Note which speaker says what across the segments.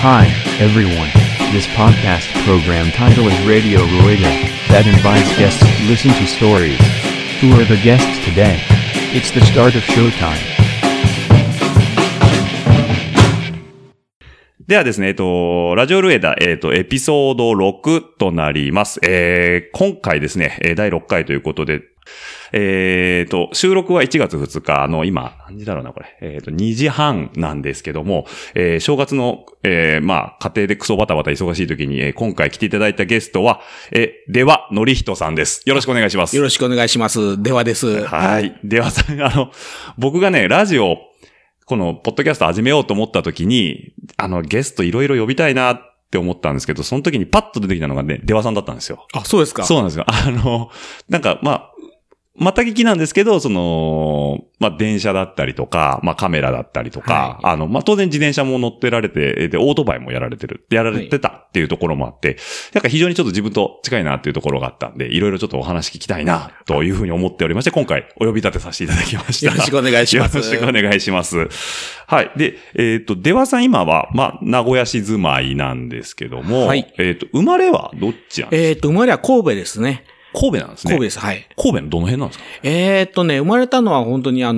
Speaker 1: Hi, everyone. This podcast program title is Radio Rueda, that invites guests to listen to stories. Who are the guests today? It's the start of showtime.
Speaker 2: ではですね、えっと、ラジオルエダ、えっと、エピソード6となります。えー、今回ですね、えー第6回ということで、えっと、収録は1月2日の今、何時だろうな、これ。えっと、2時半なんですけども、えー正月の、えーまあ、家庭でクソバタバタ忙しい時に、えー今回来ていただいたゲストは、えー、では、のりひとさんです。よろしくお願いします
Speaker 3: よ。ろしくお願いします。ではです。
Speaker 2: はい。ではさ、あの、僕がね、ラジオ、この、ポッドキャスト始めようと思った時に、あの、ゲストいろいろ呼びたいなって思ったんですけど、その時にパッと出てきたのがね、出羽さんだったんですよ。
Speaker 3: あ、そうですか。
Speaker 2: そうなんですよ。 あの、なんか、まあ、また聞きなんですけど、その、まあ、電車だったりとか、まあ、カメラだったりとか、あの、まあ、当然自転車も乗ってられて、で、オートバイもやられてる、やられてたっていうところもあって、なんか非常にちょっと自分と近いなっていうところがあったんで、いろいろちょっとお話聞きたいな、というふうに思っておりまして、今回お呼び立てさせていただきました。
Speaker 3: よろしくお願いします
Speaker 2: よろしくお願いします。はい。で、えっ、と、出羽さん今は、まあ、名古屋市住まいなんですけども、
Speaker 3: はい
Speaker 2: えっ、と、生まれはどっちなんですか
Speaker 3: えっ、と、生まれは神戸ですね。
Speaker 2: 神戸なんですね。
Speaker 3: 神戸です。はい。
Speaker 2: 神戸のどの辺なんですか
Speaker 3: えっ、とね、生まれたのは本当にあ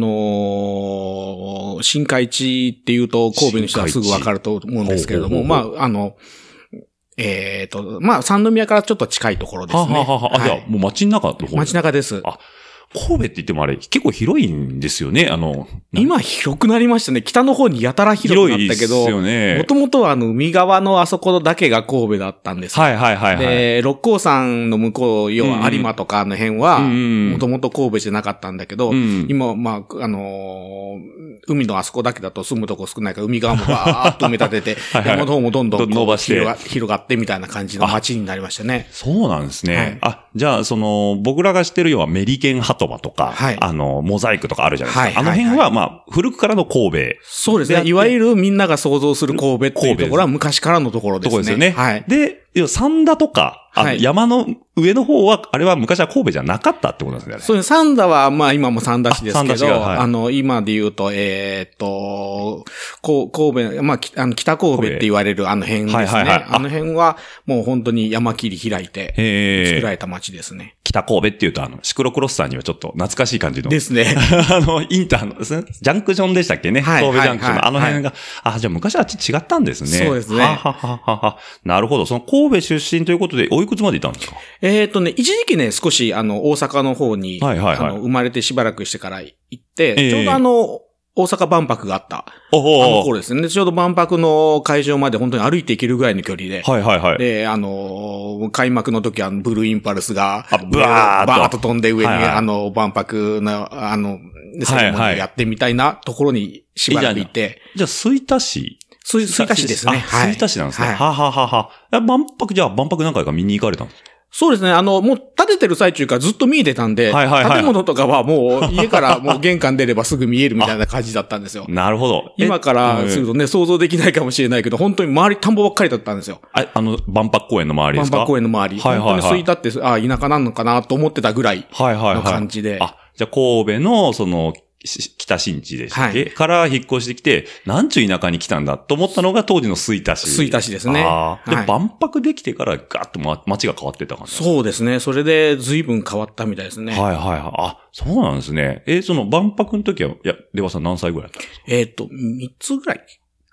Speaker 3: のー新海地っていうと神戸の人はすぐわかると思うんですけれども、
Speaker 2: 新海地ほうほうほ
Speaker 3: まあ、あの、えっ、と、まあ、三宮からちょっと近いところですね。
Speaker 2: はあはあはあ、あ、
Speaker 3: はい
Speaker 2: じゃあもう街の中の方
Speaker 3: 街中です。
Speaker 2: あ神戸って言ってもあれ、結構広いんですよね、あの、な
Speaker 3: 今広くなりましたね。北の方にやたら広くなったけ
Speaker 2: 広いですよ
Speaker 3: ど、
Speaker 2: ね
Speaker 3: もともとはあの、海側のあそこだけが神戸だったんです
Speaker 2: はいはいはいはい。
Speaker 3: で、六甲山の向こう、要は有馬とかあの辺は、
Speaker 2: うんうん
Speaker 3: もともと神戸じゃなかったんだけど、
Speaker 2: うん
Speaker 3: 今、まあ、あのー海のあそこだけだと住むとこ少ないから、海側もバーっと埋め立てて
Speaker 2: はい、はい
Speaker 3: 山の方もどんどん
Speaker 2: ど伸ばして
Speaker 3: 広が広がってみたいな感じの街になりましたね。
Speaker 2: そうなんですね。
Speaker 3: はい
Speaker 2: あ、じゃあ、その、僕らが知ってるようはメリケンハトバとか、
Speaker 3: はい
Speaker 2: あの、モザイクとかあるじゃないですか。
Speaker 3: はいはい
Speaker 2: あの辺は、まあ、古くからの神戸
Speaker 3: そうです
Speaker 2: であっ
Speaker 3: ね。
Speaker 2: て
Speaker 3: いわゆるみんなが想像する神戸っていうところは昔からのところで
Speaker 2: と
Speaker 3: す
Speaker 2: こ
Speaker 3: ね。
Speaker 2: ですよね。
Speaker 3: はい。
Speaker 2: で、要は三田とか、あの
Speaker 3: はい
Speaker 2: 山の上の方は、あれは昔は神戸じゃなかったってことなんですねあれ。
Speaker 3: そうです。三田は、まあ今も三田市です
Speaker 2: あ
Speaker 3: け
Speaker 2: 三田
Speaker 3: ど、
Speaker 2: 市が
Speaker 3: あ,、
Speaker 2: はい
Speaker 3: の、今で言うと、えーっと、こう神戸、まあ、きあの北神戸って言われるあの辺ですね。
Speaker 2: はいはいはいあ
Speaker 3: あの辺は、もう本当に山切り開いて、
Speaker 2: へ
Speaker 3: 作
Speaker 2: ー
Speaker 3: られた街ですね。
Speaker 2: 北神戸っていうと、あの、シクロクロスさんにはちょっと懐かしい感じの。
Speaker 3: ですね。
Speaker 2: あの、インターのですね、ジャンクションでしたっけね。
Speaker 3: はい
Speaker 2: 神戸ジャンクションの
Speaker 3: はい
Speaker 2: あの辺が、あ、じゃあ昔はあっち違ったんですね。
Speaker 3: そうですね
Speaker 2: ははははは。なるほど。その神戸出身ということで、おいくつまでいたんですか
Speaker 3: えーっとね、一時期ね、少し、あの、大阪の方に、
Speaker 2: はいはいはい
Speaker 3: あの、生まれてしばらくしてから行って、
Speaker 2: ええ
Speaker 3: ちょうどあの、大阪万博があった、
Speaker 2: お
Speaker 3: あの
Speaker 2: お
Speaker 3: 頃ですね。ちょうど万博の会場まで本当に歩いて行けるぐらいの距離で、
Speaker 2: はいはいはい。
Speaker 3: で、あのー開幕の時は、ブルーインパルスが、
Speaker 2: あブワーッと
Speaker 3: バと飛んで上に、
Speaker 2: はいはい
Speaker 3: あの、万博の、あの、セレモニ
Speaker 2: はいは
Speaker 3: ー
Speaker 2: い
Speaker 3: やってみたいなところにしばらくいて、
Speaker 2: じゃあ、吹田市
Speaker 3: す吹田市ですね。
Speaker 2: あ
Speaker 3: はい
Speaker 2: 吹田市なんですね。
Speaker 3: は
Speaker 2: はいははは。え万博、じゃあ万博何回か見に行かれたんですか
Speaker 3: そうですね。あの、もう建ててる最中からずっと見えてたんで、
Speaker 2: はいはいはい
Speaker 3: 建物とかはもう家からもう玄関出ればすぐ見えるみたいな感じだったんですよ。
Speaker 2: なるほど。え
Speaker 3: 今からするとね、想像できないかもしれないけど、本当に周り田んぼばっかりだったんですよ。
Speaker 2: ああの、万博公園の周りで
Speaker 3: 万
Speaker 2: すか
Speaker 3: 博公園の周り。
Speaker 2: はいはいはい
Speaker 3: 本当に吹田って、あ田舎なのかなと思ってたぐらい
Speaker 2: はいはいは
Speaker 3: の
Speaker 2: い。
Speaker 3: 感じで。
Speaker 2: あ、じゃあ神戸の、その、し北新地でしたっけ、
Speaker 3: はい
Speaker 2: から引っ越してきて、なんちゅう田舎に来たんだと思ったのが当時の吹田市。
Speaker 3: 吹田市ですね
Speaker 2: あーで、
Speaker 3: はい
Speaker 2: 万博できてからガッと、ま、街が変わってった感じ。
Speaker 3: そうですね。それで随分変わったみたいですね。
Speaker 2: はいはいはい。あ、そうなんですね。え、その万博の時は、いや、出羽さん何歳ぐらいだったんですか
Speaker 3: えっ、と、3つぐらい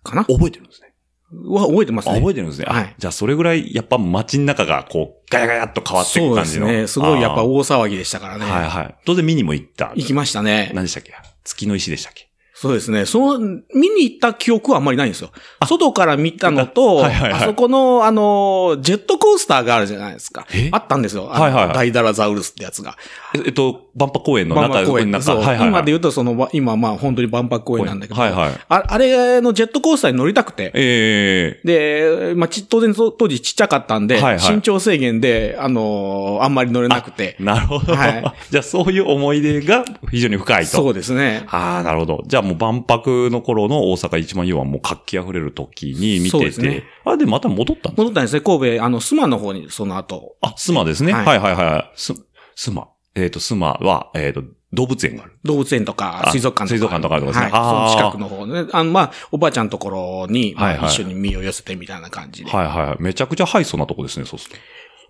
Speaker 3: かな
Speaker 2: 覚えてるんですね。
Speaker 3: は覚えてます
Speaker 2: あ
Speaker 3: ね。
Speaker 2: 覚えてるんですね。あ
Speaker 3: はい
Speaker 2: じゃあそれぐらい、やっぱ街の中がこう、ガヤガヤっと変わっていく
Speaker 3: そう
Speaker 2: 感
Speaker 3: で
Speaker 2: じ
Speaker 3: す
Speaker 2: の。
Speaker 3: ね。すごいやっぱ
Speaker 2: あー
Speaker 3: 大騒ぎでしたからね。
Speaker 2: はいはい。当然見にも行った。
Speaker 3: 行きましたね。
Speaker 2: 何でしたっけ月の石でしたっけ
Speaker 3: そうですね。その、見に行った記憶はあんまりないんですよ。外から見たのと、
Speaker 2: はいはいはい
Speaker 3: あそこの、あの、ジェットコースターがあるじゃないですか
Speaker 2: え。
Speaker 3: あったんですよ。あの
Speaker 2: はいはいはい
Speaker 3: ダイダラザウルスってやつが。
Speaker 2: ええっと、万博公園の
Speaker 3: 万
Speaker 2: 中、
Speaker 3: 博公園
Speaker 2: の
Speaker 3: そ
Speaker 2: 中。
Speaker 3: う、
Speaker 2: はいはいはい。
Speaker 3: 今で言うと、その、今、まあ、本当に万博公園なんだけど、
Speaker 2: はいはい。
Speaker 3: ああれのジェットコースターに乗りたくて、
Speaker 2: ええ
Speaker 3: で、まあ、ち、当然そ当時ちっちゃかったんで、
Speaker 2: はいはい
Speaker 3: 身長制限で、あのーあんまり乗れなくて。
Speaker 2: なるほど。
Speaker 3: は
Speaker 2: じゃあそういう思い出が非常に深いと。
Speaker 3: そうですね。
Speaker 2: ああ、なるほど。じゃあもう万博の頃の大阪一番要はもう活気溢れる時に見
Speaker 3: そう
Speaker 2: て
Speaker 3: です
Speaker 2: て、
Speaker 3: ね
Speaker 2: あ、で、また戻ったんです
Speaker 3: 戻ったんですね、神戸、あの、須磨の方に、その後。
Speaker 2: あ、スマですね。は、
Speaker 3: はいい
Speaker 2: はいはいはいす、スマ。えっ、と、スマは、えっ、と、動物園がある。
Speaker 3: 動物園とか
Speaker 2: あ
Speaker 3: 水族館とか。
Speaker 2: 水族館とかあるとこですね
Speaker 3: は
Speaker 2: あー
Speaker 3: い。その近くの方ね。あの、まあ、おばあちゃんのところに、まあ
Speaker 2: はいはい
Speaker 3: 一緒に身を寄せてみたいな感じで。
Speaker 2: はいはい。めちゃくちゃハイソなとこですね、そうする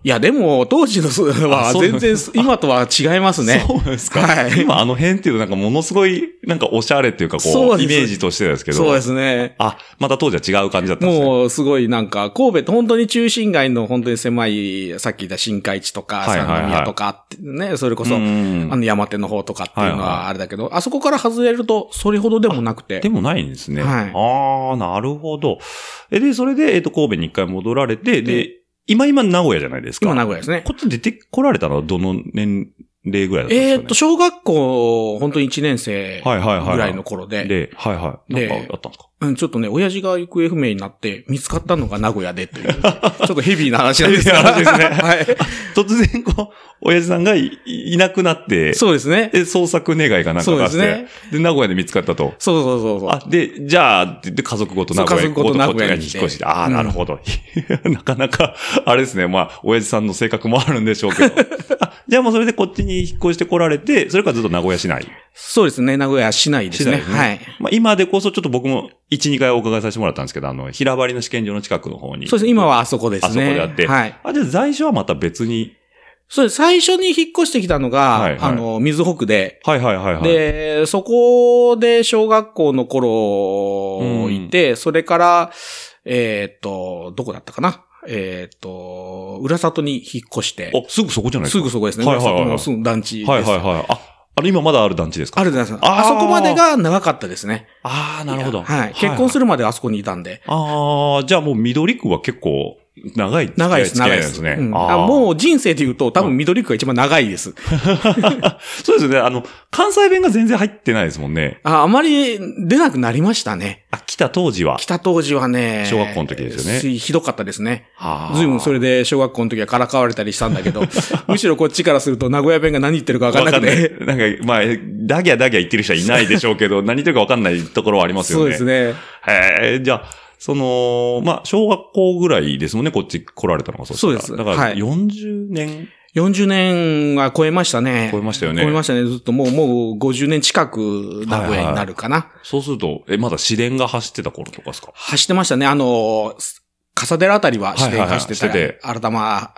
Speaker 3: いや、でも、当時のそうは
Speaker 2: あそう
Speaker 3: 全然、今とは違います
Speaker 2: と。
Speaker 3: ね。
Speaker 2: そうですか。
Speaker 3: はい
Speaker 2: 今あの辺っていうなんかものすごい、なんかおしゃれっていうかこ
Speaker 3: そう
Speaker 2: う、
Speaker 3: です
Speaker 2: イメージとしてですけど。
Speaker 3: そうですね。
Speaker 2: あ、また当時は違う感じだったんですね。
Speaker 3: もう、すごいなんか、神戸って本当に中心街の本当に狭い、さっき言った新海地とか、
Speaker 2: はいはいはい
Speaker 3: 三宮とかあってね、それこそ、あ
Speaker 2: うん
Speaker 3: の山手の方とかっていう
Speaker 2: は
Speaker 3: の
Speaker 2: いは
Speaker 3: はあれだけど、あそこから外れると、それほどでもなくて
Speaker 2: で。もないんですね。
Speaker 3: はい
Speaker 2: ああ、なるほど。えで、それで、えっ、と、神戸に一回戻られて、で、今今名古屋じゃないですか。
Speaker 3: 今名古屋ですね。
Speaker 2: こっち出てこられたのはどの年齢ぐらいだったんです
Speaker 3: えー
Speaker 2: か、
Speaker 3: っ
Speaker 2: ね、
Speaker 3: と、小学校、本当に1年生
Speaker 2: はいはいはい。
Speaker 3: ぐらいの頃で、
Speaker 2: で、はいはい。
Speaker 3: で
Speaker 2: なんかあったんですか
Speaker 3: うんちょっとね、親父が行方不明になって、見つかったのが名古屋でという、ちょっとヘビーな話なんですけど
Speaker 2: ヘビーな話ですね
Speaker 3: はい。
Speaker 2: 突然こう、親父さんがいいなくなって、
Speaker 3: そうですね。
Speaker 2: で、捜索願いかなんか
Speaker 3: そう
Speaker 2: 出
Speaker 3: で
Speaker 2: し
Speaker 3: す
Speaker 2: て、
Speaker 3: ね
Speaker 2: で、名古屋で見つかったと。
Speaker 3: そうそうそうそう。
Speaker 2: あ、で、じゃあ、って言って家族ごと名古屋
Speaker 3: そう家族ごと名古屋に
Speaker 2: こっ
Speaker 3: 来
Speaker 2: ち
Speaker 3: て
Speaker 2: が引っ越して。ああ、
Speaker 3: うん
Speaker 2: なるほど。 なかなか、あれですね。まあ、親父さんの性格もあるんでしょうけど。 あじゃあもうそれでこっちに引っ越してこられて、それからずっと名古屋市内。
Speaker 3: そうですね、名古屋市内ですね。
Speaker 2: 市内ですね
Speaker 3: はい。
Speaker 2: まあ、今でこそちょっと僕も1、2回お伺いさせてもらったんですけど、あの、平張りの試験場の近くの方に。
Speaker 3: そうですね、今。はあそこですね。
Speaker 2: あそこであって
Speaker 3: はい。
Speaker 2: あ、じゃあ在所はまた別に。
Speaker 3: そうです。最初に引っ越してきたのが、
Speaker 2: はいはい
Speaker 3: あの、水北で、
Speaker 2: はいはいはいはい。、
Speaker 3: で、そこで小学校の頃いて、それから、えーっと、どこだったかなえーっと、浦里に引っ越して、
Speaker 2: お、すぐそこじゃないですすか。
Speaker 3: ぐそこですね。
Speaker 2: はいはいはい
Speaker 3: 浦里のすぐ団地です。
Speaker 2: はいはいはい。あ、あの今まだある団地ですか
Speaker 3: あるじゃないです
Speaker 2: あー
Speaker 3: か。あそこまでが長かったですね。
Speaker 2: ああ、なるほど。
Speaker 3: はい。結婚す
Speaker 2: る。
Speaker 3: るまであそこにいたんで。
Speaker 2: ああ、じゃあもう緑区は結構長い付き合
Speaker 3: 長いです、
Speaker 2: 付き
Speaker 3: 長
Speaker 2: 合
Speaker 3: いで
Speaker 2: なん
Speaker 3: す。
Speaker 2: ね。
Speaker 3: うん
Speaker 2: あ
Speaker 3: あ
Speaker 2: あ
Speaker 3: もう人生で言うと、多分緑区が一番長いです。
Speaker 2: そうですよね。あの、関西弁が全然入ってないですもんね。
Speaker 3: ああまり出なくなりましたね。
Speaker 2: あ、来た当時は
Speaker 3: 来。た当時はね。
Speaker 2: 小学校の時ですよね
Speaker 3: ひどかったですね。
Speaker 2: あ
Speaker 3: ずいぶんそ
Speaker 2: れ。
Speaker 3: れで小学校の時はからかわれたりしたんだけ ど、むしろこっちからすると名古屋弁が何言ってるかわかんなくて。
Speaker 2: わかんないなんか、まあ、ダギャダギャ言ってる人はいないでしょう けど、何言ってるかわかんないところはありますよね。
Speaker 3: そうですね。
Speaker 2: へえ、じゃあ、その、まあ、小学校ぐらいですもんね、こっち来られたのがそしたら
Speaker 3: そうです
Speaker 2: だから、
Speaker 3: はい
Speaker 2: 40年
Speaker 3: 40年は超えましたね。
Speaker 2: 超えましたよね。
Speaker 3: 超えましたね。ずっともう、もう50年近く名古屋になるかな。
Speaker 2: そうすると、え、まだ市電が走ってた頃とかですか
Speaker 3: 走ってましたね。あの、笠寺あたりは指
Speaker 2: はいは
Speaker 3: 定
Speaker 2: いはい
Speaker 3: 走ってた
Speaker 2: してて
Speaker 3: り、新玉
Speaker 2: は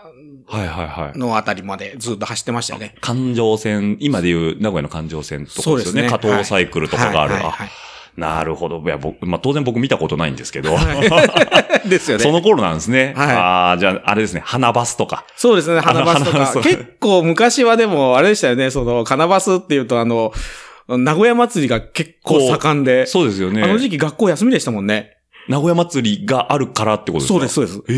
Speaker 2: いはいはい。
Speaker 3: のあたりまでずっと走ってましたよね。
Speaker 2: 環状線、今でいう名古屋の環状線とかですよね。
Speaker 3: そうですね
Speaker 2: 加藤サイクルとかがある。
Speaker 3: はいは
Speaker 2: あ
Speaker 3: いはい
Speaker 2: なるほど。いや、僕、まあ、当然僕見たことないんですけど、
Speaker 3: はいですよね。
Speaker 2: その頃なんですね。
Speaker 3: はい
Speaker 2: ああ、じゃあ、あれですね、花バスとか。
Speaker 3: そうですね、花バスと
Speaker 2: 花バス
Speaker 3: か。
Speaker 2: とか
Speaker 3: 結構昔はでも、あれでしたよね、その、金バスっていうと、あの、名古屋祭りが結構盛んで、
Speaker 2: そうですよね。
Speaker 3: あの時期学校休みでしたもんね。
Speaker 2: 名古屋祭りがあるからってことですか
Speaker 3: そうです、。そうで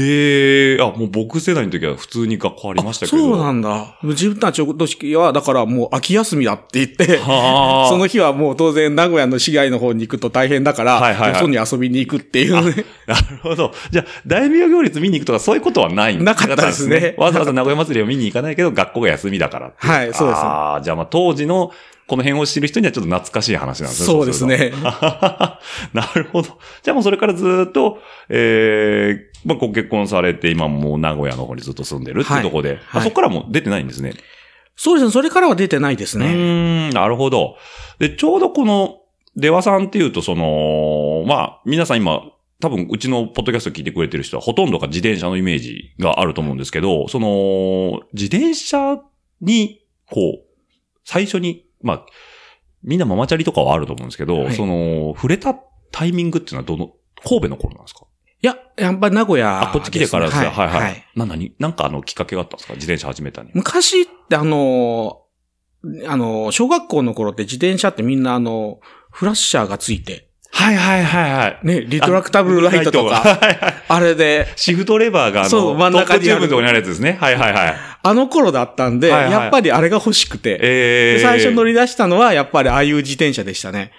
Speaker 3: す。
Speaker 2: ええあ、もう僕世代の時は普通に学校ありましたけど。
Speaker 3: そうなんだ。自分たちの時は、だからもう秋休みだって言って、
Speaker 2: はあ。
Speaker 3: その日はもう当然名古屋の市街の方に行くと大変だから、
Speaker 2: はいはいはい
Speaker 3: よそに遊びに行くっていうね。
Speaker 2: なるほど。じゃあ、大名行列見に行くとかそういうことはない
Speaker 3: なかったですね
Speaker 2: わざわざ名古屋祭りを見に行かないけど、学校が休みだからっていう
Speaker 3: はいそうです
Speaker 2: ああ、じゃあまあ当時の、この辺を知る人にはちょっと懐かしい話なんですね。
Speaker 3: そうですね。
Speaker 2: なるほど。じゃあもうそれからずっと、ええまあ、ご結婚されて、今もう名古屋の方にずっと住んでるっていうところで、
Speaker 3: はい
Speaker 2: あそこからもう出てないんですね。
Speaker 3: そうですね、それからは出てないです
Speaker 2: う
Speaker 3: ね。
Speaker 2: ーん、なるほど。で、ちょうどこの、出羽さんっていうと、その、まあ、皆さん今、多分、うちのポッドキャスト聞いてくれてる人は、ほとんどが自転車のイメージがあると思うんですけど、その、自転車に、こう、最初に、まあ、みんなママチャリとかはあると思うんですけど、
Speaker 3: はい
Speaker 2: その、触れたタイミングっていうのはどの、神戸の頃なんですか
Speaker 3: いや、やっぱり名古屋、
Speaker 2: あ、こっち来てからです
Speaker 3: ね
Speaker 2: よ。はいはい。な、なになんかあの、きっかけがあったんですか自転車始めたに。
Speaker 3: 昔ってあの、あの、小学校の頃って自転車ってみんなあの、フラッシャーがついて、
Speaker 2: はいはいはいはい。
Speaker 3: ね、リトラクタブルライトと
Speaker 2: は
Speaker 3: か、
Speaker 2: いはい。
Speaker 3: あれで、
Speaker 2: シフトレバーがあの、
Speaker 3: そう真ん
Speaker 2: トッ
Speaker 3: 中にある
Speaker 2: プチューブのとこにあるやつですね。はいはいはい。
Speaker 3: あの頃だったんで、
Speaker 2: はいはい
Speaker 3: やっぱりあれが欲しくて、
Speaker 2: え
Speaker 3: で
Speaker 2: ー、
Speaker 3: 最初乗り出したのはやっぱりああいう自転車でしたね。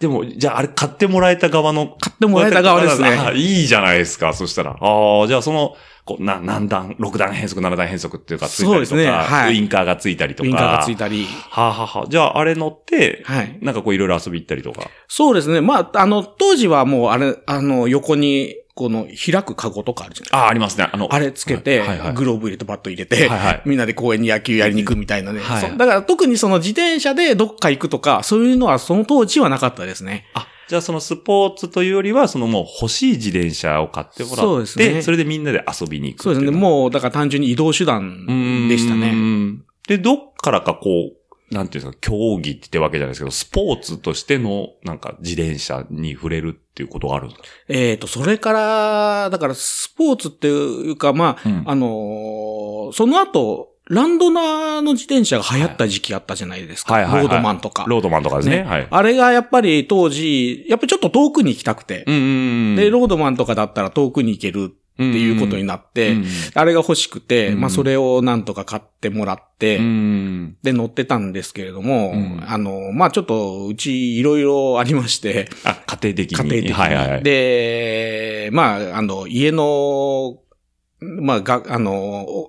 Speaker 2: でも、じゃああれ買ってもらえた側の
Speaker 3: 買っってもらえた側です
Speaker 2: あ
Speaker 3: ね。
Speaker 2: いいじゃないですか、そしたら。ああ、じゃあその、こう、な、何段、6段変速、7段変速っていうかついたりとか、
Speaker 3: そうですねはい
Speaker 2: ウィンカーがついたりと
Speaker 3: ウ
Speaker 2: か。
Speaker 3: ィンカーがついたり。
Speaker 2: はあ、はあはあ、じゃああれ乗って、
Speaker 3: はい。
Speaker 2: なんかこういろいろ遊び行ったりとか。
Speaker 3: そうですね。まあ、あの、当時はもうあれ、あの、横に、この、開くカゴとかあるじゃない
Speaker 2: ああ、ありますね。あの、
Speaker 3: あれつけて、
Speaker 2: はいはい
Speaker 3: グローブ入れてバット入れて、
Speaker 2: はいはい
Speaker 3: みんなで公園に野球やりに行くみたいなね。
Speaker 2: はい
Speaker 3: そうだから特にその自転車でどっか行くとか、そういうのはその当時はなかったですね。
Speaker 2: あ、じゃあそのスポーツというよりは、そのもう欲しい自転車を買ってもらって、
Speaker 3: そうですね
Speaker 2: それでみんなで遊びに行くって
Speaker 3: そ
Speaker 2: いう
Speaker 3: ですね。
Speaker 2: う
Speaker 3: もう、だから単純に移動手段でした
Speaker 2: う
Speaker 3: ね。
Speaker 2: ん。で、どっからかこう、なんていうんですか、競技ってわけじゃないですけど、スポーツとしての、なんか自転車に触れるっていうことがあるんですか
Speaker 3: えっ、と、それから、だからスポーツっていうか、ま
Speaker 2: う
Speaker 3: あ、
Speaker 2: ん
Speaker 3: あのーその後、ランドナーの自転車が流行った時期あったじゃないですか。
Speaker 2: はいはいはい
Speaker 3: ロードマンとか。
Speaker 2: ロードマンとかですね。はい。
Speaker 3: あれがやっぱり当時、やっぱりちょっと遠くに行きたくて、
Speaker 2: うんうんうん。
Speaker 3: で、ロードマンとかだったら遠くに行けるっていうことになって、
Speaker 2: うんうん
Speaker 3: あれが欲しくて、
Speaker 2: うん
Speaker 3: まあそれをなんとか買ってもらって、
Speaker 2: うん。
Speaker 3: で乗ってたんですけれども、
Speaker 2: うん
Speaker 3: あの、まあちょっとうちいろいろありまして、
Speaker 2: あ、家庭的に。
Speaker 3: 家庭的に。
Speaker 2: はいはいはい。
Speaker 3: で、まああの、家の、まあが、あの、お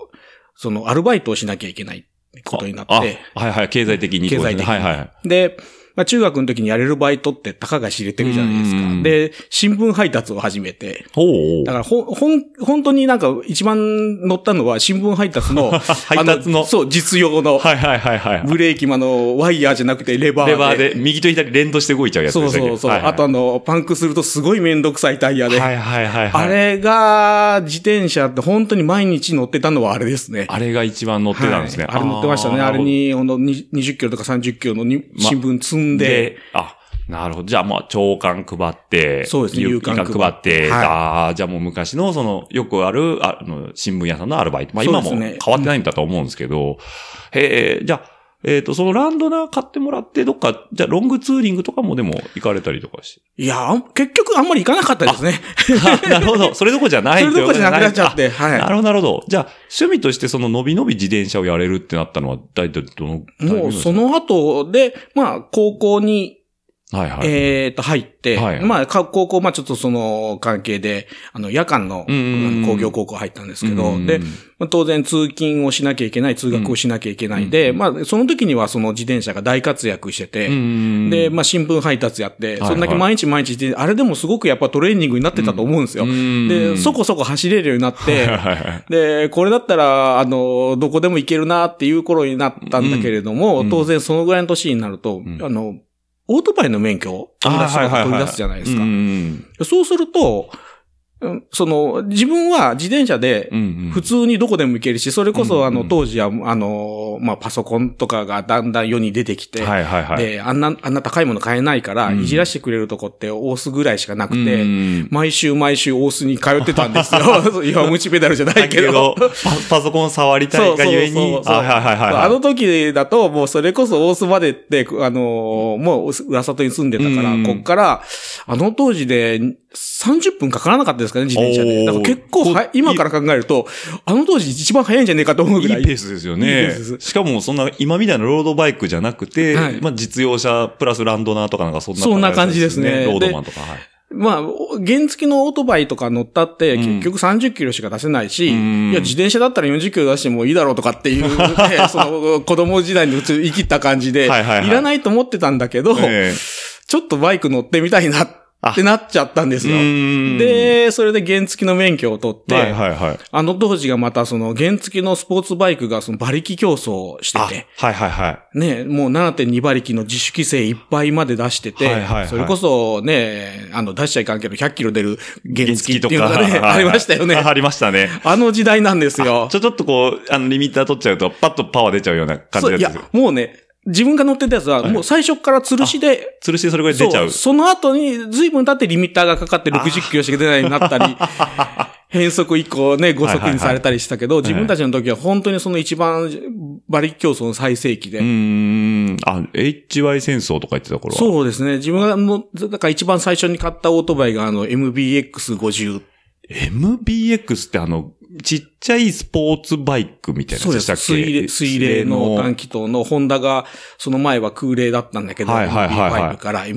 Speaker 3: そのアルバイトをしなきゃいけないことになって、
Speaker 2: あはいはい、経済的に。
Speaker 3: 経済的に
Speaker 2: はいはい。
Speaker 3: で、まあ中学の時にやれるバイトってたかが知れてるじゃないです
Speaker 2: うん
Speaker 3: か。で、新聞配達を始めて、
Speaker 2: ほう
Speaker 3: だから、ほん、ほん、本当になんか一番乗ったのは新聞配達の、
Speaker 2: 配達の
Speaker 3: あそう、実用の、
Speaker 2: はいはいはいはい。
Speaker 3: ブレーキもあの、ワイヤーじゃなくてレバーで。
Speaker 2: レバーで、右と左連動して動いちゃうやつ
Speaker 3: そう
Speaker 2: ですね
Speaker 3: そうそう。
Speaker 2: はいはい
Speaker 3: あとあの、パンクするとすごいめんどくさいタイヤで。
Speaker 2: はいはいはいはい。
Speaker 3: あれが、自転車って本当に毎日乗ってたのはあれですね。
Speaker 2: あれが一番乗ってたんですね。
Speaker 3: はいあれ乗ってましたね。
Speaker 2: ー
Speaker 3: あれ。に、ほんとに20キロとか30キロのに
Speaker 2: ま
Speaker 3: 新聞積んで、
Speaker 2: で、あ、なるほど。じゃあ、まあ、朝刊配って、
Speaker 3: そうですね
Speaker 2: 夕刊
Speaker 3: 夕刊
Speaker 2: 配
Speaker 3: 配
Speaker 2: っ、
Speaker 3: っててはい
Speaker 2: ああ、じゃあもう昔の、その、よくある、ああの、新聞屋さんのアルバイト。まあ、
Speaker 3: そう
Speaker 2: 今
Speaker 3: で
Speaker 2: も
Speaker 3: すね
Speaker 2: 変わってないんだと思うんですけど、へえ、じゃあ、えっ、と、そのランドナー買ってもらって、どっか、じゃあ、ロングツーリングとかもでも行かれたりとか し
Speaker 3: いや、あん結局あんまり行かなかったですね。
Speaker 2: て。なるほど。それどころじゃない
Speaker 3: それ どころじゃなくなっちゃっ。て、
Speaker 2: あな
Speaker 3: は
Speaker 2: るほど、なるほど。じゃあ、趣味としてその、のびのび自転車をやれるってなったのは、大体どの
Speaker 3: い。もうそ
Speaker 2: の、
Speaker 3: の後で、まあ、高校に
Speaker 2: はいはい。
Speaker 3: えっ、と、入って、
Speaker 2: はい
Speaker 3: まあ、か高校、まあ、ちょっとその関係で、あの、夜間の
Speaker 2: うんうんうん
Speaker 3: 工業高校入ったんですけ
Speaker 2: うんうんう
Speaker 3: ど、
Speaker 2: ん
Speaker 3: で、まあ当然通勤をしなきゃいけない、通学をしなきゃいけないで、
Speaker 2: うん
Speaker 3: まあ、その時にはその自転車が大活躍してて、で、
Speaker 2: で
Speaker 3: まあ、新聞配達やって、
Speaker 2: はい
Speaker 3: そんだけ毎日毎日で、あれでもすごくやっぱトレーニングになってたと思うんですよ。で、そこそこ走れるようになって、で、これだったら、あの、どこでも行けるなっていう頃になったんだけれども、
Speaker 2: うん
Speaker 3: 当然そのぐらいの年になると、
Speaker 2: ん
Speaker 3: あの、オートバイの免許を取り出すとか取り出すじゃないですか。そうすると、うんその、自分は自転車で、
Speaker 2: 普
Speaker 3: 普通にどこでも行けるし、それこ
Speaker 2: うん
Speaker 3: そあ
Speaker 2: う
Speaker 3: の
Speaker 2: ん
Speaker 3: 当時は、あの、まあ、パソコンとかがだんだん世に出てきて、
Speaker 2: はいはいはい。
Speaker 3: で、あんな、あんな高いもの買えないから、
Speaker 2: うん
Speaker 3: いじらしてくれるとこって大須ぐらいしかなく
Speaker 2: うん
Speaker 3: て、
Speaker 2: うん
Speaker 3: 毎週毎週大須に通ってた んですよ。 いや、ムチペダルじゃな
Speaker 2: だ
Speaker 3: いけ
Speaker 2: け
Speaker 3: ど
Speaker 2: ど。、パパソコン触りたいがゆえに
Speaker 3: そうそうそう、そう
Speaker 2: あはいはいはいはい。
Speaker 3: あの時だと、もうそれこそ大須までって、あのーもう裏里に住んでたから、
Speaker 2: うん
Speaker 3: こっから、あの当時で30分かからなかったですかね、自転車
Speaker 2: おー
Speaker 3: で。だから結構は
Speaker 2: こ
Speaker 3: い、今から考えると、あの当時一番早いんじゃねえかと思う
Speaker 2: いい
Speaker 3: ぐらい。
Speaker 2: ペースですよ
Speaker 3: いい
Speaker 2: ね
Speaker 3: ペースで。
Speaker 2: しかもそんな今みたいなロードバイクじゃなくて
Speaker 3: はい、
Speaker 2: まあ実用車プラスランドナーとかなんかそんな
Speaker 3: そんな感じですね
Speaker 2: ロードマンとか。はい
Speaker 3: まあ、お原付きのオートバイとか乗ったって、
Speaker 2: うん
Speaker 3: 結局30キロしか出せないし、
Speaker 2: うん
Speaker 3: いや、自転車だったら40キロ出してもいいだろうとかっていう、 ね、その子供時代のうち生きた感じで、
Speaker 2: はいはいはい
Speaker 3: らないと思ってたんだけど、
Speaker 2: ええ
Speaker 3: ちょっとバイク乗ってみたいなってなっちゃったんですよ。
Speaker 2: うん
Speaker 3: で、それで原付きの免許を取って、
Speaker 2: はいはいはい。
Speaker 3: あの当時がまたその原付きのスポーツバイクがその馬力競争をして
Speaker 2: あ
Speaker 3: て、
Speaker 2: はいはいはい。
Speaker 3: ね、もう7.2馬力の自主規制いっぱいまで出してて、
Speaker 2: はいはいはい
Speaker 3: それこそね、あの出しちゃいかんけど100キロ出る原
Speaker 2: 原付
Speaker 3: 付きって
Speaker 2: と
Speaker 3: いうの
Speaker 2: か。
Speaker 3: がね、 ありましたよね。
Speaker 2: ありました ね。
Speaker 3: あの時代なんですよ
Speaker 2: ち。ょ、ちょっとこう、あの、リミッター取っちゃうと、パッとパワー出ちゃうような感じ
Speaker 3: そ
Speaker 2: の
Speaker 3: うい
Speaker 2: や
Speaker 3: や
Speaker 2: つです。、
Speaker 3: もうね、自分が乗ってたやつは、もう最初から吊るしで、
Speaker 2: 吊るしてそれぐらい出ちゃう。
Speaker 3: そその後に随分経ってリミッターがかかって60キロしか出ないようになっ たり、変速以降ね、5速にされたりしたけど、
Speaker 2: いはいはい
Speaker 3: 自分たちの時は本当にその一番馬力競争の最盛期で、
Speaker 2: うーん。あ、HY 戦争とか言ってた頃は。う。
Speaker 3: そうですね。自分がもう、だから一番最初に買ったオートバイがあの MBX50。
Speaker 2: MBX ってあの、ちっちゃいスポーツバイクみたいな
Speaker 3: そう
Speaker 2: やつ
Speaker 3: で
Speaker 2: でした
Speaker 3: す。
Speaker 2: っけ
Speaker 3: 水冷、水冷の短気筒の、ホンダが、その前は空冷だったんだけど、
Speaker 2: はいはいはいはい
Speaker 3: MB5 から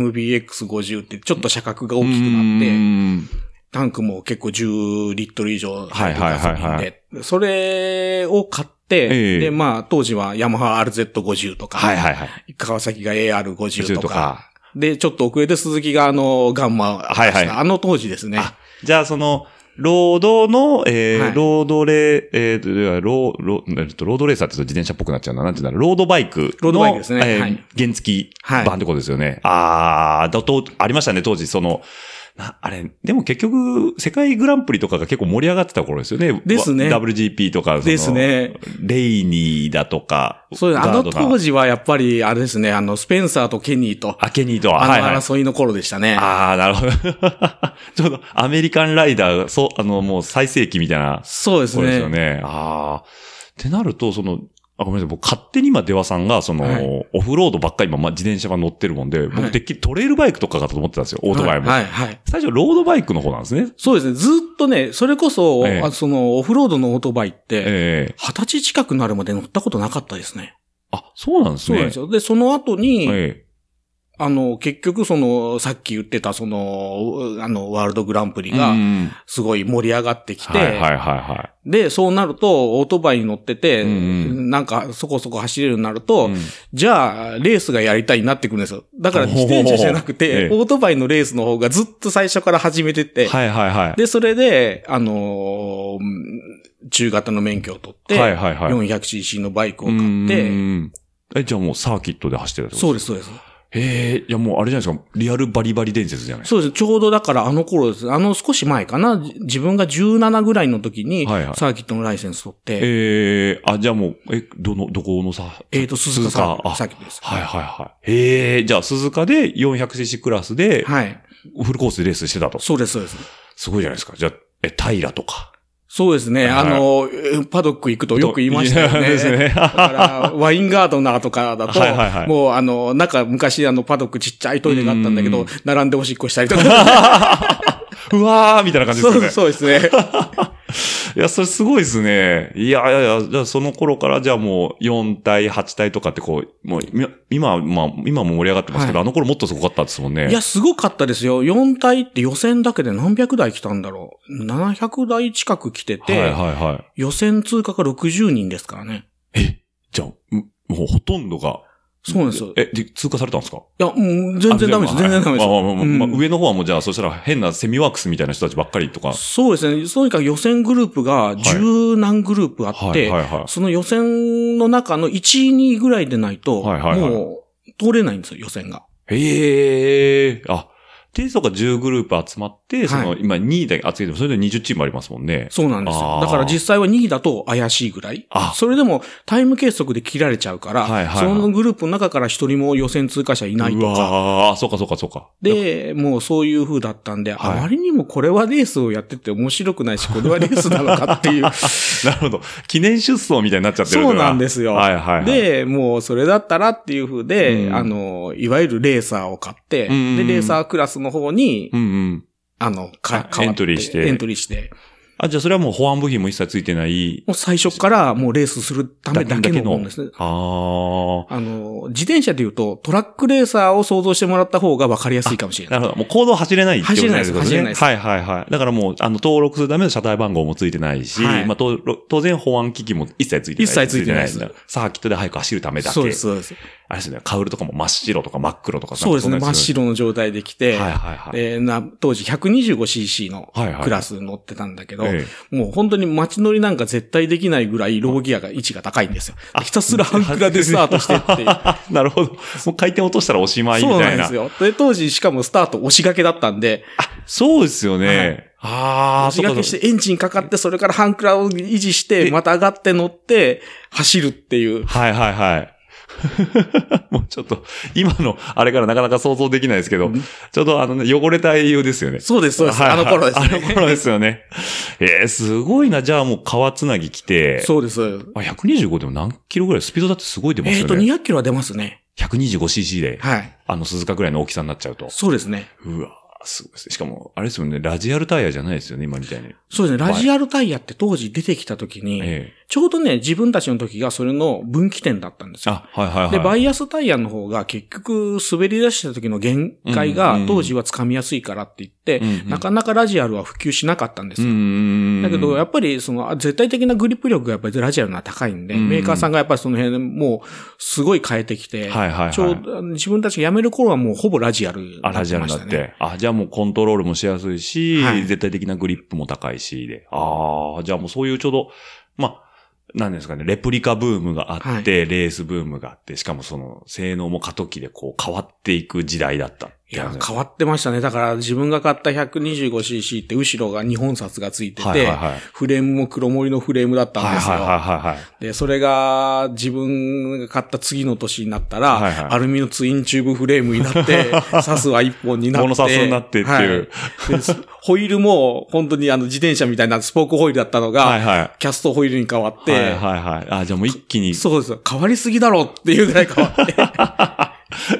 Speaker 3: MBX50 ってちょっと車格が大き
Speaker 2: う
Speaker 3: くなって、
Speaker 2: ーん
Speaker 3: タンクも結構10リットル以上入って
Speaker 2: はい
Speaker 3: た
Speaker 2: はいは
Speaker 3: 作
Speaker 2: い
Speaker 3: 品
Speaker 2: はい
Speaker 3: で、それを買って、
Speaker 2: ええ
Speaker 3: で、まあ当時はヤマハ RZ50 とか、
Speaker 2: はいはいはい。
Speaker 3: 川崎が AR50
Speaker 2: 50
Speaker 3: とか、。で、ちょっと遅れて鈴木があの、ガンマ、
Speaker 2: はいはい
Speaker 3: あの当時ですね。
Speaker 2: あじゃあ、その、労働の、えー
Speaker 3: はい
Speaker 2: ロードレ、えーと、いやロー、ロー、えっとロードレーサーって言うと自転車っぽくなっちゃうな。なんていうんだろう、ロードバイクの。
Speaker 3: ロードバイクですね
Speaker 2: えー
Speaker 3: はい
Speaker 2: 原付
Speaker 3: はい
Speaker 2: 版ってことですよね。ああ、だと、ありましたね、当時、その、なあれ、でも結局、世界グランプリとかが結構盛り上がってた頃ですよね。
Speaker 3: ですね
Speaker 2: わ WGP とか、その
Speaker 3: です。ね。
Speaker 2: レイニーだとか。
Speaker 3: そうですあの当
Speaker 2: 時。
Speaker 3: 時はやっぱり、あれですね、あの、スペンサーとケニーと、
Speaker 2: アケニーとは、
Speaker 3: あ
Speaker 2: はい
Speaker 3: の
Speaker 2: はい。
Speaker 3: 争いの頃でしたね。
Speaker 2: ああ、なるほど。 ちょうどアメリカンライダーが、そう、あの、もう最盛期みたいな
Speaker 3: そうです
Speaker 2: そうですよ
Speaker 3: ね。
Speaker 2: ね。ああ。ってなると、その、あ、ごめんなさい。僕、勝手に今、出羽さんが、その、
Speaker 3: はい
Speaker 2: オフロードばっかり今、ま、自転車が乗ってるもんで、
Speaker 3: は
Speaker 2: 僕、
Speaker 3: い
Speaker 2: てっきりトレイルバイクとかかと思ってたんですよ。オートバイも。
Speaker 3: はい、はいはい。
Speaker 2: 最初、ロードバイクの方なんですね。
Speaker 3: そうですね。ずっとね、それこそ、
Speaker 2: ええ
Speaker 3: あその、オフロードのオートバイって、
Speaker 2: ええ
Speaker 3: 二十歳近くなるまで乗ったことなかったですね。
Speaker 2: あ、そうなんです
Speaker 3: そう
Speaker 2: ね。
Speaker 3: なんですよ。で、その後に、
Speaker 2: え
Speaker 3: あの、結局、その、さっき言ってた、その、うあの、ワールドグランプリ
Speaker 2: え
Speaker 3: が
Speaker 2: う、ん
Speaker 3: すごい盛り上がってきて、
Speaker 2: はいはいはいは
Speaker 3: で、そうなると、オートバイに乗ってて、
Speaker 2: うんうん
Speaker 3: なんか、そこそこ走れるようになる
Speaker 2: い。
Speaker 3: と、
Speaker 2: うん
Speaker 3: じゃあ、レースがやりたいになってくるんですよ。だから、自転車じゃなくて、
Speaker 2: ほうほうほうええ
Speaker 3: オートバイのレースの方がずっと最初から始めてて、
Speaker 2: はいはいはい。
Speaker 3: で、それで、あのーうん中型の免許を取って、
Speaker 2: はいはいはい。
Speaker 3: 400cc のバイクを
Speaker 2: うん
Speaker 3: 買っ
Speaker 2: う
Speaker 3: て、
Speaker 2: んえ、じゃあもうサーキットで走ってたってこと
Speaker 3: そう
Speaker 2: で
Speaker 3: です、そうです。
Speaker 2: す。へえ、いやもうあれじゃないですか。リアルバリバリ伝説じゃないです
Speaker 3: そうです。ちょうどだからあの頃です。あの少し前かな。じ自分が17ぐらいの時に、
Speaker 2: はいはい
Speaker 3: サーキットのライセンス取って、
Speaker 2: か。ええあ、じゃあもう、え、どの、どこのさ、
Speaker 3: えっ、と、鈴鹿サー
Speaker 2: 鈴鹿あ
Speaker 3: サーキットです。
Speaker 2: はいはいはい。へえ、じゃあ鈴鹿で 400cc クラスで、
Speaker 3: はい。
Speaker 2: フルコースでレースしてたと。
Speaker 3: そうです、そうです。
Speaker 2: すごいじゃないですか。じゃあ、え、平とか。
Speaker 3: そうですね。
Speaker 2: はい
Speaker 3: あの、えーパドック行くとよく言いましたよね。
Speaker 2: ですね。
Speaker 3: だから、ワインガードナーとかだと、
Speaker 2: はいはいはい
Speaker 3: もうあの、なんか昔あの、パドックちっちゃいトイレがあったんだけ
Speaker 2: う
Speaker 3: ど
Speaker 2: ん、
Speaker 3: 並んでおしっこした りとか。
Speaker 2: うわーみたいな感じです
Speaker 3: そ
Speaker 2: よ
Speaker 3: う
Speaker 2: ね。
Speaker 3: そうですね。
Speaker 2: いや、それすごいですね。いやいやいや、じゃあその頃から、じゃあもう4体、8体とかってこう、もう、み今は、まあ、今も盛り上がってますけど、
Speaker 3: は
Speaker 2: あの頃もっとすごかったですもんね。
Speaker 3: いや、すごかったですよ。4体って予選だけで何百台来たんだろう。700台近く来てて、
Speaker 2: はいはいはい。
Speaker 3: 予選通過が60人ですからね。
Speaker 2: じゃあ、んもうほとんどが。
Speaker 3: そうなんですよ。い
Speaker 2: え、で、通過されたんですか
Speaker 3: や、もう全然ダメです。
Speaker 2: あ
Speaker 3: 全然ダメです。
Speaker 2: まあまあまあまあ
Speaker 3: うん
Speaker 2: まあ上の方はもうじゃあ、そしたら変なセミワークスみたいな人たちばっかりとか。
Speaker 3: そうですね。とにかく予選グループが十何グループあって、
Speaker 2: はいはいはい。
Speaker 3: その予選の中の1位、2位ぐらいでないと、
Speaker 2: はいはいはい
Speaker 3: もう通れないんですよ、予選が。
Speaker 2: へえ。あ、で、そこ10グループ集まって、その、
Speaker 3: は
Speaker 2: 今2位だけ集めても、それで20チームありますもんね。
Speaker 3: そうなんです
Speaker 2: あ
Speaker 3: よ。
Speaker 2: ー
Speaker 3: だから実際は2位だと怪しいぐらい
Speaker 2: あ。
Speaker 3: それでもタイム計測で切られちゃうから、
Speaker 2: はいはいはい
Speaker 3: そのグループの中から一人も予選通過者いないうとか。
Speaker 2: わー、そうかそうかそうか。
Speaker 3: で、もうそういう風だったんで、
Speaker 2: はい
Speaker 3: あまりにもこれはレースをやってて面白くな いし、これはレースなのかっていう。
Speaker 2: なるほど。記念出走みたいになっちゃってる
Speaker 3: そうなんですすよ。
Speaker 2: はいはいはい。、
Speaker 3: で、もうそれだったらっていう風で、
Speaker 2: うん
Speaker 3: あの、いわゆるレーサーを買って、
Speaker 2: うんうんうん
Speaker 3: で、レーサークラスの方に、
Speaker 2: うんうん。
Speaker 3: あの、か、変わって
Speaker 2: エントリーして
Speaker 3: エントリーして。
Speaker 2: あ、じゃあそれはもう保安部品も一切ついてない。
Speaker 3: もう最初からもうレースするためだけのもんですね。
Speaker 2: あー。
Speaker 3: あの、自転車で言うと、トラックレーサーを想像してもらった方が分かりやすいかもしれな。
Speaker 2: ないるほど。もう行動走れないってことですね。
Speaker 3: 走れないです
Speaker 2: はいはいはい。だからもう、あの、登録するための車体番号もついてないし、
Speaker 3: はい
Speaker 2: まあ、登録当然保安機器も一切ついてない。
Speaker 3: 一切ついてないです
Speaker 2: つサーキットで早く走るためだけ。
Speaker 3: そうです、そうです。
Speaker 2: あれですね、カウルとかも真っ白とか真っ黒とか
Speaker 3: そうですね、真っ
Speaker 2: 白
Speaker 3: 白の状態で来て、
Speaker 2: はいはいはい。
Speaker 3: でな当時 125cc の
Speaker 2: はいはい
Speaker 3: クラス乗ってたんだけど、
Speaker 2: ええ
Speaker 3: もう本当に街乗りなんか絶対できないぐらいローギアが位置が高いんですよ。ひたすら半クラでスタートしてっていう。
Speaker 2: なるほど。もう回転落としたらおしまいみ
Speaker 3: そう
Speaker 2: た
Speaker 3: ないんで
Speaker 2: な。
Speaker 3: すよ。で、当時しかもスタート押し掛けだったんで、
Speaker 2: そうですよね。ああ、
Speaker 3: 押し
Speaker 2: そうか
Speaker 3: 掛
Speaker 2: そうか
Speaker 3: けしてエンジンかかって、それから半クラを維持して、
Speaker 2: え
Speaker 3: また上がって乗って、走るっていう。
Speaker 2: はいはいはい。 もうちょっと、今のあれからなかなか想像できないですけど、ちょっとあのね、汚れた英雄ですよね。
Speaker 3: そうです、そうです。
Speaker 2: はい
Speaker 3: あ
Speaker 2: はい
Speaker 3: の頃で す
Speaker 2: あ
Speaker 3: ね。
Speaker 2: の頃ですよね。えー、すごいな。じゃあもう川つなぎ来て。
Speaker 3: そうです。そうです
Speaker 2: あ125でも何キロぐらいスピードだってすごい出ます
Speaker 3: えっ、
Speaker 2: よ
Speaker 3: と、
Speaker 2: ね。
Speaker 3: 200キロは出ますね。
Speaker 2: 125cc で、
Speaker 3: はい。
Speaker 2: あの鈴鹿ぐらいの大きさになっちゃうと。
Speaker 3: そうですね。
Speaker 2: うわすごいですね。しかも、あれですよね、ラジアルタイヤじゃないですよね、今みたいに。
Speaker 3: そうですね、ラジアルタイヤって当時出てきた時に、
Speaker 2: ええ。
Speaker 3: ちょうどね、自分たちの時がそれの分岐点だったんですよ。
Speaker 2: あ、はいはいはい。
Speaker 3: で、バイアスタイヤの方が結局滑り出した時の限界
Speaker 2: うん
Speaker 3: が
Speaker 2: うん
Speaker 3: 当時は掴みやすいからって言って、
Speaker 2: うんうん
Speaker 3: なかなかラジアルは普及しなかったんです
Speaker 2: う
Speaker 3: よ。
Speaker 2: ん。
Speaker 3: だけど、や
Speaker 2: っ
Speaker 3: っぱり、その、あ絶対的なグリップ力がやっぱりラジアルのは高いんで、
Speaker 2: うん
Speaker 3: メーカーさんがやっぱりその辺でもう、すごい変えてきて、
Speaker 2: はいはいはい。
Speaker 3: ちょうど、自分たちが辞める頃はもうほぼラジアルに
Speaker 2: あ、
Speaker 3: な
Speaker 2: ラ
Speaker 3: っ
Speaker 2: ジ
Speaker 3: て
Speaker 2: アル
Speaker 3: ま
Speaker 2: に
Speaker 3: し
Speaker 2: な
Speaker 3: た
Speaker 2: っ
Speaker 3: ね。
Speaker 2: て。あ、じゃあもうコントロールもしやすいし、
Speaker 3: はい
Speaker 2: 絶対的なグリップも高いしで。ああ、じゃあもうそういうちょうど、まあ、なんですかね、レプリカブームがあって、レースブームがあって、しかもその性能も過渡期でこう変わっていく時代だったって
Speaker 3: いや
Speaker 2: 感じ、
Speaker 3: 変わってましたね。だから自分が買った 125cc って後ろが2本札がついてて、
Speaker 2: はいはいはい。
Speaker 3: フレームも黒森のフレームだったん
Speaker 2: はい
Speaker 3: ですよ。
Speaker 2: はいはいはいはい。
Speaker 3: で、それが自分が買った次の年になったら、
Speaker 2: はいはい
Speaker 3: アルミのツインチューブフレームに なって、サスは一本になっ
Speaker 2: モ
Speaker 3: て。
Speaker 2: ノサスになってっていう
Speaker 3: はいでスホイールも本当にあの自転車みたいなスポークホイールだったのが、
Speaker 2: はいはい。
Speaker 3: キャストホイールに変わって、
Speaker 2: はいはいはい。あ、じゃあもう一気に。
Speaker 3: そうです。変わりすぎだろっていうぐらい変わって。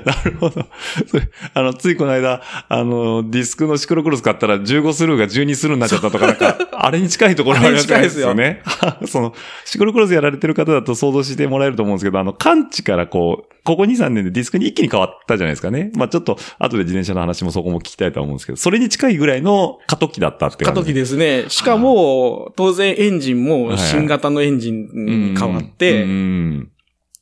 Speaker 2: なるほど。それ、あの、ついこの間、あの、ディスクのシクロクロス買ったら15スルーが12スルーになっちゃったとか、なんか、あれに近いところ
Speaker 3: あれに近いですよ
Speaker 2: ね。 その、シクロクロスやられてる方だと想像してもらえると思うんですけど、あの、感知からこう、ここ2、3年でディスクに一気に変わったじゃないですかね。まあちょっと、後で自転車の話もそこも聞きたいとは思うんですけど、それに近いぐらいの過渡期だったって
Speaker 3: 過
Speaker 2: 感じ。
Speaker 3: 渡期ですね。しかも、当然エンジンも新型のエンジン
Speaker 2: うん
Speaker 3: に変わっ
Speaker 2: うん
Speaker 3: て、
Speaker 2: うん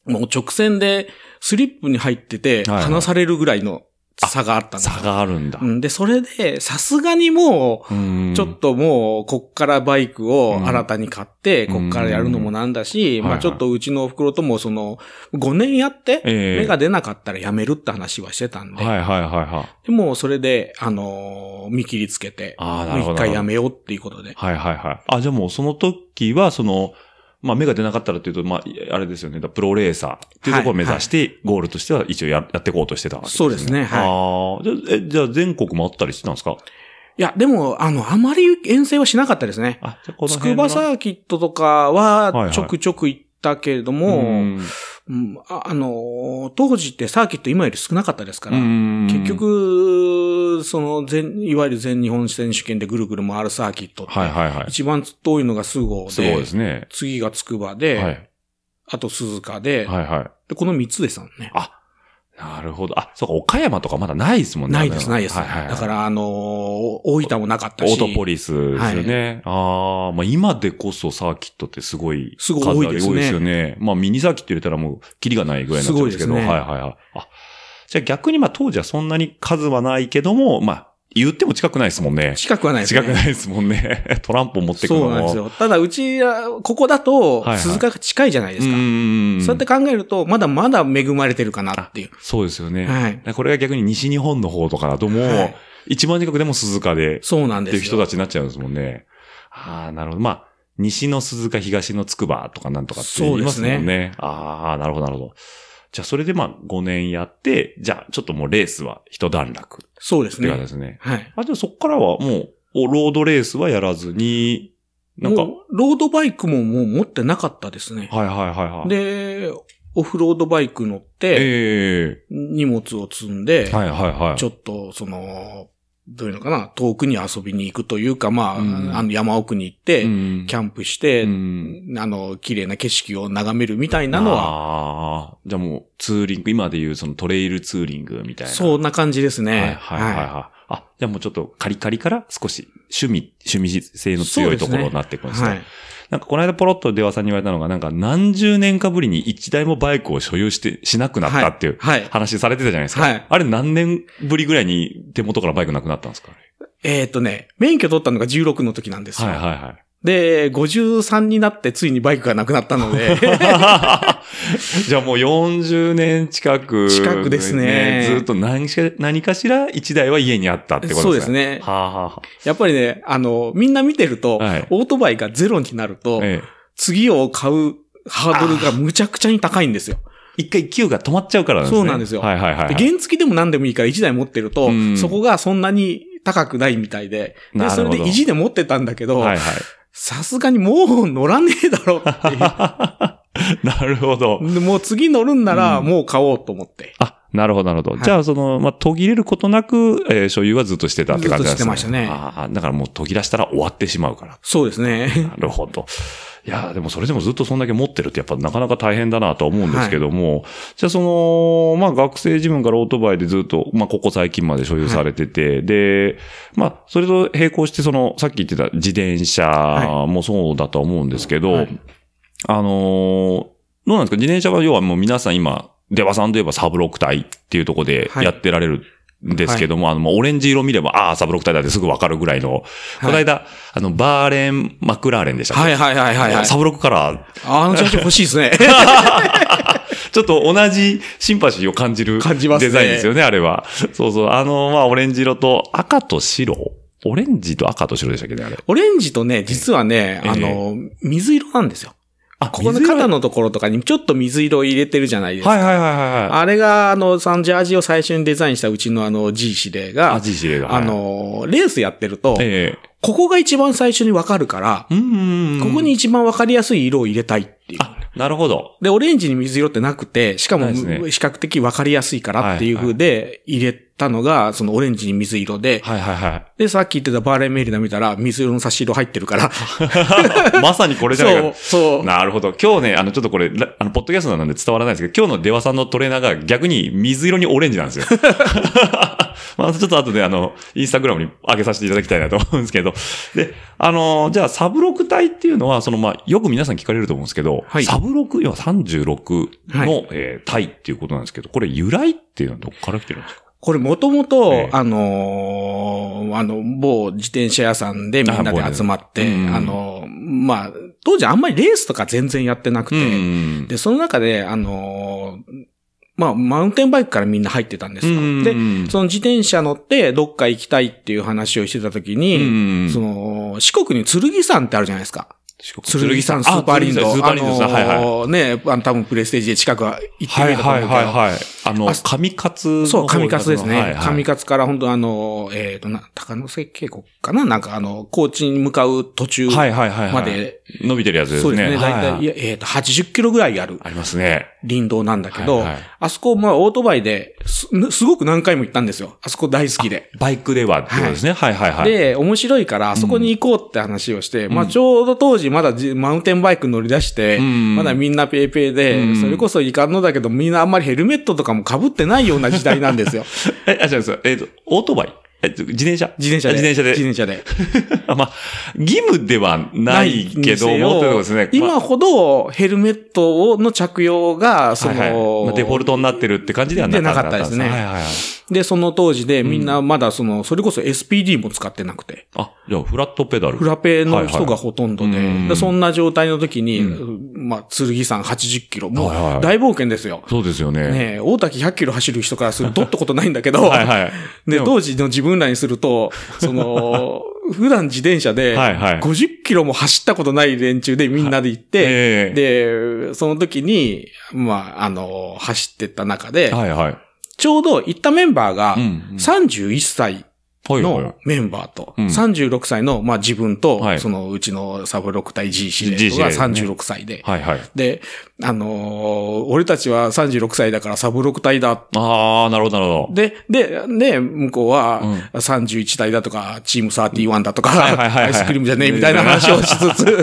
Speaker 3: もう直線でスリップに入ってて、
Speaker 2: はいはい
Speaker 3: 離されるぐらいの差があったんですよ
Speaker 2: 差があるんだ。
Speaker 3: うん、で、それで、さすがにも
Speaker 2: うん
Speaker 3: う、ちょっともう、こっからバイクを
Speaker 2: うん
Speaker 3: 新たに買って、こっからやるのもなんだし、
Speaker 2: うん
Speaker 3: ま
Speaker 2: はいは
Speaker 3: あ
Speaker 2: い
Speaker 3: ちょっとうちのお袋とも、その、5年やって、
Speaker 2: ええ
Speaker 3: 目が出なかったらやめるって話はしてたんで、
Speaker 2: はいはいはいはい。
Speaker 3: でもうそれで、あのー見切りつけて、
Speaker 2: ああ、な
Speaker 3: もう
Speaker 2: るほど。
Speaker 3: 一回やめようっていうことで。
Speaker 2: はいはいはい。あ、じゃあもうその時は、その、まあ目が出なかったらっていうと、まあ、あれですよね、だからプロレーサーっていうところを目指して、ゴールとしては一応ややっていこうとしてたわけですね。
Speaker 3: そうですねはい
Speaker 2: ああ、じゃあ、えじゃあ全国もあったりしてたんですか
Speaker 3: いや、でも、あの、あまり遠征はしなかったですね。
Speaker 2: あ、じゃあこの
Speaker 3: つ
Speaker 2: 辺
Speaker 3: く
Speaker 2: の
Speaker 3: ばサーキットとか
Speaker 2: はいは、
Speaker 3: はいちょくちょく行ったけれども、
Speaker 2: うん
Speaker 3: うんああのー当時ってサーキット今より少なかったですから、
Speaker 2: うん
Speaker 3: 結、局、その全、いわゆる全日本選手権でぐるぐる回るサーキットって、
Speaker 2: はいはいはい。
Speaker 3: 一番遠いのが菅生
Speaker 2: すごい
Speaker 3: で、
Speaker 2: ですね。
Speaker 3: 次が筑波
Speaker 2: は
Speaker 3: で、
Speaker 2: い。はい
Speaker 3: あと鈴鹿で,、
Speaker 2: は
Speaker 3: で、この三つですもんね。
Speaker 2: い。なるほど。あ、そうか、岡山とかまだないですもんね。
Speaker 3: ないです、ないです。
Speaker 2: はいはいはい
Speaker 3: だから、あのー大分もなかった
Speaker 2: オ
Speaker 3: し。
Speaker 2: ートポリスですよね。ああ、まあ今でこそサーキットってすごい
Speaker 3: すごい
Speaker 2: 数あり
Speaker 3: 多いですね
Speaker 2: 多いですよね。まあミニサーキット入れたらもうキリがないぐらいになっちゃうんですけど。
Speaker 3: すごいですね
Speaker 2: はいはいはい。あ、じゃあ逆にまあ当時はそんなに数はないけども、まあ言っても近くないですもんね。
Speaker 3: 近くはないです、ね。
Speaker 2: 近くないですもんね。 トランプを持ってくるの
Speaker 3: そう
Speaker 2: も。
Speaker 3: なんですよ。ただ、うちは、ここだと
Speaker 2: はいは、い
Speaker 3: 鈴鹿が近いじゃないですか。
Speaker 2: うん。
Speaker 3: そうやって考えると、まだまだ恵まれてるかなっていう。
Speaker 2: そうですよね。
Speaker 3: はい。
Speaker 2: これが逆に西日本の方とかだとも
Speaker 3: は
Speaker 2: う
Speaker 3: い、
Speaker 2: 一番近くでも鈴鹿で
Speaker 3: そうなん
Speaker 2: っ
Speaker 3: で
Speaker 2: てい
Speaker 3: す
Speaker 2: う
Speaker 3: よ。
Speaker 2: 人たちになっちゃうんですもんね。ああ、なるほど。まあ、西の鈴鹿、東の筑波とかなんとかって言いますもんね。
Speaker 3: そうで
Speaker 2: ああ、なるほど、なるほど。じゃあ、それでまあ、5年やって、じゃあ、ちょっともうレースは一段落っ
Speaker 3: そうです
Speaker 2: て感じで
Speaker 3: ね。
Speaker 2: すね。
Speaker 3: はい。
Speaker 2: あ、じゃあそこからはもう、おロードレースはやらずに、なんか、は
Speaker 3: もうロードバイクももう持ってなかったですね
Speaker 2: い。はいはいはい。、
Speaker 3: で、オフロードバイク乗って、
Speaker 2: え
Speaker 3: 荷物を積んで
Speaker 2: え、はいはいはい。
Speaker 3: ちょっと、その、どういうのかな、遠くに遊びに行くというか、まあ、
Speaker 2: うん
Speaker 3: あの山奥に行っ
Speaker 2: と
Speaker 3: て、
Speaker 2: うん、
Speaker 3: キャンプして、
Speaker 2: うん
Speaker 3: あの、綺麗な景色を眺めるみたいなのは、
Speaker 2: ああ、じゃあもう、ツーリング、今でいうそのトレイルツーリングみたいな。
Speaker 3: そんな感じです
Speaker 2: はい
Speaker 3: ね。
Speaker 2: はいはいはい。あ、じゃあもうちょっとカリカリから少し趣味、趣味性の強いところになっていくんですね。
Speaker 3: はい。
Speaker 2: なんかこの間ポロッと出羽さんに言われたのが、なんか何十年かぶりに一台もバイクを所有して、しなくなったっていう
Speaker 3: はい。
Speaker 2: 話されてたじゃないですか。
Speaker 3: はい
Speaker 2: あれ何年ぶりぐらいに手元からバイクなくなったんですか
Speaker 3: えっ、とね、免許取ったのが16の時なんですよ。
Speaker 2: はいはいはい。
Speaker 3: で、53になってついにバイクがなくなった ので、
Speaker 2: じゃあもう40年近く、
Speaker 3: 近くですね
Speaker 2: ずっと何し何かしら一台は家にあったってことですね。
Speaker 3: そうですね
Speaker 2: はあ、はあは
Speaker 3: やっぱりね、あの、みんな見てると、
Speaker 2: はい
Speaker 3: オートバイがゼロになると
Speaker 2: あ、、ええ
Speaker 3: 次を買うハードルがむちゃくちゃに高いんですよ。
Speaker 2: 一回勢いが止まっちゃうからなんですね。
Speaker 3: そうなんですよ
Speaker 2: はいはいはい、は
Speaker 3: で
Speaker 2: い。
Speaker 3: 原付でも何でもいいから1台持ってると
Speaker 2: うん、
Speaker 3: そこがそんなに高くないみたいで、
Speaker 2: なるほ
Speaker 3: で、
Speaker 2: ど
Speaker 3: それで意地で持ってたんだけど
Speaker 2: は、いはい。
Speaker 3: さすがにもう乗らねえだろっていう。
Speaker 2: なるほど。
Speaker 3: でもう次乗るんなら、
Speaker 2: うん
Speaker 3: もう買おうと思って。
Speaker 2: あ、なるほど、なるほど。
Speaker 3: はい
Speaker 2: じゃあ、その、まあ、途切れることなく、えー所有はずっとしてたって感じなんですね。
Speaker 3: ずっとしてましたね
Speaker 2: ああ、だからもう途切らしたら終わってしまうから。
Speaker 3: そうですね。
Speaker 2: なるほど。いやー、でもそれでもずっとそんだけ持ってるってやっぱなかなか大変だなとは思うんですけども、じゃあその、まあ学生自分からオートバイでずっと、まあここ最近まで所有されてて、で、まあそれと並行してその、さっき言ってた自転車もそうだとは思うんですけど、
Speaker 3: はい
Speaker 2: あのーどうなんですか自転車は要はもう皆さん今、出羽さんといえばサブロック隊っていうところで
Speaker 3: はい
Speaker 2: やってられるんですけども、あの、もうオレンジ色見れば、ああ、サブロック隊だってすぐわかるぐらいの、この間、あの、バーレン・マクラーレンでしたっけ
Speaker 3: はいはいはいはい、はい。
Speaker 2: サブロックカラー、
Speaker 3: あの写真欲しい ですね。
Speaker 2: ちょっと同じシンパシーを感じる
Speaker 3: 感じますね
Speaker 2: デザインですよね、あれは。そうそう。あの、まあ、オレンジ色と赤と白。オレンジと赤と白でしたっけね、あれ。
Speaker 3: オレンジとね、実はね、
Speaker 2: ええ
Speaker 3: あの、水色なんですよ。
Speaker 2: あ、
Speaker 3: ここの
Speaker 2: 水色
Speaker 3: 肩のところとかにちょっと水色を入れてるじゃないですか。
Speaker 2: はいはいはいはいはい。
Speaker 3: あれが、あの、サンジャージを最初にデザインしたうちのあの、G 指令が、
Speaker 2: アジシレが。
Speaker 3: あ、の、レースやってると、
Speaker 2: え
Speaker 3: ここが一番最初にわかるから
Speaker 2: え、うんうんうん。
Speaker 3: ここに、一番わかりやすい色を入れたいっていう。
Speaker 2: あ、なるほど。
Speaker 3: で、オレンジに水色ってなくて、しかも、
Speaker 2: ないで
Speaker 3: 比
Speaker 2: すね
Speaker 3: 較的わかりやすいからっていう風で入れたのが、そのオレンジに水色で、
Speaker 2: はいはいは
Speaker 3: で、さっき言ってたバーレンメリナ見たら、水色の差し色入ってる から、
Speaker 2: い。 まさにこれじゃない
Speaker 3: そ
Speaker 2: か
Speaker 3: う、。そう。
Speaker 2: なるほど。今日ね、あの、ちょっとこれ、らあの、ポッドキャストなんで伝わらないですけど、今日の出羽さんのトレーナーが逆に水色にオレンジなんですよ。 まあ、ちょっと後で、あの、インスタグラムに上げさせていただきたいなと思うんですけど。で、あのーじゃあ、サブロク隊っていうのは、その、まあ、よく皆さん聞かれると思うんですけど、
Speaker 3: はい
Speaker 2: サブロク、要は36の、
Speaker 3: はい
Speaker 2: えー隊っていうことなんですけど、これ由来っていうのはどっから来てるんですか
Speaker 3: これもとも
Speaker 2: ええ
Speaker 3: と、あのーあの、某自転車屋さんでみんな
Speaker 2: あ某ね
Speaker 3: で集まって、
Speaker 2: うん
Speaker 3: あのーまあ、当時あんまりレースとか全然やってなくて、
Speaker 2: ん
Speaker 3: で、その中で、あのーまあ、マウンテンバイクからみんな入ってたんですよ。で、その自転車乗ってどっか行きたいっていう話をしてた時に、
Speaker 2: うん
Speaker 3: その、四国に剣山ってあるじゃないですか。剣山スーパーリンド。
Speaker 2: あ剣山スーパーリンドですね
Speaker 3: あのー
Speaker 2: はいはい。
Speaker 3: ね、あの多分プレステージで近くは行って
Speaker 2: は
Speaker 3: み
Speaker 2: い
Speaker 3: たと思
Speaker 2: はい
Speaker 3: うけど。
Speaker 2: はいはい。あの、
Speaker 3: あ
Speaker 2: 神勝の
Speaker 3: そう、
Speaker 2: 方
Speaker 3: 神勝です
Speaker 2: はいはい
Speaker 3: ね。神勝から本当あの、えっ、と、な、高野瀬渓谷かななんかあの、高知に向かう途中
Speaker 2: はいはいはいはい。
Speaker 3: まで、
Speaker 2: 伸びてるやつですね。
Speaker 3: そうですね。
Speaker 2: はいはい
Speaker 3: だいたい、えっ、と、80キロぐらいある
Speaker 2: ありますね。
Speaker 3: 林道なんだけど、
Speaker 2: はいはい
Speaker 3: あそこ、まあ、オートバイです、すごく何回も行ったんですよ。あそこ大好きで。
Speaker 2: バイクではってことですね。はい、はい、はい。
Speaker 3: で、面白いから、あそこに行こうって話をして、
Speaker 2: ん
Speaker 3: まあ、ちょうど当時まだじマウンテンバイク乗り出して、
Speaker 2: うん
Speaker 3: まだみんなペーペーで、
Speaker 2: うん
Speaker 3: それこそいかんのだけど、みんなあんまりヘルメットとかも被ってないような時代なんですよ。
Speaker 2: え、あ、違うんですよ。えっ、と、オートバイえっと、 自転車
Speaker 3: 自転車で。
Speaker 2: 自転車
Speaker 3: 自
Speaker 2: で。
Speaker 3: 転車で。
Speaker 2: あまあ、義務ではないけど、
Speaker 3: ないにせよ
Speaker 2: もっということですね。まあ
Speaker 3: 今ほどヘルメットをの着用が、その、
Speaker 2: はいはいまあデフォルトになってるって感じではなかった。
Speaker 3: でなかったですね
Speaker 2: はい、はい、はい。
Speaker 3: で、その当時でみんなまだその、それこそ SPD も使ってなくて、
Speaker 2: あ、じゃあ、フラットペダル。
Speaker 3: フラペの人がほとんどで、
Speaker 2: はいはいうん
Speaker 3: でそんな状態の時に、
Speaker 2: う
Speaker 3: まあ、剣山80キロ、も
Speaker 2: はいはいう
Speaker 3: 大冒険ですよ。
Speaker 2: そうですよね。
Speaker 3: ねえ、大滝100キロ走る人からす ると、どってことないんだけど、
Speaker 2: はい、はい。
Speaker 3: で、
Speaker 2: も
Speaker 3: 当時の自分らにすると、そ の、普段自転車で、
Speaker 2: はいはい
Speaker 3: 50キロも走ったことない連中でみんなで行って、
Speaker 2: ええ
Speaker 3: で、その時に、まあ、あの、走ってった中で、
Speaker 2: はい、はい。
Speaker 3: ちょうど行ったメンバーが
Speaker 2: うん、うん
Speaker 3: 31歳
Speaker 2: はい、はい
Speaker 3: の。メンバーと、
Speaker 2: うん
Speaker 3: 36歳の、まあ、自分と、
Speaker 2: はい
Speaker 3: そのうちのサブロク対 G シレ
Speaker 2: G
Speaker 3: ッ
Speaker 2: シ
Speaker 3: ト
Speaker 2: レ
Speaker 3: が
Speaker 2: ですね
Speaker 3: 36歳で、
Speaker 2: はい、はい。
Speaker 3: で、あのー俺たちは36歳だからサブロク隊だ。
Speaker 2: あー、なるほど、なるほど。
Speaker 3: で、で、ね、向こう
Speaker 2: う
Speaker 3: は
Speaker 2: ん
Speaker 3: 31隊だとか、チーム31だとか、
Speaker 2: いはいはいはい
Speaker 3: アイスクリームじゃねえみたいな話をしつつ、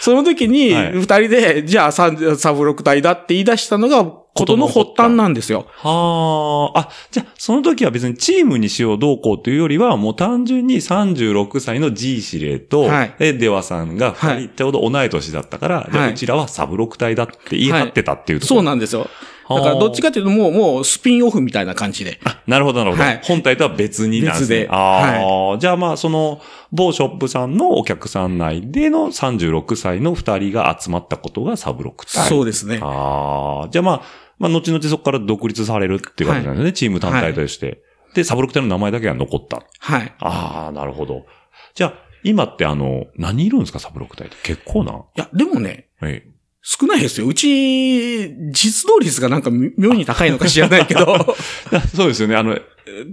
Speaker 3: その時に、
Speaker 2: はい
Speaker 3: 二人で、じゃあサンサブロク隊だって言い出したのが、ことの発端なんですよ。
Speaker 2: はあ。あ、じゃあ、その時は別にチームにしようどうこうというよりは、もう単純に36歳の G 指令と、
Speaker 3: はい
Speaker 2: え、デワさんが
Speaker 3: は
Speaker 2: 2
Speaker 3: い
Speaker 2: 人ちょうど同い年だったから、じゃあ
Speaker 3: はいう
Speaker 2: ちらはサブロク隊だって言い張ってたっていうとこ
Speaker 3: そ
Speaker 2: ろ。
Speaker 3: うなんですよ。だから、どっち
Speaker 2: か。
Speaker 3: かっていうと、もう、もう、スピンオフみたいな感じで。
Speaker 2: あなるほど、なるほど、
Speaker 3: はい
Speaker 2: 本体とは別になんですね。
Speaker 3: 別で
Speaker 2: ああ、じゃあまあ、その、某ショップさんのお客さん内での36歳の2人が集まったことがサブロク隊。
Speaker 3: そうですね。
Speaker 2: ああ、じゃあまあ、まあ、後々そこから独立されるっていう感じなんですね、チーム単体として。で、サブロク隊の名前だけが残った。
Speaker 3: はい。
Speaker 2: ああ、なるほど。じゃあ、今ってあの、何いるんですか、サブロク隊って。結構な。
Speaker 3: いや、でもね、
Speaker 2: え
Speaker 3: 少ないですよ。うち、実動率がなんか妙に高いのか知らないけど。
Speaker 2: えそうですよね。あの、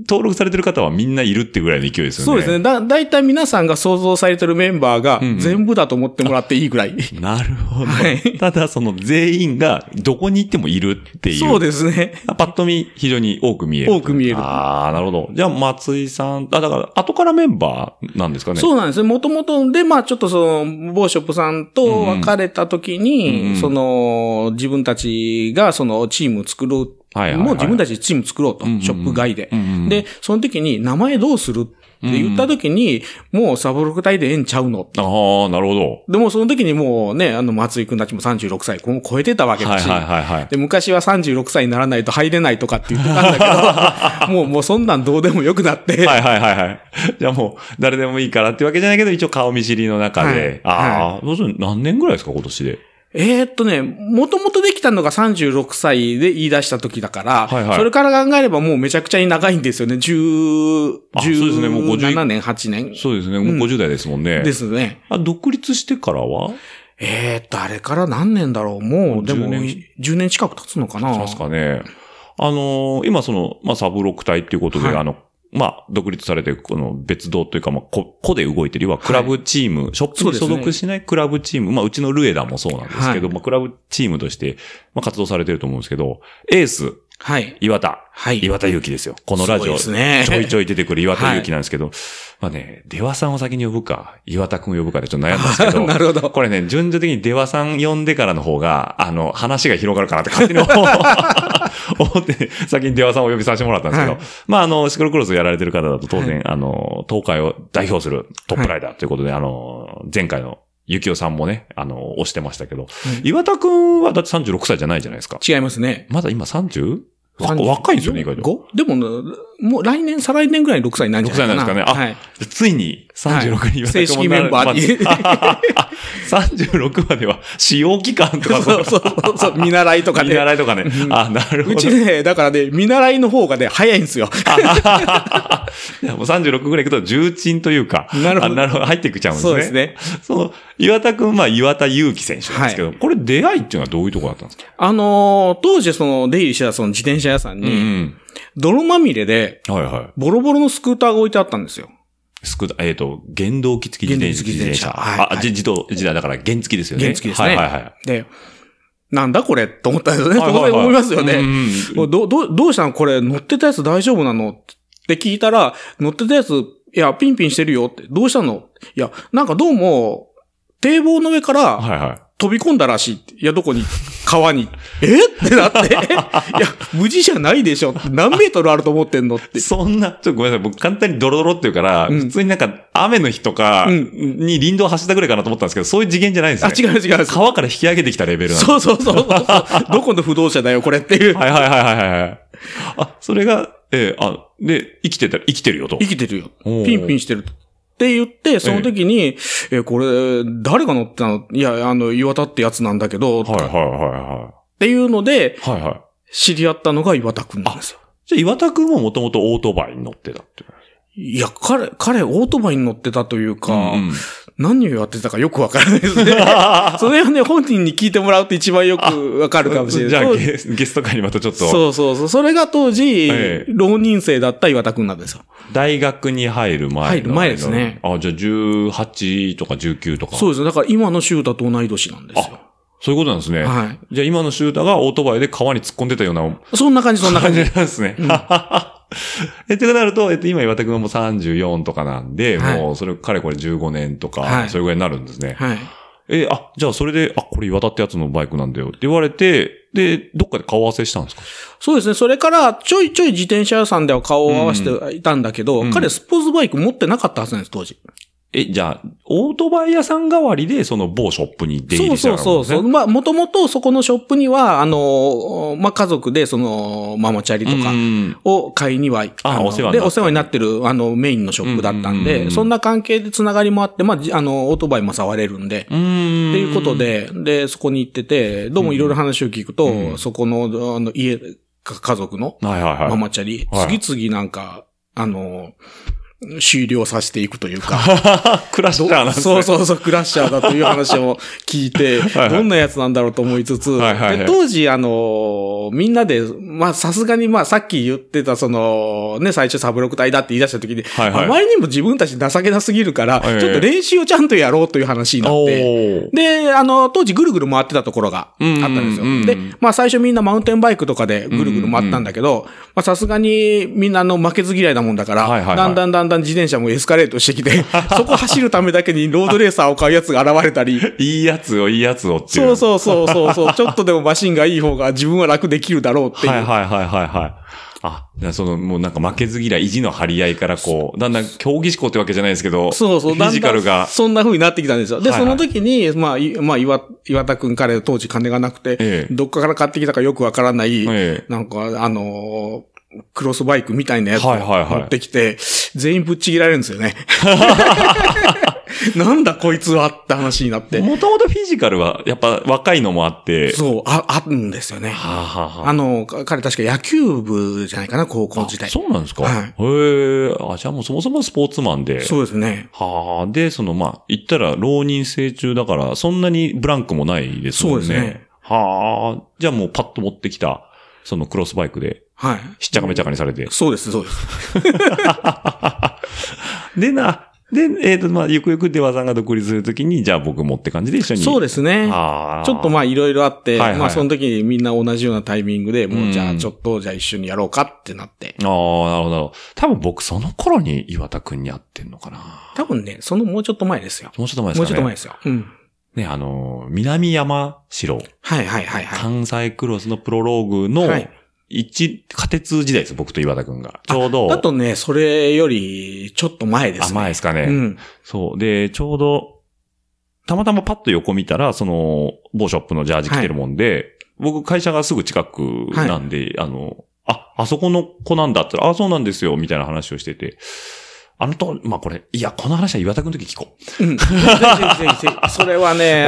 Speaker 2: 登録されてる方はみんないるってぐらいの勢いですよね。
Speaker 3: そうですね。だ、だいたい皆さんが想像されてるメンバーが
Speaker 2: うんうん
Speaker 3: 全部だと思ってもらっていいぐ らい。
Speaker 2: なるほど。
Speaker 3: はい
Speaker 2: ただ、その全員がどこに行ってもいるっていう。
Speaker 3: そうですね。
Speaker 2: パッと見、非常に多く見える。
Speaker 3: 多く見える
Speaker 2: ああ、なるほど。じゃあ、松井さん、あ、だから、後からメンバーなんですかね。
Speaker 3: そうなんですね。もともと、で、まあちょっとその、某ショップさんと別れた時に、
Speaker 2: うんうん
Speaker 3: その、自分たちがそのチーム作ろう。
Speaker 2: はいはいはい
Speaker 3: もう自分たちでチーム作ろうと、
Speaker 2: うんうんうん
Speaker 3: ショップ外で、
Speaker 2: うんうん
Speaker 3: で、その時に名前どうするって言った時に、もうサブロク隊でええんちゃうのって。
Speaker 2: ああ、なるほど。
Speaker 3: でもその時にもうね、あの松井くんたちも36歳、この超えてたわけ
Speaker 2: は
Speaker 3: だ
Speaker 2: い
Speaker 3: し、
Speaker 2: はいはいはい。
Speaker 3: で、昔は36歳にならないと入れないとかって言ってたんだけ ど、もう、もうそんなんどうでもよくなって、
Speaker 2: はいはいはいはい。じゃあもう、誰でもいいからってわけじゃないけど、一応顔見知りの中で。
Speaker 3: はい
Speaker 2: ああ、どうする何年ぐらいですか、今年で。
Speaker 3: えーっとね、もともとできたのが36歳で言い出した時だから、
Speaker 2: はいはい
Speaker 3: それから考えればもうめちゃくちゃに長いんですよね。10、
Speaker 2: あそうですねもう50
Speaker 3: 17年、8年
Speaker 2: そうですね。もう50代ですもんね。
Speaker 3: ですね。
Speaker 2: あ、独立してからは
Speaker 3: えーっと、あれから何年だろうもう、でも
Speaker 2: 10
Speaker 3: 10
Speaker 2: 年
Speaker 3: 年近く経つのかな
Speaker 2: 確かね。あのー今その、まあ、サブロク隊っていうことで、
Speaker 3: はい
Speaker 2: あの、まあ、独立されて、この別動というか、まあ、こ個で動いてる、要はクラブチーム、ショップ
Speaker 3: そう
Speaker 2: に
Speaker 3: です
Speaker 2: 所
Speaker 3: ね
Speaker 2: 属しないクラブチーム、まあ、うちのルエダもそうなんですけど、
Speaker 3: は
Speaker 2: まあ、クラブチームとして、まあ、活動されてると思うんですけど、エース、
Speaker 3: はい。
Speaker 2: 岩田、
Speaker 3: はい。
Speaker 2: 岩田祐希ですよ。このラジオ、
Speaker 3: すごいです
Speaker 2: ち
Speaker 3: ね
Speaker 2: ょいちょい出てくる岩田祐希なんですけど、まあね、出羽さんを先に呼ぶか、岩田くんを呼ぶかでちょっと悩んだんです けど、
Speaker 3: なるほど。
Speaker 2: これね、順序的に出羽さん呼んでからの方が、あの、話が広がるかなって勝手に思思って、先に出羽さんをお呼びさせてもらったんですけど、
Speaker 3: はい
Speaker 2: まあ、あの、シクロクロスやられてる方だと当然、
Speaker 3: は
Speaker 2: あの、東海を代表するトップライダーということで、あの、前回のゆきおさんもね、あの、押してましたけど、岩田くんはだって36歳じゃないじゃないですか。
Speaker 3: 違いますね。
Speaker 2: まだ今 30? わ若いんですよね、意外と。
Speaker 3: 5? でもね、もう来年、再来年ぐらいに6歳になるんじゃないかな。
Speaker 2: 6歳なんですかねあ
Speaker 3: はい。
Speaker 2: ついに36に
Speaker 3: 正式メンバーに
Speaker 2: まあ あ36までは使用期間とか
Speaker 3: そうそうそうそう、見習いとか
Speaker 2: 見
Speaker 3: で。
Speaker 2: 習いとかね。あ、なるほ
Speaker 3: う
Speaker 2: ど。
Speaker 3: ちね、だからね、見習いの方がね、早いんですよ。
Speaker 2: いやもう36ぐらい行くと重鎮というか。
Speaker 3: なるほど
Speaker 2: あなるほど。入ってきちゃうんですね。
Speaker 3: そうです。ね。
Speaker 2: その、岩田くん、まあ岩田祐希選手なんですけど、これ出会いっていうのはどういうところだったんですか
Speaker 3: あのー当時その、出入りしてたその自転車屋さん
Speaker 2: う
Speaker 3: に、泥まみれで、
Speaker 2: はいは
Speaker 3: ボロボロのスクーターが置いてあったんですよ。
Speaker 2: い。スクーターえっ、と、原動機付き自転車。
Speaker 3: 原動機付き自転車はい
Speaker 2: あ、じ自動、自動だから原付きですよね。
Speaker 3: 原付ですね
Speaker 2: はいはいはい。
Speaker 3: で、なんだこれと思ったんですよね。
Speaker 2: はいはいはい
Speaker 3: 当然思いますよ
Speaker 2: う
Speaker 3: ね。
Speaker 2: ん
Speaker 3: もうどうどうどうしたのこれ、乗ってたやつ大丈夫なのって聞いたら、乗ってたやつ、いや、ピンピンしてるよって、どうしたのいや、なんかどうも、堤防の上か
Speaker 2: うん
Speaker 3: ら、
Speaker 2: はいはい。
Speaker 3: 飛び込んだらしいって。いや、どこに 川に。えってなって。い や、無事じゃないでしょ。何メートルあると思ってんのって。
Speaker 2: そんな、ちょっとごめんなさい。僕簡単にドロドロって言うから、
Speaker 3: うん
Speaker 2: 普通になんか雨の日とか
Speaker 3: うん
Speaker 2: に林道走ったぐらいかなと思ったんですけど、そういう次元じゃないんです
Speaker 3: あ、
Speaker 2: ね。
Speaker 3: 違う違う。
Speaker 2: 川から引き上げてきたレベルなんだ
Speaker 3: そうそうそうそう。どこの不動車だよ、これっていう。
Speaker 2: はいはいはいはいはい。あ、それが、ええあ、で、生きてたら 生きてるよと。
Speaker 3: 生きてるよ。
Speaker 2: おー
Speaker 3: ピンピンしてる。って言って、その時に、え、これ、誰が乗ってたのいや、あの、岩田ってやつなんだけど、っ
Speaker 2: はいはいは
Speaker 3: ていうので、
Speaker 2: いはい。はいはい。
Speaker 3: 知り合ったのが岩田くんなんですよ。
Speaker 2: じゃあ岩田くんももともとオートバイに乗ってたっていう。
Speaker 3: いや、彼、彼、オートバイに乗ってたというか、
Speaker 2: うんうん
Speaker 3: 何をやってたかよくわからない ですね。 それはね、本人に聞いてもらうと一番よくわかるかもしれない。
Speaker 2: じゃあ
Speaker 3: そう
Speaker 2: ゲスゲスト会にまたちょっと、
Speaker 3: そうそうそう。それが当時、
Speaker 2: ええ
Speaker 3: 浪人生だった岩田くんなんですよ。
Speaker 2: 大学に入る前の。
Speaker 3: 入る前ですね
Speaker 2: あ、じゃあ18とか19とか。
Speaker 3: そうですね。だから今のシュータと同い年なんですよ。
Speaker 2: そういうことなんですね。
Speaker 3: は
Speaker 2: じゃあ今のシューターがオートバイで川に突っ込んでたような、
Speaker 3: い。そんな感じ、そんな
Speaker 2: 感
Speaker 3: 感
Speaker 2: じ
Speaker 3: じ。
Speaker 2: なんです ね。え、ってなると、えっと、今岩田くんはもう34とかなんで、
Speaker 3: はい
Speaker 2: もうそれ、彼これ15年とか、
Speaker 3: はい
Speaker 2: それぐらいになるんですね。
Speaker 3: はい。
Speaker 2: え、あ、じゃあそれで、あ、これ岩田ってやつのバイクなんだよって言われて、で、どっかで顔合わせしたんですか
Speaker 3: そうですね。それから、ちょいちょい自転車屋さんでは顔を合わせていたんだけど、
Speaker 2: うん
Speaker 3: 彼スポーツバイク持ってなかったはずなんです、当時。
Speaker 2: え、じゃあ、オートバイ屋さん代わりで、その某ショップに出入
Speaker 3: そう
Speaker 2: りしてた
Speaker 3: そ
Speaker 2: わ
Speaker 3: う
Speaker 2: け
Speaker 3: そう
Speaker 2: ですね
Speaker 3: そう。まあ、もともとそこのショップには、あの、まあ、家族で、その、ママチャリとか、
Speaker 2: うん
Speaker 3: を買いには、
Speaker 2: あ
Speaker 3: の
Speaker 2: お世話になった
Speaker 3: で、お世話になってる、あの、メインのショップだったん
Speaker 2: うんうんうんうん
Speaker 3: で、そんな関係でつながりもあって、まあじ、あの、オートバイも触れるんで、
Speaker 2: う
Speaker 3: っ
Speaker 2: ん。
Speaker 3: ていうことで、で、そこに行ってて、どうもいろいろ話を聞く
Speaker 2: うん
Speaker 3: と、そこの、あの、家、か家族の
Speaker 2: はいはいはい。
Speaker 3: ママチャリ
Speaker 2: はい、
Speaker 3: 次々なんか、あの、終了させていくというか。
Speaker 2: クラッシャーなんですね。
Speaker 3: そうそうそう、クラッシャーだという話を聞いて、
Speaker 2: はい
Speaker 3: どんなやつなんだろうと思いつつ、
Speaker 2: はいはいはい
Speaker 3: で当時、あのー、みんなで、まあ、さすがに、まあ、さっき言ってた、その、ね、最初サブロク隊だって言い出した時に、
Speaker 2: はいはい
Speaker 3: あまりにも自分たち情けなすぎるから、
Speaker 2: はいはい
Speaker 3: ちょっと練習をちゃんとやろうという話になって、
Speaker 2: おー
Speaker 3: で、あの、当時ぐるぐる回ってたところがあったんです
Speaker 2: うんうんうんうん
Speaker 3: よ。で、まあ最初みんなマウンテンバイクとかでぐるぐる回ったんだけど、まあさすがにみんなあの負けず嫌いなもんだから、
Speaker 2: はいはいはい
Speaker 3: だんだんだんだん自転車もエスカレートして きて、そこ走るためだけにロードレーサーを買うやつが現れた り、
Speaker 2: いいやつを、いいやつをっていう。
Speaker 3: そうそうそうそうそう、ちょっとでもマシンがいい方が自分は楽できるだろうっていう。
Speaker 2: はいはいはいはいはい。あ、じゃあその、もうなんか負けず嫌い、意地の張り合いからこう、だんだん競技志向ってわけじゃないですけど、
Speaker 3: そうそう、
Speaker 2: フィジカル
Speaker 3: だんだ
Speaker 2: が
Speaker 3: ん。そんな風になってきたんですよ。で、
Speaker 2: はいはい
Speaker 3: その時に、まあ、いまあ、岩、岩田くん彼当時金がなくて、
Speaker 2: ええ
Speaker 3: どっかから買ってきたかよくわからない、
Speaker 2: ええ
Speaker 3: なんか、あのークロスバイクみたいなやつを
Speaker 2: はいはいはい
Speaker 3: 持ってきて、全員ぶっちぎられるんですよね。 なんだこいつはって話になって。
Speaker 2: もともとフィジカルは、やっぱ若いのもあって、
Speaker 3: そう、あ、あるんですよね。
Speaker 2: はあ、はあはあ
Speaker 3: あの、か彼確か野球部じゃないかな、高校時代。
Speaker 2: あそうなんですか、
Speaker 3: はい
Speaker 2: へえ、あ、じゃあもうそもそもスポーツマンで。
Speaker 3: そうですね。
Speaker 2: はあ、で、その、まあ、言ったら、浪人生中だから、そんなにブランクもないですもんね。
Speaker 3: そうですね。
Speaker 2: はあ、じゃあもうパッと持ってきた、そのクロスバイクで、
Speaker 3: はい。
Speaker 2: しっちゃかめちゃかにされて。
Speaker 3: そうです、そうです。
Speaker 2: でな、で、えっ、と、まあ、ゆくゆく出羽さんが独立するときに、じゃあ僕持って感じで一緒に。
Speaker 3: そう
Speaker 2: で
Speaker 3: ですね。
Speaker 2: ああ。
Speaker 3: ちょっとまあいろいろあって、
Speaker 2: はいはい
Speaker 3: まあその時にみんな同じようなタイミングで、もうじゃ
Speaker 2: う
Speaker 3: あ
Speaker 2: ん
Speaker 3: ちょっとじゃあ一緒にやろうかってなって。
Speaker 2: ああ、なるほどなるほど。多分僕その頃に岩田くんに会ってんのかな。
Speaker 3: 多分ね、そのもうちょっと前ですよ。
Speaker 2: もうちょっと前ですかね。
Speaker 3: もうちょっと前ですよ。うん。
Speaker 2: ね、あのー、南山城、
Speaker 3: はいはいはいはい。
Speaker 2: 関西クロスのプロローグの
Speaker 3: はい、
Speaker 2: 一、仮鉄時代です、僕と岩田くんが。ちょうど。
Speaker 3: だとね、それよりちょっと前ですね。
Speaker 2: あ、前ですかね。
Speaker 3: うん。
Speaker 2: そう。で、ちょうど、たまたまパッと横見たら、その、某ショップのジャージ着てるもんで、僕会社がすぐ近くなんで、あの、あ、あそこの子なんだって言ったら、あ、そうなんですよ、みたいな話をしてて、あのと、まあ、これ、いや、この話は岩田くんの時聞こう。
Speaker 3: うん。ぜ ひぜひぜひぜひ。それはね、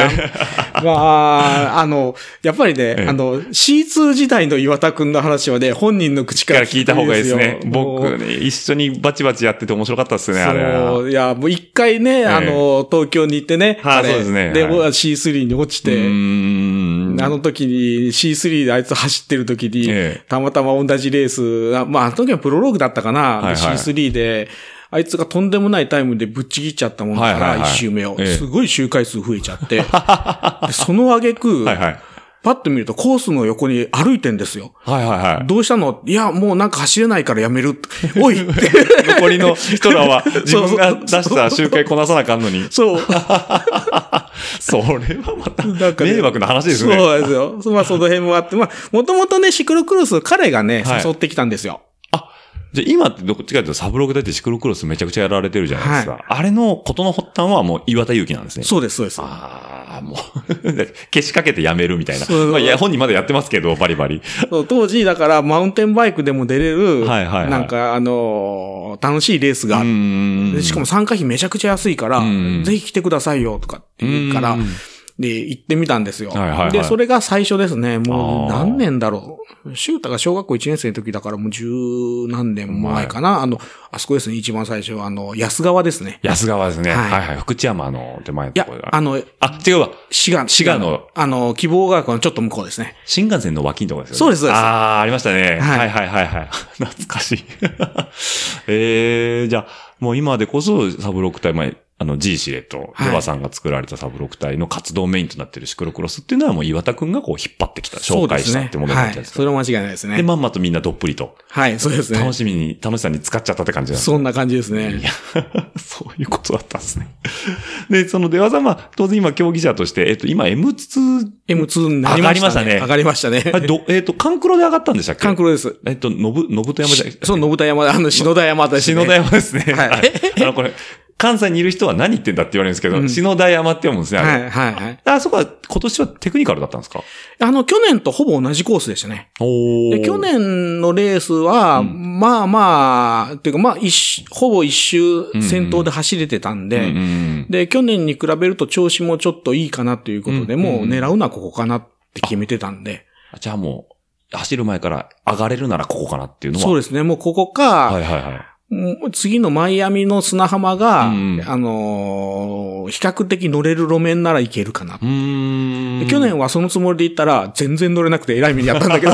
Speaker 3: あのまあ、あの、やっぱり
Speaker 2: え
Speaker 3: ね
Speaker 2: え、
Speaker 3: あの、C2 時代の岩田くんの話はね、本人の口
Speaker 2: か
Speaker 3: からら
Speaker 2: 聞いた方がいいですね。
Speaker 3: よもう
Speaker 2: 僕ね、一緒にバチバチやってて面白かったですね、あれは。
Speaker 3: そう、いや、もう一回ね、あの、東京に行ってね、
Speaker 2: はい
Speaker 3: あれ
Speaker 2: そうですね
Speaker 3: で、
Speaker 2: はい
Speaker 3: もう C3 に落ち
Speaker 2: う
Speaker 3: て、
Speaker 2: ーん
Speaker 3: あの時に C3 であいつ走ってる時に、
Speaker 2: ええ
Speaker 3: たまたま同じレース、あまあ、あの時はプロローグだったかな、
Speaker 2: はいはい
Speaker 3: C3 で、あいつがとんでもないタイムでぶっちぎっちゃったもんだか
Speaker 2: はいは
Speaker 3: ら、
Speaker 2: い
Speaker 3: 一
Speaker 2: はい
Speaker 3: 周目を。
Speaker 2: ええ
Speaker 3: すごい周回数増えち ゃって。でその挙句、
Speaker 2: はいはい。
Speaker 3: パッと見るとコースの横に歩いてんですよ。
Speaker 2: はいはいはい。
Speaker 3: どうしたのいや、もうなんか走れないからやめる。おいって。
Speaker 2: 残りの人らは自分が出した集会こなさなあかんのに。
Speaker 3: そう。
Speaker 2: それはまた
Speaker 3: なんかね
Speaker 2: 迷惑 な話ですね。
Speaker 3: そうですよ。まあ、その辺もあって、まあ、もともとね、シクロクロス、彼がね、
Speaker 2: はい
Speaker 3: 誘ってきたんですよ。
Speaker 2: じゃあ今ってどっちかというとサブログだってシクロクロスめちゃくちゃやられてるじゃないですか。
Speaker 3: は
Speaker 2: あれのことの発端はもう岩田祐希なんですね。
Speaker 3: そうです、そうです。
Speaker 2: ああ、もう だって、消しかけてやめるみたいな。
Speaker 3: そう
Speaker 2: まあ、いや、本人まだやってますけど、バリバリ。
Speaker 3: そう当時、だから、マウンテンバイクでも出れる、
Speaker 2: はいはいはい
Speaker 3: なんか、あのー楽しいレースがあ
Speaker 2: う
Speaker 3: る。
Speaker 2: ーん
Speaker 3: でしかも、参加費めちゃくちゃ安いから
Speaker 2: うん、
Speaker 3: ぜひ来てくださいよ、とかって言うから
Speaker 2: うん、
Speaker 3: で、行ってみたんですよ
Speaker 2: はいはいはい。
Speaker 3: で、それが最初ですね。もう
Speaker 2: あー
Speaker 3: 何年だろう。シュータが小学校1年生の時だからもう十何年前かな。あの、あそこですね、一番最初、あの、安川ですね。
Speaker 2: 安川ですね。は
Speaker 3: はいい
Speaker 2: はい。福知山の手前の
Speaker 3: い
Speaker 2: と
Speaker 3: や
Speaker 2: ころ、
Speaker 3: あ
Speaker 2: が。
Speaker 3: の、
Speaker 2: あ、違うわ。
Speaker 3: 滋賀、
Speaker 2: 滋賀の。
Speaker 3: あの、希望学校のちょっと向こうですね。
Speaker 2: 新幹線の脇のところですよね。
Speaker 3: そうですそうです
Speaker 2: ああ、ありましたね。は、
Speaker 3: はいい
Speaker 2: はい、はいはい はい懐かしい。ええじゃあ、もう今でこそサブロク隊、まあ、あの、G シレと、
Speaker 3: はい
Speaker 2: デバさんが作られたサブロク隊の活動メインとなってるシクロクロスっていうのはもう岩田くんがこう引っ張ってきた、紹介したってものになっちゃうん
Speaker 3: そうですね。は
Speaker 2: で
Speaker 3: い。
Speaker 2: す
Speaker 3: そ
Speaker 2: か
Speaker 3: れは間違いないです
Speaker 2: で、
Speaker 3: ね。
Speaker 2: まんまとみんなどっぷりと、
Speaker 3: はい、そうですね。
Speaker 2: 楽しみに、楽しさに使っちゃったって感じなんですね
Speaker 3: そんな感じですね
Speaker 2: い。や、 そういうことだったんですね。で、その出羽さんは、当然今競技者として、えっと、今 M2、
Speaker 3: M2 になりましたね。
Speaker 2: 上
Speaker 3: 上
Speaker 2: が
Speaker 3: がりましたね。
Speaker 2: あれどえっと、関黒で上がったんでしたっけ
Speaker 3: カンクロです。
Speaker 2: えっと、のぶ、のぶと山じゃ、
Speaker 3: そう、信田山、あの、篠田山ですね。
Speaker 2: 篠田山ですね。
Speaker 3: はい
Speaker 2: はい。あの、これ、関西にいる人は何言ってんだって言われるんですけど、
Speaker 3: うん
Speaker 2: 篠田山って読むんですね、あれ。
Speaker 3: はい、はい、はい。
Speaker 2: あそこは、今年はテクニカルだったんですか
Speaker 3: あの、去年とほぼ同じコースでしたね。
Speaker 2: お
Speaker 3: で、去年のレースは、まあまあ、っていうか、まあ、一周、ほぼ一周
Speaker 2: んうん
Speaker 3: 先頭で走れてたんで、
Speaker 2: うんうん
Speaker 3: で、去年に比べると調子もちょっといいかなということで、
Speaker 2: うん
Speaker 3: もう狙うのはここかなって決めてたんで。
Speaker 2: あじゃあもう、走る前から上がれるならここかなっていうのは。
Speaker 3: そう
Speaker 2: で
Speaker 3: ですね。もうここ
Speaker 2: は
Speaker 3: か、
Speaker 2: いはいはい。
Speaker 3: うん次のマイアミの砂浜が、
Speaker 2: うん
Speaker 3: あのー比較的乗れる路面ならいけるかな。
Speaker 2: うーん。
Speaker 3: 去年はそのつもりで行ったら、全然乗れなくて偉い目にやったんだけ ど、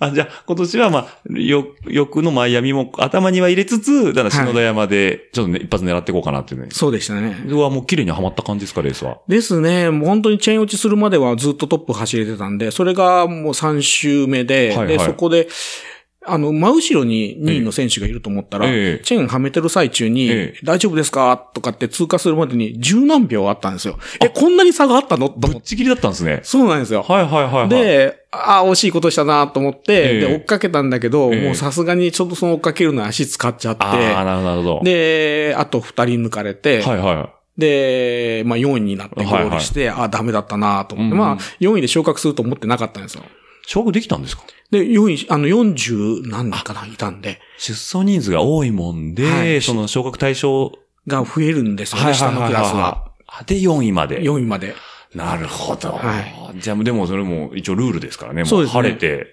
Speaker 2: あ、じゃあ、今年はまあ、よ、欲のマイアミも頭には入れつつ、だから篠田山で、ちょっとね、一発狙っていこうかなっていうね。
Speaker 3: そうでしたね。
Speaker 2: うわ、もう綺麗にはまった感じですか、レースは。
Speaker 3: ですね。もう本当にチェーン落ちするまではずっとトップ走れてたんで、それがもう3周目で、
Speaker 2: はい
Speaker 3: で、
Speaker 2: はい
Speaker 3: そこで、あの、真後ろに2位の選手がいると思ったら、
Speaker 2: ええ
Speaker 3: チェーンはめてる最中に、
Speaker 2: ええ
Speaker 3: 大丈夫ですかとかって通過するまでに十何秒あったんですよ。え、こんなに差があったのと
Speaker 2: ぶ
Speaker 3: 思っ。
Speaker 2: ってちぎりだったんですね。
Speaker 3: そうなんですよ。
Speaker 2: はいはいはい、はい。、
Speaker 3: で、ああ、惜しいことしたなと思って、
Speaker 2: ええ
Speaker 3: で、追っかけたんだけど、
Speaker 2: ええ
Speaker 3: もうさすがにちょっとその追っかけるのは足使っちゃって、
Speaker 2: ああ、なるほどなるほど。
Speaker 3: で、あと二人抜かれて、
Speaker 2: はいはい。
Speaker 3: で、まあ4位になってゴールして、ああ、ダメだったなと思って、
Speaker 2: うんうん
Speaker 3: まあ4位で昇格すると思ってなかったんですよ。
Speaker 2: 勝負できたんですか
Speaker 3: で、4位、あの40何人かないたんで、
Speaker 2: 出走人数が多いもんで、
Speaker 3: はい
Speaker 2: その昇格対象、
Speaker 3: が増えるんですよね、下のクラスは。
Speaker 2: あで、4位まで。
Speaker 3: 4位まで。
Speaker 2: なるほど。
Speaker 3: は
Speaker 2: じゃあ、でもそれも一応ルールですからね。も
Speaker 3: そうですね
Speaker 2: 晴れて。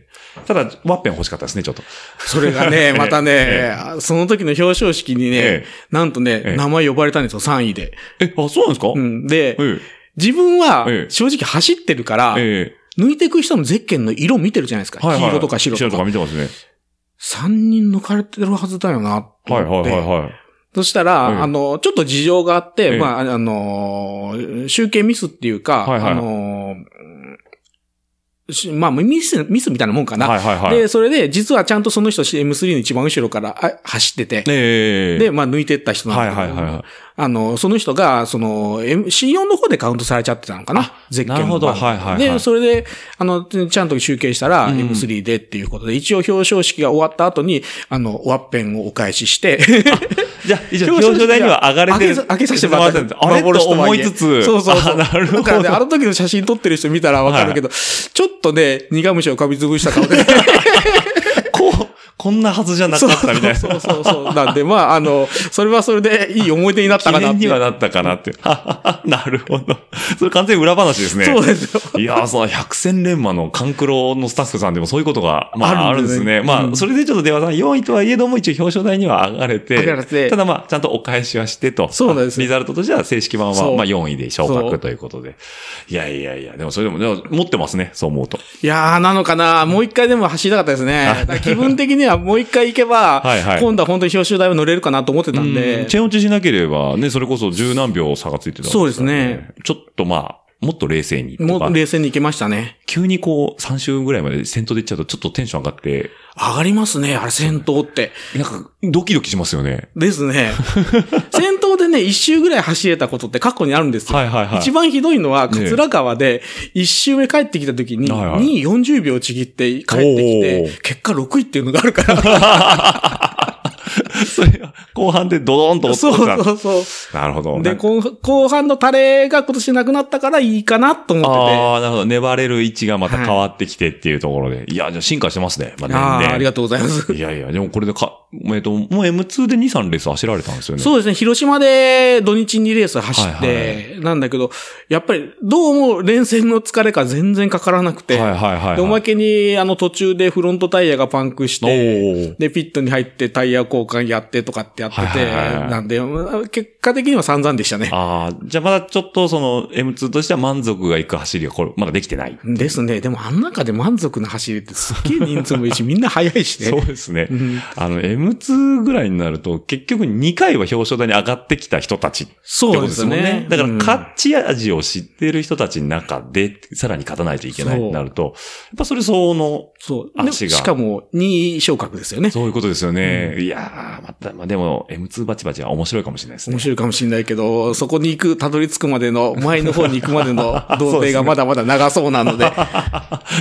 Speaker 2: ただ、ワッペン欲しかったですね、ちょっと。
Speaker 3: そ れがね、またね、その時の表彰式にね、
Speaker 2: え
Speaker 3: なんとね、
Speaker 2: ええ
Speaker 3: 名前呼ばれたんですよ、3位で。
Speaker 2: え、あ、そうなんですか、
Speaker 3: うん、で、
Speaker 2: え
Speaker 3: 自分は
Speaker 2: ええ
Speaker 3: 正直走ってるから
Speaker 2: え、え
Speaker 3: 抜いていく人のゼッケンの色見てるじゃないですか。
Speaker 2: えはいはい
Speaker 3: 黄色とか白と
Speaker 2: 白とか
Speaker 3: か。
Speaker 2: 見てますね。
Speaker 3: 3人抜かれてるはずだよな、と
Speaker 2: はい
Speaker 3: 思
Speaker 2: は
Speaker 3: って
Speaker 2: いはいはい。
Speaker 3: そしたら、
Speaker 2: ええ
Speaker 3: あの、ちょっと事情があって、
Speaker 2: ええ
Speaker 3: まあ、あのー、集計ミスっていうか、
Speaker 2: はいはい
Speaker 3: あのー、しまあ、ミス、ミスみたいなもんかな。
Speaker 2: はいはいはい。
Speaker 3: で、それで、実はちゃんとその人 M3 の一番後ろからあ走ってて、
Speaker 2: ええ
Speaker 3: で、まあ、抜いてった人なん
Speaker 2: はい
Speaker 3: だけど、
Speaker 2: はいはいは
Speaker 3: あの、その人が、その、M- C4 の方でカウントされちゃってたのかなゼッケンの
Speaker 2: なるほどはいはいはい
Speaker 3: で、それで、あの、ちゃんと集計したら、
Speaker 2: うん
Speaker 3: M3 でっていうことで、一応表彰式が終わった後に、あの、ワッペンをお返しして、
Speaker 2: い。じゃあ、一応表彰台には上がれてる。
Speaker 3: 開け開けさせてもらったんです。
Speaker 2: あれと
Speaker 3: 幻はい
Speaker 2: 思
Speaker 3: え
Speaker 2: いつつ。
Speaker 3: そうそうそ
Speaker 2: あ
Speaker 3: う。
Speaker 2: なるほど。
Speaker 3: だからね、あの時の写真撮ってる人見たらわかるけど、ちょっとね、苦虫をかみつぶした 顔で。
Speaker 2: こう、こんなはずじゃなか
Speaker 3: そう
Speaker 2: ったみたいな。
Speaker 3: そうそうそう。なんで、まあ、あの、それはそれでいい思い出になった
Speaker 2: 記
Speaker 3: かなっ
Speaker 2: 念
Speaker 3: て
Speaker 2: に
Speaker 3: い
Speaker 2: は
Speaker 3: う。
Speaker 2: なったかなって。 なるほど。それ完全に裏話ですね。
Speaker 3: そうですよ。
Speaker 2: いやー、その百戦錬磨の勘九郎のスタッフさんでもそういうことが、まあ、あ
Speaker 3: あ
Speaker 2: る
Speaker 3: る
Speaker 2: ん
Speaker 3: ん
Speaker 2: で
Speaker 3: ですすね
Speaker 2: ね。ま
Speaker 3: う
Speaker 2: あ、
Speaker 3: ん
Speaker 2: それでちょっと出川さん4位とはいえども一応表彰台には上がれて、
Speaker 3: 上がれて
Speaker 2: ただまあ、ちゃんとお返しはしてと。
Speaker 3: そうなんです
Speaker 2: リザルトとしては正式版
Speaker 3: そ
Speaker 2: は、
Speaker 3: う
Speaker 2: まあ4位で昇
Speaker 3: そ
Speaker 2: 格
Speaker 3: う
Speaker 2: ということで。いやいやいや、でもそれでも、でも持ってますね、そう思うと。
Speaker 3: いやー、なのかな。もう一回でも走りたかったですね。だから気分的にはもう一回行けば、
Speaker 2: はいはい
Speaker 3: 今度は本当に表彰台を乗れるかなと思ってたん
Speaker 2: うん
Speaker 3: で。
Speaker 2: チェーン落ちしなければ、ね、それこそ十何秒差がついてたわけから
Speaker 3: そうですね。
Speaker 2: ちょっとまあ、もっと冷静にとか。
Speaker 3: もう冷静に行けましたね。
Speaker 2: 急にこう、3週ぐらいまで先頭で行っちゃうとちょっとテンション上がって、
Speaker 3: 上がりますね、あれ先頭って。
Speaker 2: なんか、ドキドキしますよね。
Speaker 3: で すね。先頭でね、一周ぐらい走れたことって過去にあるんですよ。
Speaker 2: いはい
Speaker 3: 一番ひどいのは、桂川で、一周目帰ってきた時に、
Speaker 2: はいはい
Speaker 3: 2位40秒ちぎって帰って
Speaker 2: お
Speaker 3: き
Speaker 2: ー
Speaker 3: て、結果6位っていうのがある から。
Speaker 2: それが後半でドドーンと落ち
Speaker 3: そ
Speaker 2: た
Speaker 3: うそうそ
Speaker 2: なるほど。
Speaker 3: う。
Speaker 2: な
Speaker 3: で、
Speaker 2: んか
Speaker 3: 後後半のタレが今年なくなったからいいかなと思っ
Speaker 2: ああ、なるほど。粘れる位置がまた
Speaker 3: はい
Speaker 2: 変わってきてっていうところで。い、や、じゃあ進化してますね。ま
Speaker 3: てて。
Speaker 2: あ、
Speaker 3: あ
Speaker 2: 年
Speaker 3: あ、
Speaker 2: 々。
Speaker 3: ありがとうございます。
Speaker 2: いやいや、でもこれでか、えっと、もう M2 で2、3レース走られたんですよね。
Speaker 3: そうですね、広島で土日にレース走っ
Speaker 2: はいは
Speaker 3: て、なんだけど、やっぱりどうも連戦の疲れが全然かからなくて、
Speaker 2: はいはいはい、はい。
Speaker 3: でおまけに、あの途中でフロントタイヤがパンクし
Speaker 2: お
Speaker 3: て、
Speaker 2: ー
Speaker 3: で、ピットに入ってタイヤ交換やってとかってやってて、
Speaker 2: はいはいはい
Speaker 3: なんで、結果的には散々でしたね。
Speaker 2: ああ、じゃあまだちょっとその M2 としては満足がいく走りがこれ、まだできてない。
Speaker 3: ですね。でも、あん中で満足な走りってすっげえ人数もいいし、みんな速いしね。
Speaker 2: そうですね。
Speaker 3: ん
Speaker 2: あの、M2 ぐらいになると、結局2回は表彰台に上がってきた人たちって
Speaker 3: そう
Speaker 2: こと
Speaker 3: で
Speaker 2: ですす
Speaker 3: よ
Speaker 2: もんね
Speaker 3: ね。。
Speaker 2: だから、
Speaker 3: うん
Speaker 2: 勝ち味を知ってる人たちの中で、さらに勝たないといけない
Speaker 3: そう
Speaker 2: となると、やっぱそれ相応の、
Speaker 3: そう。で
Speaker 2: 足が
Speaker 3: しかも、2位昇格ですよね。
Speaker 2: そういうことですよね。いやー、また、まあでも、M2 バチバチは面白いかもしれないですね。
Speaker 3: 面白いかもしれないけど、そこに行く、たどり着くまでの、前の方に行くま での童
Speaker 2: そうですね
Speaker 3: 貞がまだまだ長そうな ので、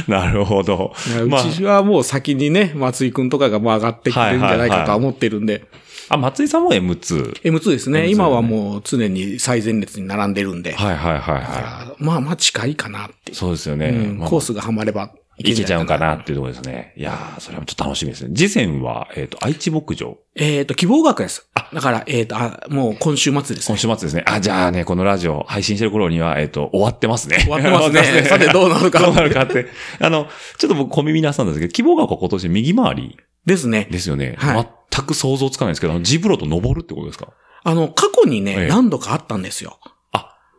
Speaker 2: なるほど。まあ
Speaker 3: う、ちはもう先にね、松井くんとかがもう上がってきてるんじゃないかとは思ってるんで、
Speaker 2: あ、松井さんも M2。
Speaker 3: M2 です
Speaker 2: ね
Speaker 3: ね。今はもう常に最前列に並んでるんで、
Speaker 2: はいはいはい
Speaker 3: だか
Speaker 2: は
Speaker 3: らまあまあ近いかなっ
Speaker 2: い。
Speaker 3: ていう
Speaker 2: そうですよね。
Speaker 3: うん
Speaker 2: まあ
Speaker 3: コースがはまれば
Speaker 2: いけちゃうんか
Speaker 3: いけんじゃない
Speaker 2: なっていうところですね。いやー、それはちょっと楽しみですね。次戦は、えっ、と、愛知牧場。
Speaker 3: えっと、希望学園です。だから、えっと、あもう今週末です
Speaker 2: 今
Speaker 3: ね。
Speaker 2: 週末ですね。あ、じゃあね、このラジオ配信してる頃には、えっ、と、終わってますね。
Speaker 3: 終わっ てますね。さてどうなる
Speaker 2: どうな
Speaker 3: か。
Speaker 2: るかって。あの、ちょっと僕小耳になさったんですけど、希望が今年右回り
Speaker 3: ですね。
Speaker 2: ですよね。
Speaker 3: はい
Speaker 2: 全く想像つかないんですけど、あのジブロと登るってことですか
Speaker 3: あの、過去にね、
Speaker 2: ええ
Speaker 3: 何度かあったんですよ。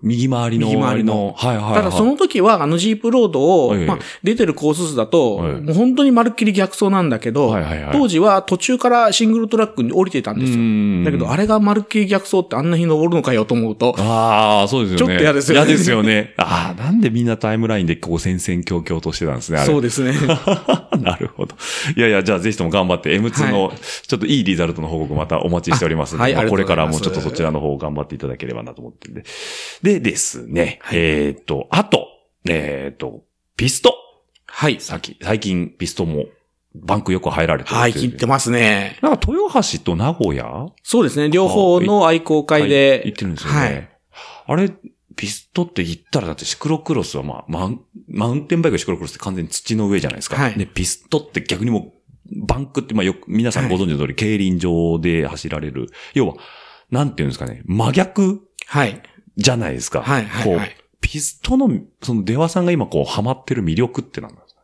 Speaker 2: 右回りの。
Speaker 3: 右回りの
Speaker 2: はいはい、はい。
Speaker 3: ただその時は、あのジープロードを、
Speaker 2: ええ
Speaker 3: まあ、出てるコース数だと、
Speaker 2: ええ
Speaker 3: もう本当にまるっきり逆走なんだけど、
Speaker 2: はいはいはい
Speaker 3: 当時は途中からシングルトラックに降りてたんですよ。だけど、あ
Speaker 2: れ
Speaker 3: れがまるっきり逆走ってあんなに登るのかよと思うと、
Speaker 2: ああ、そうですよね。
Speaker 3: ちょっと嫌ですよね
Speaker 2: 嫌ですよね。ああ、なんでみんなタイムラインでこう戦々恐々としてたんですね、あれ。
Speaker 3: そ うですね。
Speaker 2: なるほど。いやいや、じゃあぜひとも頑張って M2 の、ちょっといいリザルトの報告またお待ちしておりますので、
Speaker 3: あはい
Speaker 2: まあ
Speaker 3: あり
Speaker 2: こ
Speaker 3: がと
Speaker 2: れ
Speaker 3: うござ
Speaker 2: から
Speaker 3: います
Speaker 2: もちょっとそちらの方頑張っていただければなと思ってるんで。でですね、えーっと、あと、えーっと、ピスト。
Speaker 3: はい。
Speaker 2: さっき、最近ピストもバンクよく入られてる
Speaker 3: はい、
Speaker 2: という
Speaker 3: 切ってますね。
Speaker 2: なんか豊橋と名古屋
Speaker 3: そうですね。両方の愛好会で。
Speaker 2: 行ってるんですよね。
Speaker 3: はい。
Speaker 2: あれ、ピストって言ったらだってシクロクロスはまあ、マウンマウンテンバイクシクロクロスって完全に土の上じゃないですか。
Speaker 3: はい
Speaker 2: で、ピストって逆にもう、バンクってまあよく、皆さんご存知の通り、競輪場で走られる。要は、なんていうんですかね、真逆
Speaker 3: はい。
Speaker 2: じゃないですか。
Speaker 3: はいはいはい
Speaker 2: こう、ピストの、その出羽さんが今こう、ハマってる魅力って何なんですか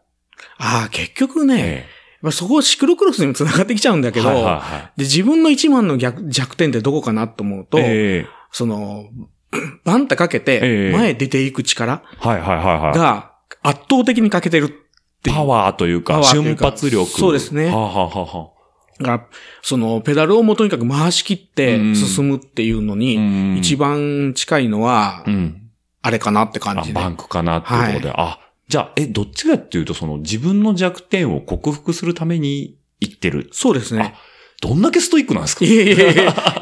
Speaker 3: ああ、結局ね、
Speaker 2: え
Speaker 3: まあそこシクロクロスにも繋がってきちゃうんだ
Speaker 2: え
Speaker 3: けど、
Speaker 2: はいはいはい。
Speaker 3: で、自分の一番の逆弱点ってどこかなと思うと、
Speaker 2: ええ
Speaker 3: その、バンタかけ
Speaker 2: ええ
Speaker 3: て、前出ていく力
Speaker 2: はいはいはいはい。
Speaker 3: が圧倒的に欠けてるっていう。
Speaker 2: パワーという
Speaker 3: パ
Speaker 2: か、
Speaker 3: ワーとい
Speaker 2: 瞬
Speaker 3: うか
Speaker 2: 発力。
Speaker 3: そうですね
Speaker 2: はあ、はあはあはあ
Speaker 3: が、その、ペダルをもうとにかく回し切って
Speaker 2: うん
Speaker 3: 進むっていうの
Speaker 2: う
Speaker 3: に、
Speaker 2: ん
Speaker 3: 一番近いのは
Speaker 2: う、ん。
Speaker 3: あれかなって感
Speaker 2: あ
Speaker 3: じで。
Speaker 2: バンクかなっていうところで、あ、じゃあ、え、どっちかっていうと、その自分の弱点を克服するために行ってる。
Speaker 3: そうですね。
Speaker 2: どんだけストイックなんですか
Speaker 3: いえいえい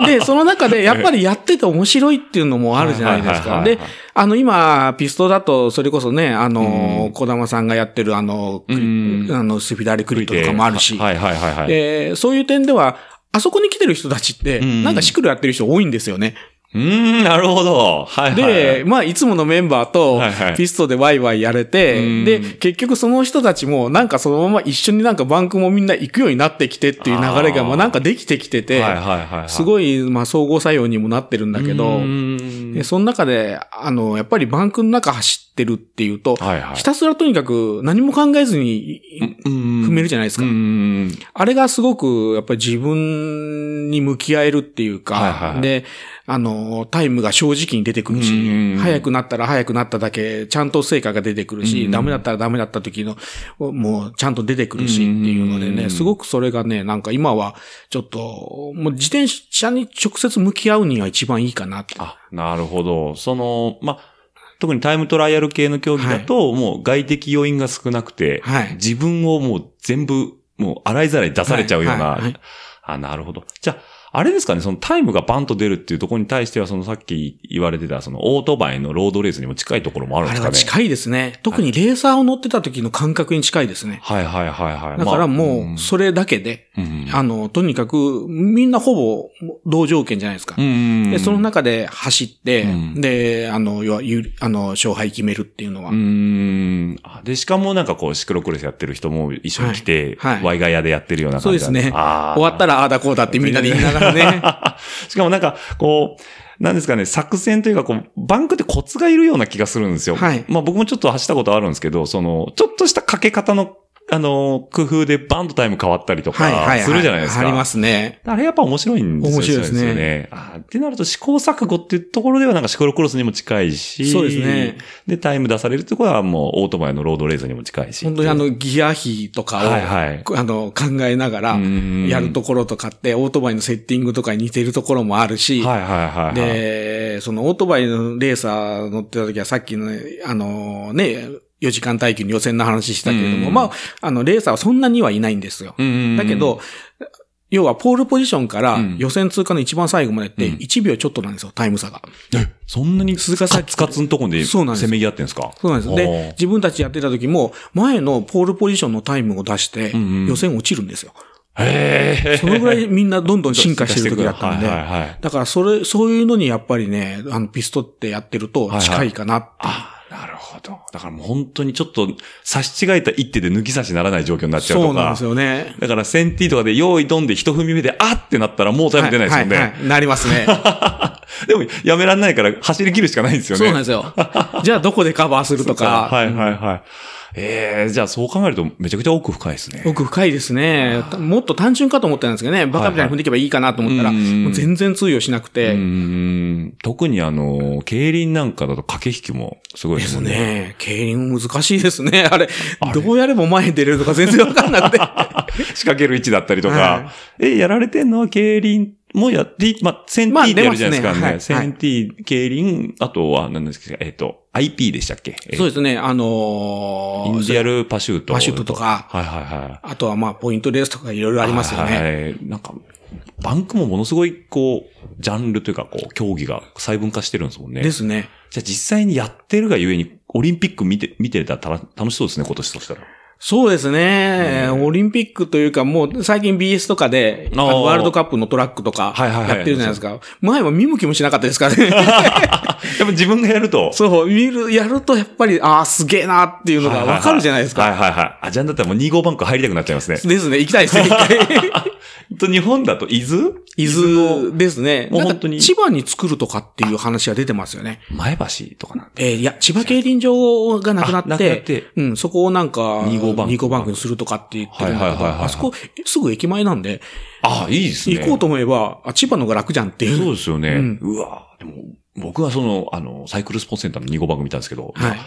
Speaker 3: え。で、その中でやっぱりやってて面白いっていうのもあるじゃないです
Speaker 2: は
Speaker 3: か。
Speaker 2: はは
Speaker 3: で
Speaker 2: は、
Speaker 3: あの今、ピストだと、それこそね、あ
Speaker 2: う
Speaker 3: の
Speaker 2: ん、
Speaker 3: 小玉さんがやってるあの、ク
Speaker 2: うん
Speaker 3: リあの、スピラリクリットとかもあるし、
Speaker 2: はいはいはいはい。
Speaker 3: でそういう点では、あそこに来てる人たちって、
Speaker 2: うん
Speaker 3: なんかシクロやってる人多いんですよね。
Speaker 2: うーん、なるほど。はいはいはい。
Speaker 3: で、まあ、いつものメンバーと
Speaker 2: はいはい、
Speaker 3: ピストでワイワイやれ
Speaker 2: うん
Speaker 3: て、で、結局その人たちも、なんかそのまま一緒になんかバンクもみんな行くようになってきてっていう流れ
Speaker 2: あ
Speaker 3: が、
Speaker 2: ー
Speaker 3: まあなんかできてきてて、
Speaker 2: はいはいはいはい。
Speaker 3: す
Speaker 2: い
Speaker 3: ごい、まあ、総合作用にもなってるんだけど、でその中で、あの、やっぱりバンクの中走ってるっていうと、
Speaker 2: はいはい。
Speaker 3: ひたすらとにかく何も考えずに
Speaker 2: 踏
Speaker 3: 踏めるじゃないですか。
Speaker 2: うん。
Speaker 3: あれがすごく、やっぱり自分に向き合えるっていうか、
Speaker 2: はいはい
Speaker 3: で、あの、タイムが正直に出てくる
Speaker 2: うんうんう
Speaker 3: し
Speaker 2: ん、
Speaker 3: 早くなったら早くなっただけ、ちゃんと成果が出てくる
Speaker 2: うん
Speaker 3: し、
Speaker 2: うん
Speaker 3: ダメだったらダメだった時の、もうちゃんと出てくるしっていうので
Speaker 2: うんうんうん
Speaker 3: ね、すごくそれがね、なんか今は、ちょっと、もう自転車に直接向き合うには一番いいかなって。
Speaker 2: あ、なるほど。その、まあ、特にタイムトライアル系の競技だと、もう外的要因が少なくて、
Speaker 3: はい
Speaker 2: 自分をもう全部、もう洗いざらい出されちゃうような、
Speaker 3: はいはいはい
Speaker 2: あ、なるほど。じゃあ、あれですかね、そのタイムがバンと出るっていうところに対しては、そのさっき言われてた、そのオートバイのロードレースにも近いところもあるん
Speaker 3: あ
Speaker 2: で
Speaker 3: れ
Speaker 2: すか
Speaker 3: は
Speaker 2: ね。
Speaker 3: 近いですね。特にレーサーを乗ってた時の感覚に近いですね。
Speaker 2: はいはいはいはい。
Speaker 3: だからもう、それだけで、
Speaker 2: まあ、うん
Speaker 3: あの、とにかく、みんなほぼ同条件じゃないですか。
Speaker 2: うん
Speaker 3: で、その、中で走って、
Speaker 2: うん
Speaker 3: で、あの、要は、ゆあの、勝敗決めるっていうのは。
Speaker 2: うん。あで、しかもなんかこう、シクロクロスやってる人も一緒に来て、
Speaker 3: はいはい
Speaker 2: ワイガヤでやってるような感じなん
Speaker 3: そうですね
Speaker 2: あー
Speaker 3: 終わったら、ああだこうだってみんなで言いながらね。
Speaker 2: しかもなんか、こう、なんですかね、作戦というか、こう、バンクってコツがいるような気がするんですよ。
Speaker 3: はい
Speaker 2: まあ僕もちょっと走ったことあるんですけど、その、ちょっとしたかけ方の、あの、工夫でバンとタイム変わったりと
Speaker 3: はいはいは
Speaker 2: か
Speaker 3: い。、
Speaker 2: するじゃないですか。
Speaker 3: ありますね。
Speaker 2: あれやっぱ面白いんですよ
Speaker 3: 面白いですね
Speaker 2: よあーってなると試行錯誤っていうところではなんかシクロクロスにも近いし。
Speaker 3: そうですね。
Speaker 2: で、タイム出されるってことはもうオートバイのロードレースにも近いし。
Speaker 3: 本当にあ
Speaker 2: は
Speaker 3: の、ギア比とかを、
Speaker 2: いはい。
Speaker 3: あの、考えながら、やるところとかって、オートバイのセッティングとかに似てるところもあるし、
Speaker 2: はいはいはいはい。
Speaker 3: で、そのオートバイのレーサー乗ってた時はさっきの、あのね、4時間耐久の予選の話したけれど
Speaker 2: うんう
Speaker 3: も、
Speaker 2: ん
Speaker 3: まあ、あの、レーサーはそんなにはいないんですよ。
Speaker 2: うんうんうん、
Speaker 3: だけど、要はポールポジションから
Speaker 2: うん
Speaker 3: 予選通過の一番最後までって
Speaker 2: うん
Speaker 3: 1秒ちょっとなんですよ、タイム差が。
Speaker 2: そんなに鈴鹿さんカツンとこんで
Speaker 3: そうなんです
Speaker 2: せめぎ合ってんですか
Speaker 3: そうなんです。で、自分たちやってた時も、前のポールポジションのタイムを出して
Speaker 2: うんうん、
Speaker 3: 予選落ちるんですよ。
Speaker 2: へえ。
Speaker 3: そのぐらいみんなどんどん進化してる時 だったん
Speaker 2: はい
Speaker 3: で。
Speaker 2: はいはい。
Speaker 3: だから、それ、そういうのにやっぱりね、あの、ピストってやってると近いかなって
Speaker 2: あなるほど。だからもう本当にちょっと差し違えた一手で抜き差しならない状況になっちゃうとか。
Speaker 3: そうなんですよね。
Speaker 2: だから、センティとかで用意どんで一踏み目で、あってなったらもうタイム出ないですもんね。
Speaker 3: ははいはいなりますね。
Speaker 2: でも、やめら れないから走り切るしかないんですよね。
Speaker 3: そうなんですよ。じゃあどこでカバーする
Speaker 2: と
Speaker 3: と
Speaker 2: か
Speaker 3: か。
Speaker 2: はいはいはい。ええじゃあそう考えるとめちゃくちゃ奥深いですね。
Speaker 3: 奥深いですね。もっと単純かと思ってたんですけどね、バカみたいに踏んでいけばいいかなと思ったら、
Speaker 2: はいはいうん
Speaker 3: もう全然通用しなく
Speaker 2: う
Speaker 3: て。
Speaker 2: ん。特にあの、競輪なんかだと駆け引きもすごい
Speaker 3: で
Speaker 2: です
Speaker 3: す
Speaker 2: もんね。
Speaker 3: ね。競輪も難しいですね。あれ、
Speaker 2: あれ
Speaker 3: どうやれば前に出れるのか全然わかん なくて。
Speaker 2: 仕掛ける位置だったりとか、
Speaker 3: は
Speaker 2: え、やられてんのは競輪もやって、まあ、1000T
Speaker 3: まあ
Speaker 2: ってやるじゃないですかね。
Speaker 3: 出ますねはい
Speaker 2: 1000T、競輪、あとは何ですか、えっ、と、IP でしたっけえー
Speaker 3: そうですね。あの
Speaker 2: イ
Speaker 3: ー
Speaker 2: ンディアルパシュート。
Speaker 3: パシュートとか
Speaker 2: はいはいはい。
Speaker 3: あとはまあ、ポイントレースとかいろいろありますよね。
Speaker 2: はいはいなんか、バンクもものすごい、こう、ジャンルというか、こう、競技が細分化してるんですもんね。
Speaker 3: ですね。
Speaker 2: じゃあ実際にやってるがゆえに、オリンピック見て、見てたら楽しそうですね、今年とした ら。
Speaker 3: そうですね、
Speaker 2: うん
Speaker 3: オリンピックというか、もう最近 BS とかで、あ
Speaker 2: あー
Speaker 3: のワールドカップのトラックとか、
Speaker 2: はいはいはい
Speaker 3: やってるじゃないですか。前は見向きもしなかったですからね。
Speaker 2: やっぱ自分がやると。
Speaker 3: そう、見る、やるとやっぱり、ああ、すげえなっていうのがわかるじゃないですか。
Speaker 2: はいはいはい。あ、じゃあだったらもう2号バンク入りたくなっちゃいますね。
Speaker 3: ですね、行きたいです ね、一回
Speaker 2: と日本だと伊豆
Speaker 3: 伊豆ですね。
Speaker 2: もう
Speaker 3: なんか
Speaker 2: 本当に
Speaker 3: 千葉に作るとかっていう話が出てますよね。
Speaker 2: 前橋とかな。
Speaker 3: えーいや、千葉競輪場がなくな
Speaker 2: あな
Speaker 3: っ、
Speaker 2: くなってて
Speaker 3: うん、そこをなんか、
Speaker 2: 二号バンク
Speaker 3: 二号バンクにするとかって言ってるんだ
Speaker 2: はい
Speaker 3: け
Speaker 2: はいは
Speaker 3: ど、
Speaker 2: いはいはい
Speaker 3: あそこ、すぐ駅前なんで、
Speaker 2: ああ、いいですね。
Speaker 3: 行こうと思えば、あ、千葉の方が楽じゃんっていう。
Speaker 2: そうですよね。う
Speaker 3: うん
Speaker 2: わでも、僕はその、あの、サイクルスポーツセンターの2号バンク見たんですけど、
Speaker 3: はい。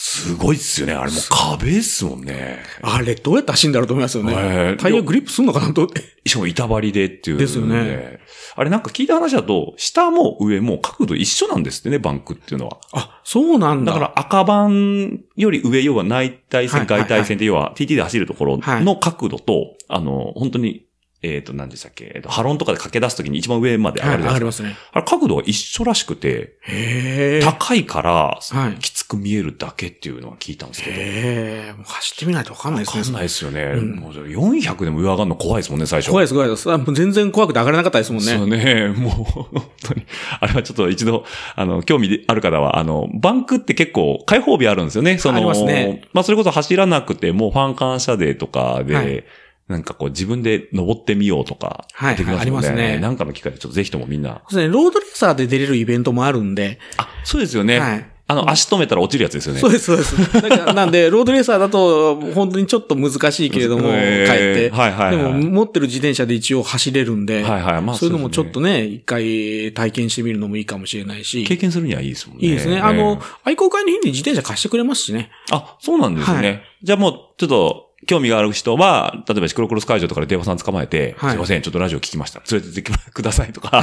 Speaker 2: すごいっすよね。あれもう壁っすもんね。
Speaker 3: あれ、どうやって走んだろうと思いますよ
Speaker 2: へえ
Speaker 3: ね。タイヤグリップすんのかなと思って。
Speaker 2: しかも板張りでっていうの
Speaker 3: ですよね。
Speaker 2: あれなんか聞いた話だと、下も上も角度一緒なんですってね、バンクっていうのは。
Speaker 3: あ、そうなんだ。
Speaker 2: だから赤番より上、要は内対線、
Speaker 3: はいはいは
Speaker 2: 外
Speaker 3: い
Speaker 2: 対線って、要は TT で走るところ
Speaker 3: はい
Speaker 2: の角度と、あの、本当に、えっ、と、何でしたっけ、えーと、ハロンとかで駆け出すときに一番上まで上が
Speaker 3: はい、
Speaker 2: るじ
Speaker 3: 上
Speaker 2: ゃない
Speaker 3: がり
Speaker 2: で
Speaker 3: ます
Speaker 2: か。
Speaker 3: すね。
Speaker 2: あれ角度は一緒らしくて、
Speaker 3: へえ。
Speaker 2: 高いから、
Speaker 3: はい
Speaker 2: きつく見えるだけっていうのは聞いたんですけど。
Speaker 3: へえ。もう走ってみないとわかんな
Speaker 2: わ
Speaker 3: いです
Speaker 2: か
Speaker 3: ね。
Speaker 2: んないですよね。
Speaker 3: うん
Speaker 2: もう400でも上上がるの怖いですもんね、最初。
Speaker 3: 怖いです、怖いです。あもう全然怖くて上がれなかったですもん
Speaker 2: そう
Speaker 3: ね。
Speaker 2: ね。もう、本当に。あれはちょっと一度、あの、興味ある方は、あの、バンクって結構開放日あるんですよね。その、
Speaker 3: ありますね
Speaker 2: まあ、それこそ走らなくて、もうファン感謝デーとかで、
Speaker 3: はい
Speaker 2: なんかこう自分で登ってみようとか、
Speaker 3: はい
Speaker 2: できますもんね。
Speaker 3: はいありますね
Speaker 2: なんかの機会でちょっとぜひともみんな。
Speaker 3: そうですね。ロードレーサーで出れるイベントもあるんで。
Speaker 2: あ、そうですよね。
Speaker 3: はい
Speaker 2: あの、足止めたら落ちるやつですよね。
Speaker 3: そう
Speaker 2: う
Speaker 3: です、そうです。なんかなんで、ロードレーサーだと、本当にちょっと難しいけれ ども、帰っ
Speaker 2: へー
Speaker 3: て。
Speaker 2: はいはいはい
Speaker 3: でも、持ってる自転車で一応走れるんで。
Speaker 2: はいはいまあ
Speaker 3: そういうのもち
Speaker 2: そ
Speaker 3: ょ
Speaker 2: う
Speaker 3: っ
Speaker 2: ですね
Speaker 3: とね、一回体験してみるのもいいかもしれないし。
Speaker 2: 経験するにはいいですもんね。
Speaker 3: いいですね。あの、愛好会の日に自転車貸してくれますしね。
Speaker 2: あ、そうなんですね。
Speaker 3: はい
Speaker 2: じゃあもう、ちょっと、興味がある人は、例えばシクロクロス会場とかで電話さん捕まえて、
Speaker 3: はい
Speaker 2: すいません、ちょっとラジオ聞きました。連れてってくださいとか、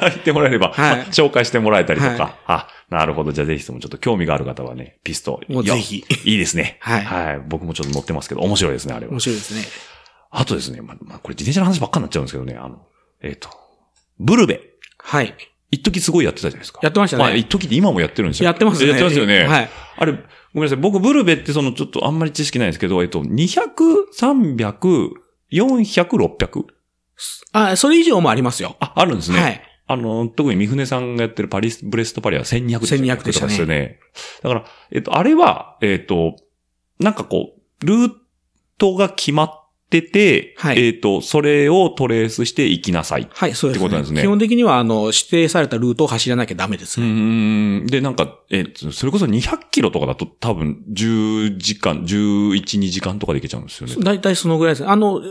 Speaker 2: 言ってもらえれば、
Speaker 3: はい
Speaker 2: まあ紹介してもらえたりとか、
Speaker 3: はい
Speaker 2: あ、なるほど。じゃあぜひともちょっと興味がある方はね、ピスト。
Speaker 3: もう
Speaker 2: いや
Speaker 3: ぜひ。
Speaker 2: いいですね。
Speaker 3: はい
Speaker 2: 僕もちょっと乗ってますけど、面白いですね、あれは
Speaker 3: 面。白いですね。
Speaker 2: あとですね、まあ、まあ、これ自転車の話ばっかになっちゃうんですけどね、あの、えっ、と、ブルベ。
Speaker 3: はい。
Speaker 2: 一時すごいやってたじゃないですか。
Speaker 3: やってましたね
Speaker 2: あ、一時って今もやってるんですよ。
Speaker 3: やってますね。
Speaker 2: やってますよね。
Speaker 3: はい。
Speaker 2: あれ、ごめんなさい。僕、ブルベってその、ちょっとあんまり知識ないんですけど、えっと、200、300、400、600?
Speaker 3: あ、それ以上もありますよ。
Speaker 2: あ、あるんですね。
Speaker 3: はい。
Speaker 2: あの、特に三船さんがやってるパリス、ブレストパリは1200ですよね
Speaker 3: 1200でし
Speaker 2: とか
Speaker 3: たね
Speaker 2: ですよね。だから、えっと、あれは、えっと、なんかこう、ルートが決まってて、
Speaker 3: はい
Speaker 2: えっと、それをトレースして行きなさい。
Speaker 3: はい、そう
Speaker 2: って
Speaker 3: です、
Speaker 2: ことなんですね
Speaker 3: 基本的には、あの、指定されたルートを走らなきゃダメです
Speaker 2: う
Speaker 3: ね。
Speaker 2: ん。で、なんか、えっと、それこそ200キロとかだと多分10時間、11、2時間とかで行けちゃうんですよね。
Speaker 3: 大体そのぐらいですね。あの、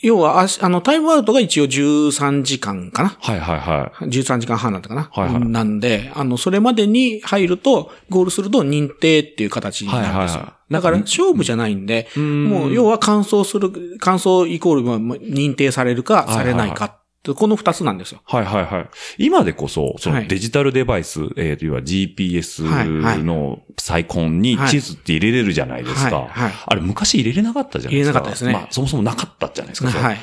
Speaker 3: 要は、あしあの、タイムアウトが一応13時間かな。
Speaker 2: はいはいはい。
Speaker 3: 13時間半だったかな。
Speaker 2: はいはい
Speaker 3: なんで、あの、それまでに入ると、ゴールすると認定っていう形になるんですよ。
Speaker 2: はいはいはい
Speaker 3: だから、勝負じゃないんで、も
Speaker 2: も
Speaker 3: う、要は完走する、完走イコールまあまあ認定されるか、
Speaker 2: いは
Speaker 3: さ
Speaker 2: いはい
Speaker 3: れないかって、この二つなんですよ。
Speaker 2: はいはいはい。今でこそ、そ
Speaker 3: は
Speaker 2: の
Speaker 3: い
Speaker 2: デジタルデバイス、えーと、要は GPS
Speaker 3: はいはい
Speaker 2: のサイコンに
Speaker 3: はい
Speaker 2: 地図って入れれるじゃないですか。
Speaker 3: はいはい
Speaker 2: あれ昔入れれなかったじゃないですか。
Speaker 3: 入れなかったですね
Speaker 2: まあ、そもそもなかったじゃないですか。それ
Speaker 3: はい。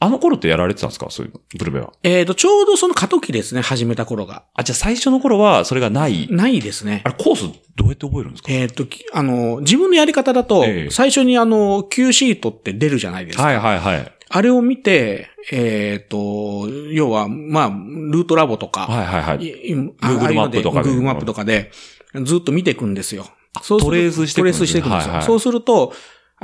Speaker 2: あの頃ってやられてたんですかそういうの、ブルベは。
Speaker 3: えっ、と、ちょうどその過渡期ですね、始めた頃が。
Speaker 2: あ、じゃあ最初の頃はそれがない。
Speaker 3: ないですね
Speaker 2: あ。れ、コースどうやって覚えるんですか
Speaker 3: えっ、と、きあの、自分のやり方だと、
Speaker 2: ええ
Speaker 3: 最初にあの、Q シートって出るじゃないですか。
Speaker 2: はいはいはい。
Speaker 3: あれを見て、えっ、と、要は、まあ、ルートラボとか、
Speaker 2: はいはいはい。
Speaker 3: いいあ
Speaker 2: Google
Speaker 3: ああいうの
Speaker 2: マップとかで
Speaker 3: Google マップとかで、ずっと見ていくんですよ。そうする
Speaker 2: トレースしていくんで
Speaker 3: トレー
Speaker 2: すね
Speaker 3: スしていくんで
Speaker 2: は
Speaker 3: すよ。
Speaker 2: いはい
Speaker 3: そうすると、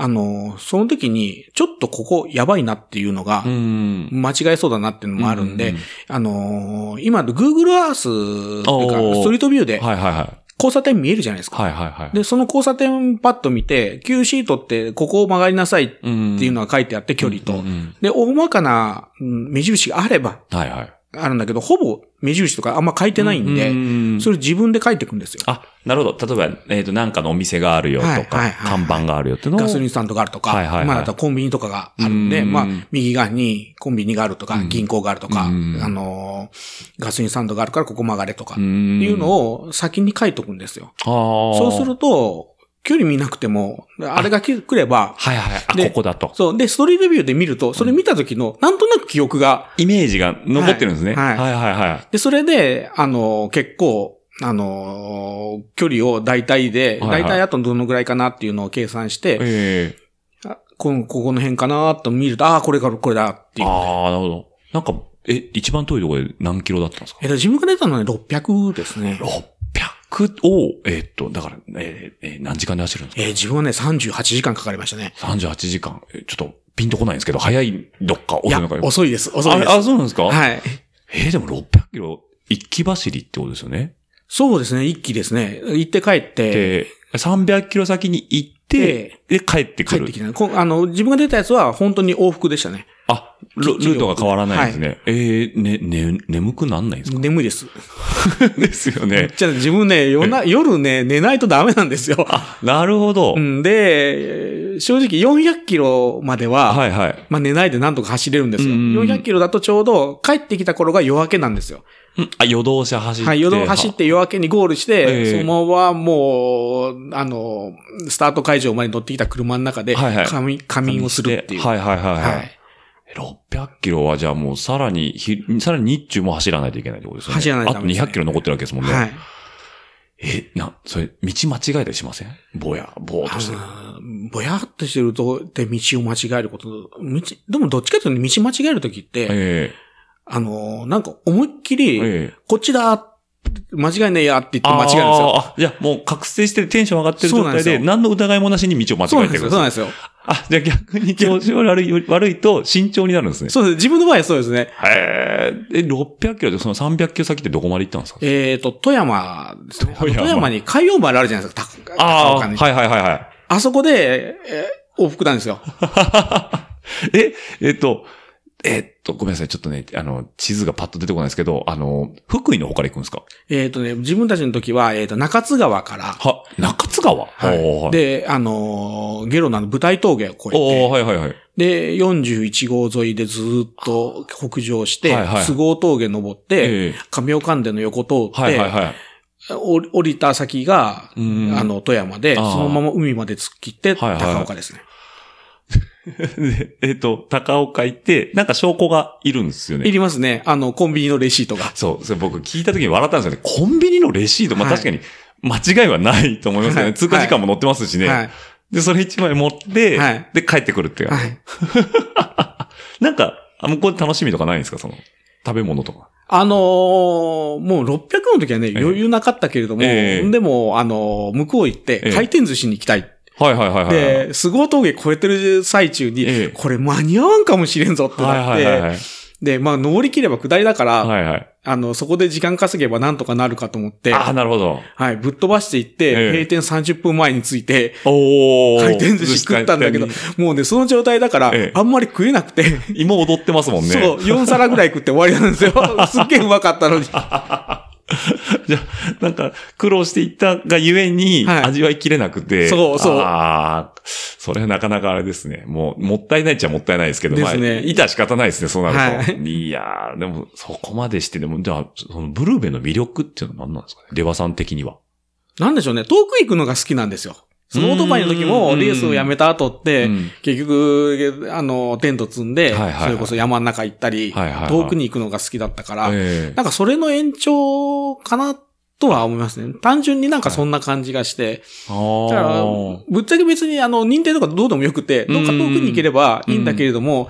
Speaker 3: あの、その時に、ちょっとここやばいなっていうのが
Speaker 2: う、ん。
Speaker 3: 間違えそうだなっていうのもあるんで、
Speaker 2: うんうん
Speaker 3: あのー今、Google Earth というか、
Speaker 2: おー
Speaker 3: ストリートビューで、
Speaker 2: はいはいはい。
Speaker 3: 交差点見えるじゃないですか。
Speaker 2: はいはいはい。
Speaker 3: で、その交差点パッと見て、Q シートってここを曲がりなさいって
Speaker 2: うん
Speaker 3: いうのが書いてあって、距離と。
Speaker 2: うんうん
Speaker 3: で、大まかなうん目印があれば、
Speaker 2: はいはい。
Speaker 3: あるんだけど、ほぼ目印とかあんま書いてないんで、
Speaker 2: で
Speaker 3: それ自分で書いていくんですよ。
Speaker 2: あ、なるほど。例えば、えっ、と、なんかのお店があるよとか、
Speaker 3: はいはいはい
Speaker 2: 看板があるよっていうのを
Speaker 3: ガソリンスタンドがあるとか、
Speaker 2: はいはいはい
Speaker 3: まあ、あとはコンビニとかがあるんで、
Speaker 2: うん
Speaker 3: まあ、右側にコンビニがあるとか、
Speaker 2: うん
Speaker 3: 銀行があるとか、
Speaker 2: うん
Speaker 3: あのーガソリンスタンドがあるからここ曲がれとか、
Speaker 2: う
Speaker 3: って
Speaker 2: ん
Speaker 3: いうのを先に書いとくんですよ。
Speaker 2: を
Speaker 3: そうすると、距離見なくても、あれが来来れば、
Speaker 2: はいはい。あ、
Speaker 3: で
Speaker 2: ここだと。
Speaker 3: そう。で、ストーリーレビューで見ると、それ見た時の、なんとなく記憶が、
Speaker 2: イメージが残ってるんですね。は
Speaker 3: はいい
Speaker 2: は
Speaker 3: はい
Speaker 2: は
Speaker 3: で、それで、あの、結構、あの、距離を大体で、
Speaker 2: はいはい
Speaker 3: 大体あとどのぐらいかなっていうのを計算し
Speaker 2: い。
Speaker 3: て、
Speaker 2: え
Speaker 3: あこのここの辺かなと見ると、ああ、これからこれだって
Speaker 2: え
Speaker 3: いう。
Speaker 2: ああ、なるほど。なんか、え、一番遠いところで何キロだったんですか
Speaker 3: えっと、自分が出たのはね600ですね。
Speaker 2: ?600 を、えっと、だから、えーえー何時間で走るんです
Speaker 3: えー自分はね、38時間かかりましたね。
Speaker 2: か ?38 時間。えちょっと、ピンとこないんですけど、早いどっか
Speaker 3: い
Speaker 2: 遅い
Speaker 3: や
Speaker 2: のか、
Speaker 3: 遅いです、遅いです
Speaker 2: あ。あ、そうなんですか
Speaker 3: はい。
Speaker 2: えーでも600キロ、一気走りってことですよね。
Speaker 3: そうですね、一気ですね。行って帰って、
Speaker 2: で、300キロ先に行って、で、帰ってく
Speaker 3: 帰っ
Speaker 2: る
Speaker 3: て。きた。こあの、自分が出たやつは本当に往復でしたね。
Speaker 2: あ、ル
Speaker 3: きっちり
Speaker 2: ルートが変わらないんですね。えー、ね、ね、眠くなんないんですか
Speaker 3: 眠い です。
Speaker 2: ですよ
Speaker 3: めっ。ちゃ自分ね、夜な、夜ね、寝ないとダメなんですよ。
Speaker 2: なるほど。
Speaker 3: うんで、えー正直400キロまでは、
Speaker 2: はいはい。
Speaker 3: まあ寝ないでなんとか走れるんですよ。
Speaker 2: うんうんうん
Speaker 3: 400キロだとちょうど帰ってきた頃が夜明けなんですよ。
Speaker 2: うんあ、夜通し走って。
Speaker 3: はい、夜走って夜明けにゴールして、
Speaker 2: ええ
Speaker 3: そのままもう、あの、スタート会場まで乗ってきた車の中で、
Speaker 2: はいはい
Speaker 3: 仮眠仮眠をするっていう。
Speaker 2: はいはいはい
Speaker 3: は
Speaker 2: はいい。600キロはじゃあもうさらにひ、さらに日中も走らないといけないってことですよね。
Speaker 3: 走らないと
Speaker 2: あ
Speaker 3: ダ
Speaker 2: と
Speaker 3: メですね
Speaker 2: 200キロ残ってるわけですもんね。
Speaker 3: はい
Speaker 2: え、な、それ、道間違えたりしませんぼや、ぼーっとしてる。
Speaker 3: あのぼやっとしてると、で、道を間違えること、道、でもどっちかというと道間違えるときって、
Speaker 2: え
Speaker 3: あの、なんか思いっきり、
Speaker 2: えええ
Speaker 3: こっちだ、間違いねえやって言って間違えるんですよ。
Speaker 2: あーあ、じゃあもう覚醒してテンション上がってる
Speaker 3: そ
Speaker 2: 状
Speaker 3: うなんで
Speaker 2: 態
Speaker 3: すよ
Speaker 2: で、何の疑いもなしに道を間
Speaker 3: そう
Speaker 2: 違
Speaker 3: な
Speaker 2: え
Speaker 3: ん
Speaker 2: て
Speaker 3: です
Speaker 2: く
Speaker 3: よ。
Speaker 2: だ
Speaker 3: そう
Speaker 2: さ
Speaker 3: ないん。
Speaker 2: あ、
Speaker 3: ですよ。
Speaker 2: じゃあ逆に調子悪い、悪いと慎重になるんですね。
Speaker 3: そうです。自分の場合はそうですね。
Speaker 2: ええ、600キロでその300キロ先ってどこまで行ったんですか
Speaker 3: えっ、と、富山ですね。
Speaker 2: 富
Speaker 3: 富
Speaker 2: 山
Speaker 3: 山に海洋丸あるじゃないですか。た高
Speaker 2: ああ
Speaker 3: 岡
Speaker 2: ー、
Speaker 3: に。
Speaker 2: はいはいはいはい。
Speaker 3: あそこで、えー往復なんですよ。
Speaker 2: え、えっと、えっと、ごめんなさい。ちょっとね、あの、地図がパッと出てこないですけど、あの、福井の方から行くんですか
Speaker 3: えっとね、自分たちの時は、えっ、と、中津川から、
Speaker 2: は、中津川
Speaker 3: はい、
Speaker 2: で、
Speaker 3: で、あのーゲロのあの舞台峠を越え
Speaker 2: おー
Speaker 3: て、
Speaker 2: はいはいはい。
Speaker 3: で、41号沿いでずーっと北上して、
Speaker 2: はいはい
Speaker 3: 都合峠登って、
Speaker 2: ええ
Speaker 3: 亀岡んでの横通って、
Speaker 2: はいはいはい。
Speaker 3: お降りた先が、
Speaker 2: うん
Speaker 3: あの、富山で、そ
Speaker 2: あー
Speaker 3: のまま海まで突っ切って、
Speaker 2: はいはい
Speaker 3: 高岡ですね。
Speaker 2: でえっと、高岡行って、なんか証拠がいるんですよ
Speaker 3: い
Speaker 2: ね。
Speaker 3: りますね。あの、コンビニのレシートが。
Speaker 2: そう、それ僕聞いた時に笑ったんですよね。コンビニのレシート、まあ
Speaker 3: はい
Speaker 2: 確かに間違いはないと思いますよね。
Speaker 3: はい
Speaker 2: 通過時間も載ってますしね。
Speaker 3: はい。
Speaker 2: で、それ一枚持って、
Speaker 3: はい
Speaker 2: で、帰ってくるっていう。
Speaker 3: はい。
Speaker 2: なんか、あ向こうで楽しみとかないんですかその、食べ物とか。
Speaker 3: あのーもう600の時はね、
Speaker 2: え
Speaker 3: 余裕なかったけれども、
Speaker 2: ええ
Speaker 3: でも、あのー向こう行って
Speaker 2: ええ、
Speaker 3: 回転寿司に行きたい。
Speaker 2: はいはいはいはい。
Speaker 3: で、スゴ峠越えてる最中に、
Speaker 2: ええ
Speaker 3: これ間に合わんかもしれんぞって
Speaker 2: はい
Speaker 3: なっ
Speaker 2: は
Speaker 3: て、
Speaker 2: いはいはい。
Speaker 3: で、まあ、登り切れば下りだから、
Speaker 2: はいはい。
Speaker 3: あの、そこで時間稼げばなんとかなるかと思って、
Speaker 2: ああ、なるほど。
Speaker 3: はい、ぶっ飛ばしていって、
Speaker 2: ええ
Speaker 3: 閉店30分前に着いて、
Speaker 2: おお。
Speaker 3: 回転寿司食ったんだけど
Speaker 2: 確か、
Speaker 3: もうね、その状態だから
Speaker 2: ええ、
Speaker 3: あんまり食えなくて、
Speaker 2: に。芋踊ってますもんね。
Speaker 3: そう、4皿ぐらい食って終わりなん ですよ。すっげえうまかったのに。
Speaker 2: じゃあ なんか、苦労していったがゆえに、
Speaker 3: はい
Speaker 2: 味わいきれなくて。
Speaker 3: そうそう
Speaker 2: ああ、それはなかなかあれですね。もう、もったいないっちゃもったいないですけど、
Speaker 3: ですね
Speaker 2: まあ、いた仕方ないですね、そうなると。、
Speaker 3: はい
Speaker 2: やー、でも、そこまでして、でも、じゃあ、その、ブルーベの魅力っていうのは何なんですかね。レバさん的には。
Speaker 3: なんでしょうね、遠く行くのが好きなんですよ。スノートバイの時
Speaker 2: う
Speaker 3: も、
Speaker 2: ん
Speaker 3: レースをやめた後って、
Speaker 2: うん
Speaker 3: 結局、あの、テント積ん
Speaker 2: は
Speaker 3: で、
Speaker 2: いはいはい
Speaker 3: それこそ山の中行ったり、
Speaker 2: はいはいはい
Speaker 3: 遠くに行くのが好きだったから、
Speaker 2: ええ
Speaker 3: なんかそれの延長かなとは思いますね。単純になんかそんな感じがして、
Speaker 2: あ
Speaker 3: だから
Speaker 2: ー
Speaker 3: ぶっちゃけ別にあの、認定とかどうでもよくて、どっか遠くに行ければいいんだけれども、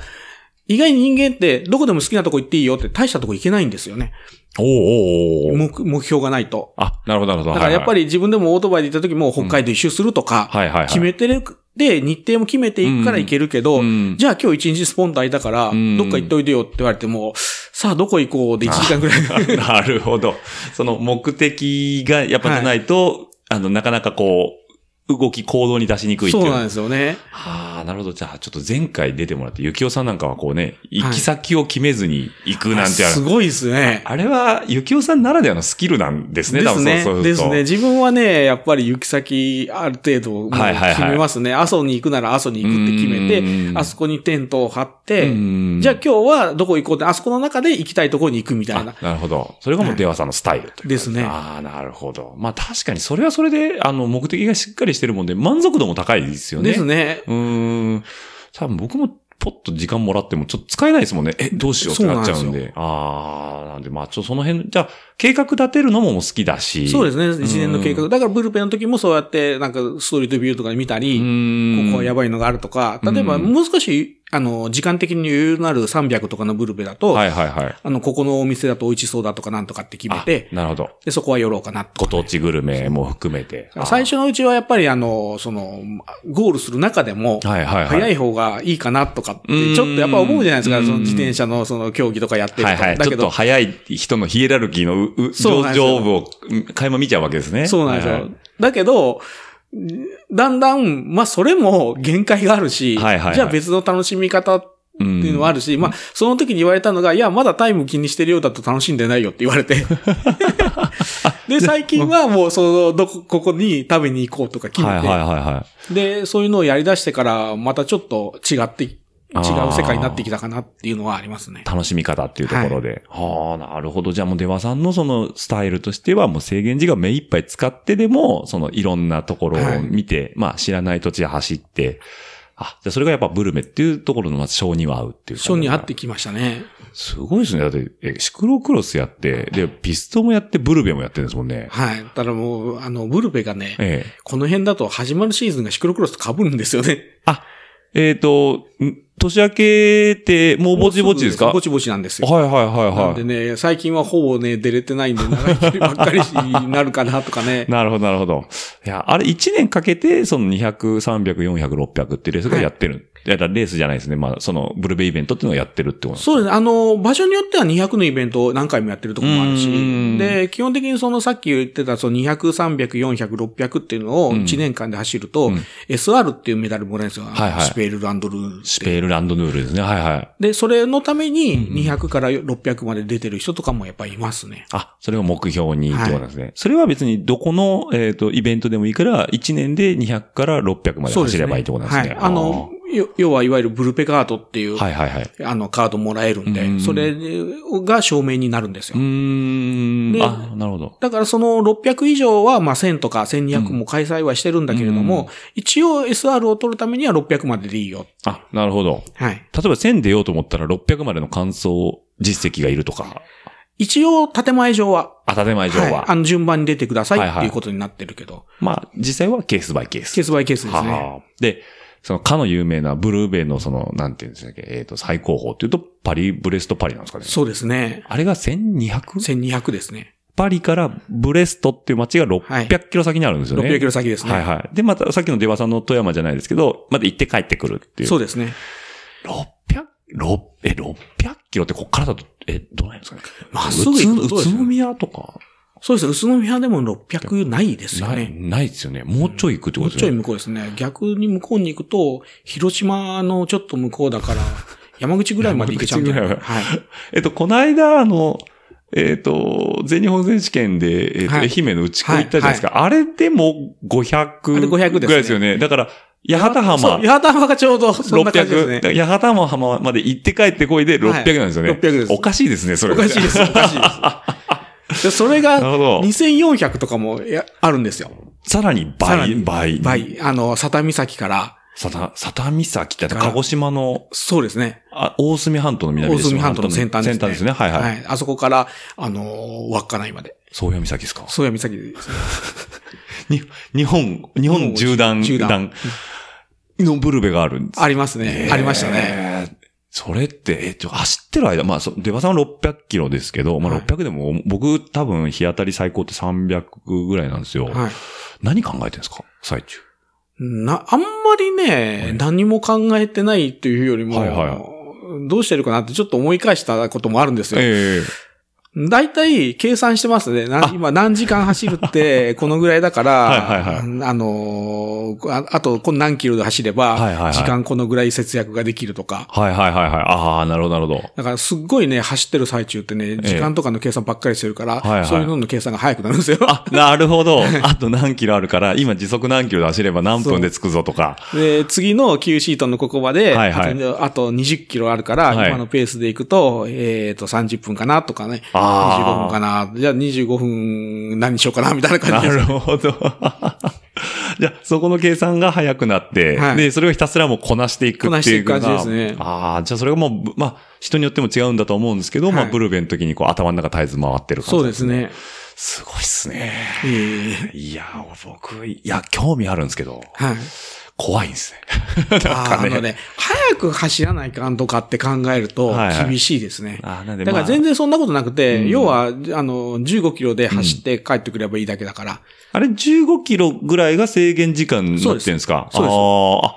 Speaker 3: 意外に人間ってどこでも好きなとこ行っていいよって大したとこ行けないんですよね。
Speaker 2: おーおーおー
Speaker 3: 目目標がないと。
Speaker 2: あ、なるほど、なるほど。
Speaker 3: だからやっぱ
Speaker 2: り、
Speaker 3: り自分でもオートバイで行った時も北海道一周するとか、
Speaker 2: はいはいはい。
Speaker 3: 決めてるで、日程も決めていくから行けるけど、
Speaker 2: うん
Speaker 3: じゃあ今日一日スポンタ空いたから、
Speaker 2: ん
Speaker 3: どっか行っといてよって言われても、さあどこ行こうで1時間ぐら い。
Speaker 2: なるほど。その目的がやっぱじゃないと、あの、なかなかこう、動き行動に出しにくいっていう。
Speaker 3: そうなんですよね。
Speaker 2: はあ、なるほど。じゃあ、ちょっと前回出てもらって、ゆきおさんなんかはこうね、行き先を決めずに行くなんてある
Speaker 3: すごいですね。
Speaker 2: あれは、ゆきおさんならではのスキルなんですね、
Speaker 3: で
Speaker 2: 多
Speaker 3: す
Speaker 2: 分
Speaker 3: ね
Speaker 2: そうそう
Speaker 3: です
Speaker 2: ると
Speaker 3: ね。。自分はね、やっぱり行き先、ある程度、もう決
Speaker 2: はいはいはい
Speaker 3: めますね。阿蘇に行くなら阿蘇に行くって決め
Speaker 2: う
Speaker 3: て、
Speaker 2: ん
Speaker 3: あそこにテントを張っ
Speaker 2: う
Speaker 3: て、
Speaker 2: ん
Speaker 3: じゃあ今日はどこ行こうって、あそこの中で行きたいところに行くみたいな
Speaker 2: あ。なるほど。それがもう
Speaker 3: はい
Speaker 2: 出羽さんのスタイルというか
Speaker 3: ですね
Speaker 2: ああ、なるほど。まあ確かにそれはそれで、あの、目的がしっかりしてるもんで、満足度も高いですよね。
Speaker 3: ですね。
Speaker 2: うーん。多分僕も、ポッと時間もらっても、ちょっと使えないですもんね。え、どうしようってなっちゃうん
Speaker 3: そうなん
Speaker 2: で。
Speaker 3: です
Speaker 2: ああ、なんで、まあ、ちょっとその辺、じゃあ、計画立てるのももう好きだし。。
Speaker 3: そうですすね。一年の計
Speaker 2: う
Speaker 3: 画。だからブルペンの時もそうやって、なんかストリートビューとかで見た
Speaker 2: う
Speaker 3: り、
Speaker 2: ーん。
Speaker 3: ここはや
Speaker 2: ば
Speaker 3: ばいのがあるとか、例えば
Speaker 2: うん
Speaker 3: もう少し、あの、時間的に余裕のある300とかのブルペだと、
Speaker 2: はいはいはい。
Speaker 3: あの、ここのお店だと美味しそうだとかなんとかって決め
Speaker 2: あ
Speaker 3: て、
Speaker 2: なるほど。
Speaker 3: で、そこは寄ろうかなと
Speaker 2: ご
Speaker 3: か。
Speaker 2: 当地グルメも含めて。
Speaker 3: 最初のうちはやっぱりあの、その、ゴールする中でも、
Speaker 2: あー、はいはいはい。
Speaker 3: 早い方がいいかなとかっ
Speaker 2: うん
Speaker 3: て、ちょっとやっぱ思うじゃないです
Speaker 2: う
Speaker 3: か、
Speaker 2: ん
Speaker 3: その自転車のその競技とかやってると。
Speaker 2: はいはい。
Speaker 3: だ
Speaker 2: ちょ
Speaker 3: け
Speaker 2: っと
Speaker 3: ど、
Speaker 2: 早い人のヒエラルキーのう、う
Speaker 3: そう
Speaker 2: 上
Speaker 3: なんですよ
Speaker 2: 上部をうん垣間見ちゃうわけですね。
Speaker 3: そうなんです
Speaker 2: はいは
Speaker 3: よ
Speaker 2: い。
Speaker 3: だけど、だんだん、まあそれも限界があるし、
Speaker 2: はいはいはい
Speaker 3: じゃあ別の楽しみ方っていうのはあるし、まあその時に言われたのが、いや、まだタイム気にしてるようだと楽しんでないよって言われて。 で、最近はもうその、どこ、ここに食べに行こうとか決
Speaker 2: はい
Speaker 3: め
Speaker 2: はい
Speaker 3: て、
Speaker 2: はいはい。
Speaker 3: で、そういうのをやり出してから、またちょっと違って、違
Speaker 2: あ
Speaker 3: う
Speaker 2: ー
Speaker 3: 世界になってきたかなっていうのはありますね。
Speaker 2: 楽しみ方っていうところで。はあ、なるほど。じゃあもう出羽さんのそのスタイルとしてはもう制限時間を目いっぱい使ってでも、そのいろんなところを見て、まあ知らない土地で走って、あ、じゃあそれがやっぱブルメっていうところのまず性には合うっていう。
Speaker 3: 書に合ってきましたね。
Speaker 2: すごいですね。だって、えシクロクロスやって、で、ピストもやってブルベもやってるんですもんね。
Speaker 3: はい。ただもう、あの、ブルペがね、
Speaker 2: ええ。
Speaker 3: この辺だと始まるシーズンがシクロクロスと被るんですよね。
Speaker 2: あ、えっ、と、ん年明けて、もう ぼちぼちですか
Speaker 3: ぼちぼちなんですよ。
Speaker 2: はいはいはい
Speaker 3: なん
Speaker 2: は
Speaker 3: で
Speaker 2: い。
Speaker 3: ね、最近はほぼね、出れてないんで、長い距離ばっかりになるかなとか ね。
Speaker 2: なるほど、なるほど。いや、あれ1年かけて、その200、300、400、600ってレースがやってる。いや、だからレースじゃないですね。まあ、その、ブルベイベントっていうのをやってるってことなんです
Speaker 3: そうですね。あの、場所によっては200のイベントを何回もやってるところもある
Speaker 2: うーん
Speaker 3: し、で、基本的にそのさっき言ってたその200、300、400、600っていうのを
Speaker 2: うん
Speaker 3: 1年間で走ると、
Speaker 2: うん
Speaker 3: SR っていうメダルもらえるんですよ。
Speaker 2: はいはい
Speaker 3: スペールランドルー
Speaker 2: スペールランドヌールですね。はいはい。
Speaker 3: で、それのために200から600まで出てる人とかもやっぱいますね。
Speaker 2: あ、それを目標にってことなんですね。それは別にどこの、えっ、と、イベントでもいいから、1年で200から600まで
Speaker 3: そうで
Speaker 2: 走
Speaker 3: すね
Speaker 2: ればいいってことなんですね。
Speaker 3: はい。あの、よ要はいわゆるブルペカードっていう、
Speaker 2: あー、はいはいはい。
Speaker 3: あの、カードもらえるんで、
Speaker 2: うん
Speaker 3: それが証明になるんです
Speaker 2: う
Speaker 3: よ。
Speaker 2: ーん。
Speaker 3: で
Speaker 2: あ、なるほど。
Speaker 3: だからその600以上は、まあ1000とか1200も開催はしてるんだけれども、
Speaker 2: うん
Speaker 3: 一応 SR を取るためには600まででいいよ。
Speaker 2: あ、なるほど。
Speaker 3: はい。
Speaker 2: 例えば1000出ようと思ったら600までの完走実績がいるとか、
Speaker 3: 一応建前上は、
Speaker 2: あ建前上は、
Speaker 3: い、あの順番に出てください
Speaker 2: はいはい
Speaker 3: っていうことになってるけど、
Speaker 2: まあ実際はケースバイケース。
Speaker 3: ケースバイケースですね。
Speaker 2: はあで、そのかの有名なブルーベイのその、なんていうんですか、えっ、と、最高峰っていうとパリ、ブレストパリなんですかね。
Speaker 3: そうですね。
Speaker 2: あれが 1200?
Speaker 3: 1200ですね。
Speaker 2: パリからブレストっていう街が600キロ先にあるんですよね。
Speaker 3: 600キロ先ですね。
Speaker 2: はいはい。で、またさっきの出羽さんの富山じゃないですけど、また行って帰ってくるっていう。
Speaker 3: そう
Speaker 2: う。
Speaker 3: ですね。
Speaker 2: 600、ろえ、600キロってこっからだと、え、どうなんですかね。
Speaker 3: まっすぐ行く
Speaker 2: 宇
Speaker 3: と
Speaker 2: 都
Speaker 3: そうです
Speaker 2: 宇
Speaker 3: ね
Speaker 2: 都宮とか。
Speaker 3: そうです。宇都宮でも600ないですよ
Speaker 2: ない、
Speaker 3: ね。
Speaker 2: ないですよね。もうちょい行くってこ
Speaker 3: もう
Speaker 2: とです
Speaker 3: ちょい
Speaker 2: よね。
Speaker 3: 向こうですね。逆に向こうに行くと、広島のちょっと向こうだから、山口ぐらいまで行けちゃうんじゃない
Speaker 2: 山口ぐ
Speaker 3: はい。
Speaker 2: えっと、この間、あの、えっ、と、全日本選手権で、えっと
Speaker 3: はい
Speaker 2: 愛媛の内子行ったじゃないですか。あれでも500
Speaker 3: あれ500ですね
Speaker 2: ぐらいですよね。だから、八幡
Speaker 3: そう、
Speaker 2: 浜。
Speaker 3: 八幡浜がちょうどそんな感じです
Speaker 2: 600、
Speaker 3: ね。
Speaker 2: だから八幡浜まで行って帰ってこいで600なんですよね。
Speaker 3: はい600です
Speaker 2: おかしいですね、それ。
Speaker 3: おかしいです、おかしいです。でそ れ
Speaker 2: なるほ
Speaker 3: が、
Speaker 2: ど。
Speaker 3: 2400とかもやあるんですよ。
Speaker 2: さらに
Speaker 3: さら
Speaker 2: 倍、
Speaker 3: に
Speaker 2: 倍。。
Speaker 3: 倍、あの、佐田岬から、
Speaker 2: さた、さたみさきってあった鹿児島の、
Speaker 3: そうですね。
Speaker 2: あ、大隅半島の南
Speaker 3: 大
Speaker 2: ですよ
Speaker 3: 隅半島の先端ですね。
Speaker 2: 先端ですね。はいはい。
Speaker 3: はい。あそこから、あの、稚内まで。
Speaker 2: 宗谷岬ですか
Speaker 3: 宗谷岬ですね。
Speaker 2: に、日本、日本縦断、
Speaker 3: 縦断
Speaker 2: 断のブルベがあるんです。
Speaker 3: ありますね。ありましたね。
Speaker 2: ね。それって、えっと、走ってる間、まあ、そ出羽さんは600キロですけど、ま
Speaker 3: は
Speaker 2: あ
Speaker 3: い
Speaker 2: 600でも、僕多分日当たり最高って300ぐらいなんですよ。
Speaker 3: はい。
Speaker 2: 何考えてるんですか最中。
Speaker 3: な、あんまりね、何も考えてないというよりも、
Speaker 2: はいは
Speaker 3: どうしてるかなってちょっと思い返したこともあるんですよ。
Speaker 2: ええ
Speaker 3: 大体計算してますね。な今何時間走る って、このぐらいだから、
Speaker 2: はいはい
Speaker 3: あのーあ、あとこの何キロで走れば、
Speaker 2: はいはいはい
Speaker 3: 時間このぐらい節約ができるとか。
Speaker 2: はいはいはいはい。ああ、なるほどなるほど。
Speaker 3: だからすっごいね、走ってる最中ってね、時間とかの計算ばっかりしてるから、
Speaker 2: はいはい
Speaker 3: そういうのの計算が早くなるんですよ。
Speaker 2: あ、なる ほど。あと何キロあるから、今時速何キロで走れば何分で着くぞとか。
Speaker 3: で、次の Q シートのここまで、
Speaker 2: はいはい
Speaker 3: あとあと20キロあるから、
Speaker 2: はい
Speaker 3: 今のペースで行くと、えっ、と、30分かなとかね。25
Speaker 2: あー
Speaker 3: 分かな。じゃあ25分何しようかなみたいな感
Speaker 2: な
Speaker 3: じで
Speaker 2: るほど。 じゃあ、そこの計算が早くなって、
Speaker 3: はい
Speaker 2: で、それをひたすらもうこなしていく
Speaker 3: こな
Speaker 2: っ
Speaker 3: してて
Speaker 2: い
Speaker 3: いうく感じですね
Speaker 2: のがああ、じゃあそれがもう、ぶまあ、人によっても違うんだと思うんですけど、まあ、
Speaker 3: はい
Speaker 2: ブルベの時にこう頭の中絶えず回ってる感
Speaker 3: そ
Speaker 2: じ
Speaker 3: うです。ね。
Speaker 2: すごいっすね。
Speaker 3: ええ
Speaker 2: いやー、僕、いや、興味あるんですけど、
Speaker 3: はい。
Speaker 2: 怖いんですね。
Speaker 3: あーあのね、早く走らないかんとかって考えると
Speaker 2: はいはい
Speaker 3: 厳しいですね。
Speaker 2: あーなんで、
Speaker 3: だから
Speaker 2: まあ
Speaker 3: 全然そんなことなくて、
Speaker 2: うん
Speaker 3: 要は、あの、15キロで走って帰ってくればいいだけだから。
Speaker 2: あれ15キロぐらいが制限時間になってるんですか
Speaker 3: そうで
Speaker 2: あ
Speaker 3: す
Speaker 2: あ、あ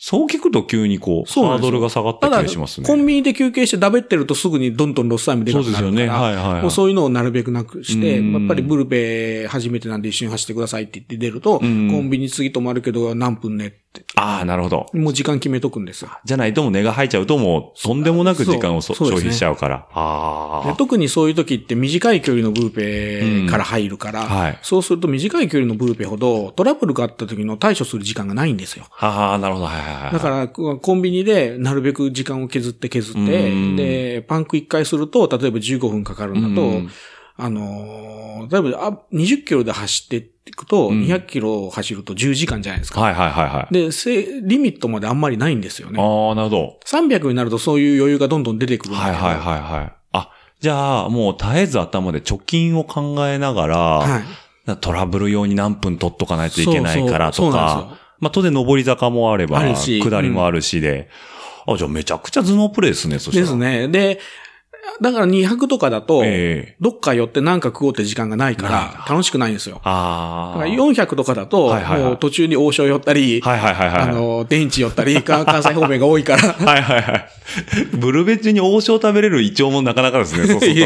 Speaker 2: そう聞くと急にこう、
Speaker 3: そうな
Speaker 2: ハ
Speaker 3: ん
Speaker 2: ー
Speaker 3: ですよ
Speaker 2: ドルが下がった気
Speaker 3: ただ、
Speaker 2: がしますね。
Speaker 3: コンビニで休憩してだべってるとすぐにどんどんロスタイムでかくなるから。
Speaker 2: そうですよねはいはいはい
Speaker 3: もうそういうのをなるべくなくして、
Speaker 2: うん
Speaker 3: やっぱりブルペ初めてなんで一緒に走ってくださいって言って出ると、コ
Speaker 2: ん
Speaker 3: ンビニ次止まるけど何分ねって、
Speaker 2: ああ、なるほど。
Speaker 3: もう時間決めとくんですよ。
Speaker 2: じゃないともう根が生えちゃうともう、とんでもなく時間をそ
Speaker 3: そう
Speaker 2: 消
Speaker 3: そうですね
Speaker 2: 費しちゃうから。あ
Speaker 3: で
Speaker 2: あ。
Speaker 3: 特にそういう時って短い距離のブルペから入るから、
Speaker 2: んはい
Speaker 3: そうすると短い距離のブルペほどトラブルがあった時の対処する時間がないんですよ。
Speaker 2: ああ、なるほど。はいはいはい。
Speaker 3: だから、こコンビニでなるべく時間を削って削って
Speaker 2: うん、
Speaker 3: で、パンク1回すると、例えば15分かかるんだ
Speaker 2: う
Speaker 3: と
Speaker 2: ん、
Speaker 3: あのー、例えばあ20キロで走っていくと、
Speaker 2: ん
Speaker 3: 200キロ走ると10時間じゃないですか。
Speaker 2: はいはいはいはい。
Speaker 3: で、せリミットまであんまりないんですよね。
Speaker 2: ああ、なるほど。
Speaker 3: 300になるとそういう余裕がどんどん出てくるんだ
Speaker 2: は
Speaker 3: け
Speaker 2: い
Speaker 3: ど。
Speaker 2: はいはいはい。あ、じゃあ、もう絶えず頭で貯金を考えながら、
Speaker 3: はい。
Speaker 2: トラブル用に何分取っとかないといけないから
Speaker 3: そ
Speaker 2: と
Speaker 3: うそうそうなんです
Speaker 2: か、まあ、当然上り坂もあれば、
Speaker 3: あるし
Speaker 2: 下りもあるしで、あ、じゃあめちゃくちゃ頭脳プレイですね、そしたら。
Speaker 3: です。ね。で、だから200とかだと、
Speaker 2: ええ
Speaker 3: どっか寄って何か食おうって時間がないか
Speaker 2: ない
Speaker 3: ら、楽しくないんですよ。だ
Speaker 2: ああ。
Speaker 3: から400とかだと、
Speaker 2: はいはいはい
Speaker 3: もう途中に王将寄ったり、
Speaker 2: はいはいはいはい。
Speaker 3: あの、電池寄ったり、か 関西方面が多 いから。
Speaker 2: はいはいはい。ブルベ中に王将食べれる胃腸もなかなかです ね、そうすると。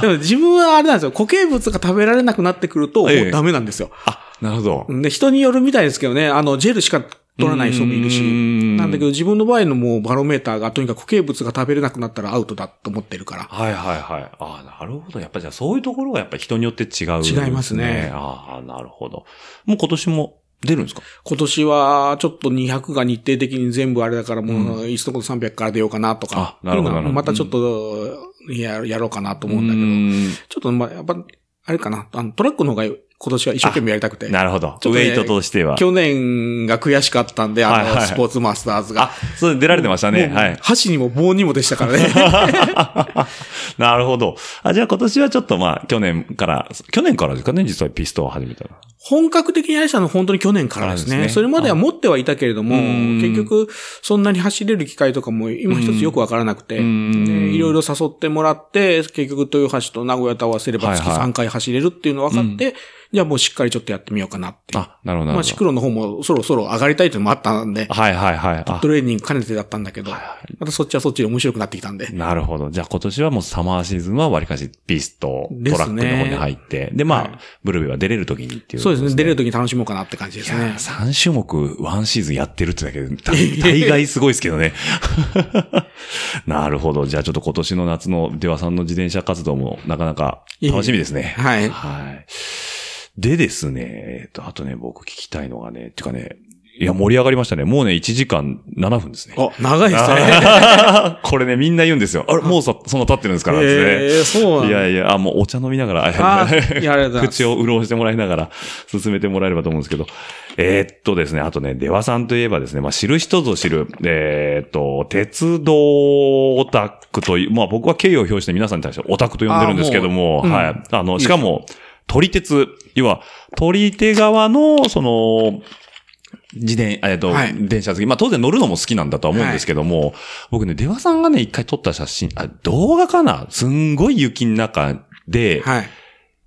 Speaker 3: でも自分はあれなんですよ、固形物が食べられなくなってくると、も
Speaker 2: ええ
Speaker 3: うダメなんですよ。
Speaker 2: あ、なるほど。
Speaker 3: で、人によるみたいですけどね、あの、ジェルしか取らない人もいる
Speaker 2: うー
Speaker 3: し、
Speaker 2: ん
Speaker 3: なんだけど自分の場合のもうバロメーターが、とにかく固形物が食べれなくなったらアウトだと思ってるから。
Speaker 2: はいはいはい。ああ、なるほど。やっぱじゃあそういうところがやっぱ人によって違う、
Speaker 3: 違いますね
Speaker 2: ああ、なるほど。もう今年も出るんですか
Speaker 3: 今年はちょっと200が日程的に全部あれだからもう、いつのこと300から出ようかなとか、
Speaker 2: あなるほど
Speaker 3: 今
Speaker 2: なるほど
Speaker 3: またちょっとややろうかなと思うんだけど、
Speaker 2: け
Speaker 3: ちょっとまあ、やっぱ、あれかな、あのトラックの方が今年は一生懸命やりたくて。
Speaker 2: なるほど。
Speaker 3: ちょ
Speaker 2: ウ
Speaker 3: っとね
Speaker 2: ェイトとしては。
Speaker 3: 去年が悔しかったんで、あの、
Speaker 2: はいはい
Speaker 3: スポーツマスターズが。
Speaker 2: あ、そう出られてましたね。
Speaker 3: もう
Speaker 2: はい。
Speaker 3: 箸にも棒にもでしたからね。
Speaker 2: なるほど。あ、じゃあ今年はちょっとまあ、去年から、去年からですかね、実はピストを始めたの。
Speaker 3: 本格的にやりだしたのは本当に去年からです
Speaker 2: から
Speaker 3: ね。
Speaker 2: ですね
Speaker 3: それまでは持ってはいたけれども、
Speaker 2: うん
Speaker 3: 結局、そんなに走れる機会とかも今一つよくわからなくて、で
Speaker 2: うん
Speaker 3: いろいろ誘ってもらって、結局豊橋と名古屋と合わせれば月
Speaker 2: はいはい
Speaker 3: 3回走れるっていうの分かって、じゃあもうしっかりちょっとやってみようかなっていう。
Speaker 2: あ、なるほど、な
Speaker 3: まあ、
Speaker 2: る
Speaker 3: シ
Speaker 2: ほ
Speaker 3: クロの方もそろそろ上がりたいというのもあったんで
Speaker 2: ど。、はいはいはい。あ
Speaker 3: ト、レーニング兼ねてだったんだけど、
Speaker 2: は
Speaker 3: またそっちはそっちで面白くなってきたんで。
Speaker 2: なるほど。じゃあ今年はもうサマーシーズンはわりかしピスト、
Speaker 3: です
Speaker 2: ト
Speaker 3: ね
Speaker 2: ラックの方に入って、で、まあ、
Speaker 3: はい
Speaker 2: ブルーベは出れる時にっていう、
Speaker 3: そうですね。出れるときに楽しもうかなって感じですね。
Speaker 2: 3種目、ワンシーズンやってるってだけで、大大 概すごいですけどね。 なるほど。じゃあちょっと今年の夏の出羽さんの自転車活動もなかなか楽しみですね。
Speaker 3: はい
Speaker 2: はい。でですね、えっと、あとね、僕聞きたいのがね、っていうかね、いや、盛り上がりましたね。もうね、1時間7分ですね。
Speaker 3: あ、長いですね。
Speaker 2: あー これね、みんな言うんですよ。あれ、もうそ、その経ってるんですからですね。
Speaker 3: えーそうなん
Speaker 2: い
Speaker 3: だ
Speaker 2: やいや、あ、もうお茶飲みながら、
Speaker 3: あーやられた
Speaker 2: 口を潤してもらいながら進めてもらえればと思うんですけど。えーっとですね、あとね、出羽さんといえばですね、まあ、知る人ぞ知る、えーっと、鉄道オタクという、まあ僕は敬意を表して皆さんに対してオタクと呼んでるんですけども、
Speaker 3: あーもう
Speaker 2: は
Speaker 3: う
Speaker 2: い。あの、しかも、取り鉄、要は、取り手側の、その、自転、えっと、
Speaker 3: はい
Speaker 2: 電車好き。まあ当然乗るのも好きなんだとは思うんですけども、僕ね、出羽さんがね、一回撮った写真、あ、動画かなすんごい雪の中で、
Speaker 3: はい。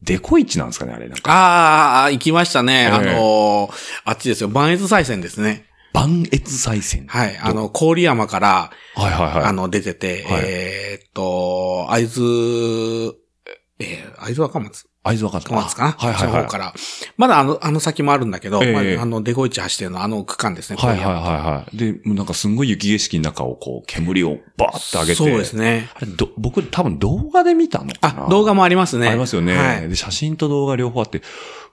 Speaker 2: デコイチなんですかね、あれ。なんか、
Speaker 3: ああ、行きましたね。
Speaker 2: ええ
Speaker 3: あのーあっちですよ。磐越再線ですね。
Speaker 2: 万越再線。
Speaker 3: はい。あの、郡山から、
Speaker 2: はいはいはい。
Speaker 3: あの、出てて、
Speaker 2: はい
Speaker 3: えーっと、会津、えー、会津若松
Speaker 2: 会津若
Speaker 3: 若松かな
Speaker 2: はいはい
Speaker 3: そ
Speaker 2: は
Speaker 3: の
Speaker 2: い
Speaker 3: 方。から。まだあの、あの先もあるんだけど、
Speaker 2: ええ
Speaker 3: まあ、あの、出口走ってるの、あの区間ですね。
Speaker 2: はいはい
Speaker 3: 郡山
Speaker 2: はいはい。で、もうなんかすんごい雪景色の中をこう、煙をバーって上げて。
Speaker 3: そうですね。
Speaker 2: あれど僕多分動画で見たのかな
Speaker 3: あ、動画
Speaker 2: も
Speaker 3: もありますね。
Speaker 2: ありますよね、
Speaker 3: はい。
Speaker 2: で、写真と動画両方あって、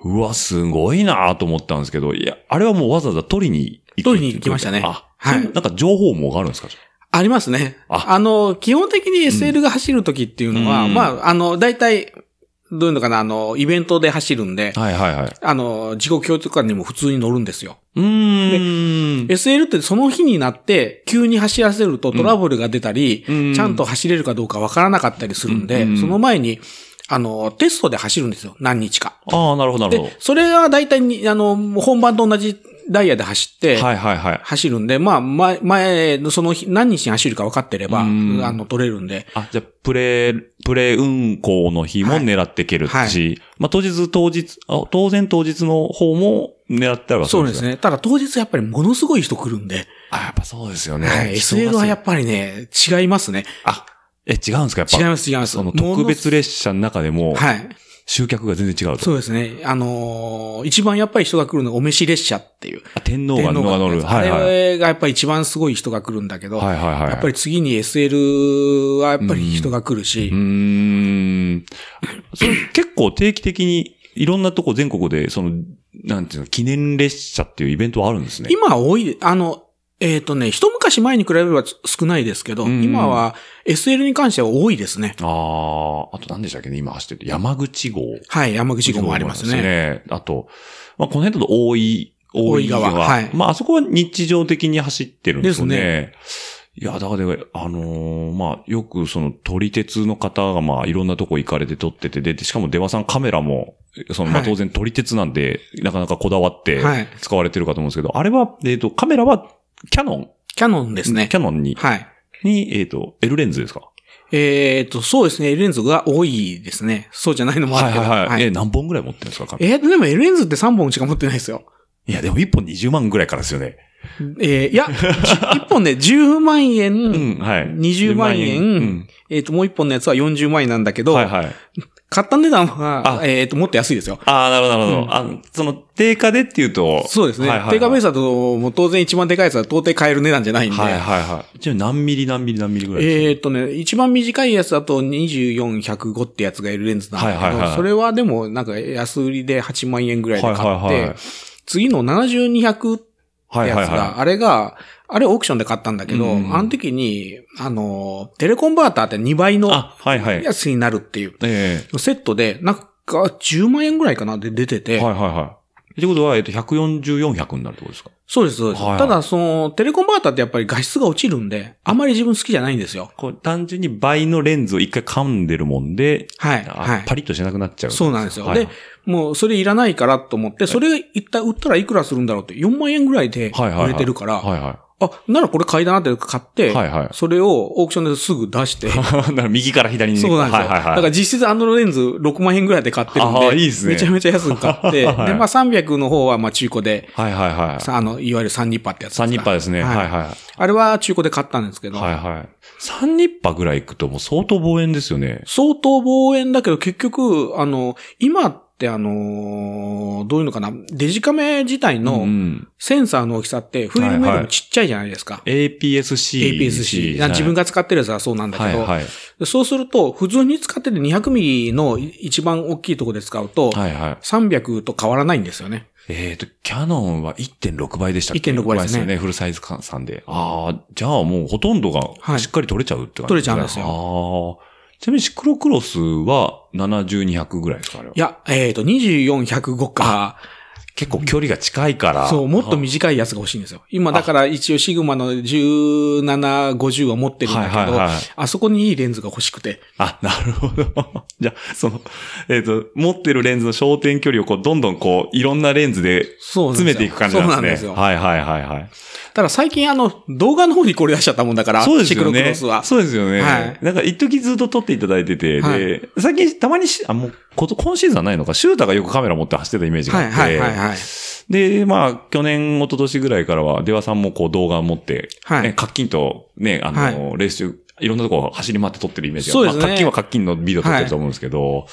Speaker 2: うわ、すごいなと思ったんですけど、いや、あれはもうわざわざ撮りに行く
Speaker 3: 撮りに行きましたね
Speaker 2: あ、
Speaker 3: はい
Speaker 2: なんか情報網があるんですかじゃ
Speaker 3: ありますね。
Speaker 2: あ
Speaker 3: あの、基本的に SL が走るときっていうのは、
Speaker 2: うん
Speaker 3: まあ、あの、大体、どういうのかな、あの、イベントで走るんで、
Speaker 2: あはいはいはい。
Speaker 3: あの、時刻表とかにも普通に乗るんですよ。
Speaker 2: うーん。
Speaker 3: SL ってその日になって、急に走らせるとトラブルが出たり、
Speaker 2: うん
Speaker 3: ちゃんと走れるかどうかわからなかったりするんで、
Speaker 2: うん
Speaker 3: その前に、あの、テストで走るんですよ。何日か。
Speaker 2: ああ、なるほどなるほ
Speaker 3: で、それは大体に、あの、本番と同じダイヤで走って、
Speaker 2: ど。はいはいはい。
Speaker 3: 走るんで、まあ、前、前のその日、何日に走るか分かってれば、
Speaker 2: うん
Speaker 3: あの、取れるんで、
Speaker 2: あ、じゃあ、プレ、プレ運行の日も狙っていけるし、
Speaker 3: はいは
Speaker 2: まあ当日当日あ、当然当日の方も狙ってあるわけ
Speaker 3: そうです
Speaker 2: ね。
Speaker 3: ね。ただ当日やっぱりものすごい人来るんで、
Speaker 2: あ、やっぱそうですよね。
Speaker 3: はい、SL はやっぱりね、違いますね。
Speaker 2: あ、え、違うんですかやっぱ。
Speaker 3: 違います、違います。
Speaker 2: その特別列車の中でも
Speaker 3: もの、はい。
Speaker 2: 集客が全然違うと。
Speaker 3: そうですね。あのー一番やっぱり人が来るのがお召し列車っていう。
Speaker 2: あ天皇が
Speaker 3: 天皇
Speaker 2: 乗る。
Speaker 3: あ
Speaker 2: はいはい。はい
Speaker 3: れがやっぱり一番すごい人が来るんだけど、
Speaker 2: はいはい。
Speaker 3: やっぱり次に SL はやっぱり人が来るし、
Speaker 2: うーん。それ結構定期的に、いろんなとこ全国で、その、なんていうの、記念列車っていうイベントはあるんですね。
Speaker 3: 今は多いで、あの、えっ、とね、一昔前に比べれば少ないですけど、
Speaker 2: うん
Speaker 3: 今は SL に関しては多いですね。
Speaker 2: ああ、あと何でしたっけね今走ってる。山口号。
Speaker 3: はい、山口号もありますね。
Speaker 2: あと、まあ、この辺だと大井、大井川。
Speaker 3: 大井川はい
Speaker 2: まあ、あそこは日常的に走ってるんですよね。
Speaker 3: で
Speaker 2: いや、だからね、あのーまあ、よくその、撮り鉄の方が、まあ、いろんなとこ行かれて撮ってて、で、しかも出羽さんカメラも、その、まあ、
Speaker 3: はい
Speaker 2: 当然撮り鉄なんで、なかなかこだわって
Speaker 3: はい、
Speaker 2: 使われてるかと思うんですけど、あれは、えっ、と、カメラは、キャノン
Speaker 3: キャノンですね
Speaker 2: キ。ャノンに、
Speaker 3: はい。
Speaker 2: に、えっ、と、L レンズですか
Speaker 3: えっ、と、そうですね、L レンズが多いですね。そうじゃないのもあ
Speaker 2: は
Speaker 3: る
Speaker 2: い
Speaker 3: けど。
Speaker 2: はいはい。
Speaker 3: はい
Speaker 2: え、何本ぐらい持ってるんですかカメ
Speaker 3: えーと、でも L レンズって3本しか持ってないですよ。
Speaker 2: ラいや、でも1本20万ぐらいからですよね。
Speaker 3: えーいや、1本ね、10万円、
Speaker 2: うん、はい。
Speaker 3: 20万円
Speaker 2: うん
Speaker 3: えっ、と、もう1本のやつは40万円なんだけど、
Speaker 2: はいはい。
Speaker 3: 買った値段は、
Speaker 2: あ
Speaker 3: えっ、と、もっと安いですよ。
Speaker 2: ああ、なるほど、なるほど。あその、定価でっていうと。
Speaker 3: そうですね。
Speaker 2: はいはいはい
Speaker 3: 定価ベースだと、もう当然一番でかいやつは到底買える値段じゃないんで。
Speaker 2: はいはいはい。ちなみに何ミリ何ミリ何ミリぐらいですか
Speaker 3: えーっとね、一番短いやつだと24105ってやつが L レンズなんだけど、
Speaker 2: はいはいはい
Speaker 3: それはでもなんか安売りで8万円ぐらいで買って、
Speaker 2: はいはいはい
Speaker 3: 次の70200って
Speaker 2: は
Speaker 3: やつ
Speaker 2: い
Speaker 3: が、
Speaker 2: はいは
Speaker 3: あれが、あれオークションで買ったんだけど、
Speaker 2: うん
Speaker 3: あの時に、あの、テレコンバーターって2倍
Speaker 2: い。
Speaker 3: の
Speaker 2: あ、はいはい。
Speaker 3: やつになるっていう、
Speaker 2: え
Speaker 3: セットで、なんか10万円ぐらいかなで出て
Speaker 2: え
Speaker 3: て、
Speaker 2: はいはいはい。ってことは、えっと、140、400になるってことですか
Speaker 3: そうです、そうです。
Speaker 2: はいはい
Speaker 3: ただ、その、テレコンバーターってやっぱり画質が落ちるんで、あまり自分好きじゃないんですよ。
Speaker 2: こう、単純に倍のレンズを一回噛んでるもんで、
Speaker 3: はい。
Speaker 2: あ
Speaker 3: はい。
Speaker 2: パリッとしなくなっちゃう。
Speaker 3: そうなんですよ。
Speaker 2: はい
Speaker 3: で、もうそれいらないからと思って、それ一旦売ったらいくらするんだろうって、4万円ぐらいで
Speaker 2: はいはいはい
Speaker 3: 売れてるから、
Speaker 2: はい は
Speaker 3: あ、ならこれ買いだなって買っ
Speaker 2: い。
Speaker 3: て、
Speaker 2: はいはい。
Speaker 3: それをオークションですぐ出 して、
Speaker 2: だから右から左にね。
Speaker 3: そうなんです
Speaker 2: はい
Speaker 3: よ。
Speaker 2: はい
Speaker 3: だ
Speaker 2: はい。
Speaker 3: から実質アンドロレンズ6万円ぐらいで買ってるん
Speaker 2: あー
Speaker 3: で、
Speaker 2: いいですね
Speaker 3: めちゃめちゃ安く 買って、
Speaker 2: はい
Speaker 3: で、まあ300の方はまあ中古で、
Speaker 2: はいはいはい。
Speaker 3: さあの、いわゆる3ニッパーってやつ
Speaker 2: 3ニッパーですね。
Speaker 3: はい
Speaker 2: はいはい。
Speaker 3: あれは中古で買ったんですけど、
Speaker 2: はいはい。3ニッパーぐらい行くともう相当望遠ですよね。
Speaker 3: 相当望遠だけど、結局、あの、今ってあのーどういうのかな、デジカメ自体
Speaker 2: う
Speaker 3: の
Speaker 2: ん。
Speaker 3: センサーの大きさって、フィルム
Speaker 2: は
Speaker 3: よ
Speaker 2: い
Speaker 3: り
Speaker 2: は
Speaker 3: も
Speaker 2: い
Speaker 3: ちっちゃいじゃないですか。
Speaker 2: APS-C。
Speaker 3: APSC。な自分
Speaker 2: が
Speaker 3: が使ってるやつはそうなんだけど、
Speaker 2: はいはい。
Speaker 3: でそうすると、普通に使ってて200ミリの一番大きいところで使うと、
Speaker 2: はいはい。
Speaker 3: 300と変わらないんですよね。
Speaker 2: えっ、と、キャノンは1.6倍でしたっけ
Speaker 3: 1.6倍ですね
Speaker 2: よフルサイズ換算で。ああ、じゃあもうほとんど
Speaker 3: は
Speaker 2: が
Speaker 3: い
Speaker 2: しっかり取れちゃうって感じ、
Speaker 3: 取れちゃうんですよ。
Speaker 2: ああ。ちなみにシクロクロスは70200ぐらいですかあれはい
Speaker 3: や、えっ、と、24105か、
Speaker 2: 結構距離が近いから。
Speaker 3: そう、もっと短いやつが欲しいんですよ。今、だから一応シグマの1750は持ってるんだけど、
Speaker 2: はいはいはい
Speaker 3: あそこにいいレンズが欲しくて。
Speaker 2: あ、なるほど。 じゃあ、その、えっ、と、持ってるレンズの焦点距離をこう、どんどんこう、いろんなレンズで
Speaker 3: そうなん
Speaker 2: 詰
Speaker 3: ですよ
Speaker 2: めていく感じなんですね。
Speaker 3: そうなんですよ。
Speaker 2: はいはいはいはい。
Speaker 3: だから最近あの、動画の方にこれ出しちゃったもんだから、
Speaker 2: そうですよ
Speaker 3: シクロク
Speaker 2: ね。
Speaker 3: ロスは。
Speaker 2: そうですよね。
Speaker 3: はい
Speaker 2: なんか、一時ずっと撮っていただいてて、
Speaker 3: は
Speaker 2: で、最近たまにし、あ、もう、こと、今シーズンはないのか、シュータがよくカメラ持って走ってたイメージがあ
Speaker 3: は
Speaker 2: っ
Speaker 3: い
Speaker 2: て、
Speaker 3: はいはいはい。
Speaker 2: で、まあ、去年、一昨年ぐらいからは、出羽さんもこう動画を持って、
Speaker 3: はい
Speaker 2: ね、活金とね、あの、レース中、いろんなとこ走り回って撮ってるイメージが。
Speaker 3: そうですね
Speaker 2: まあ、活金は活金のビデオ撮ってると思うんですけど、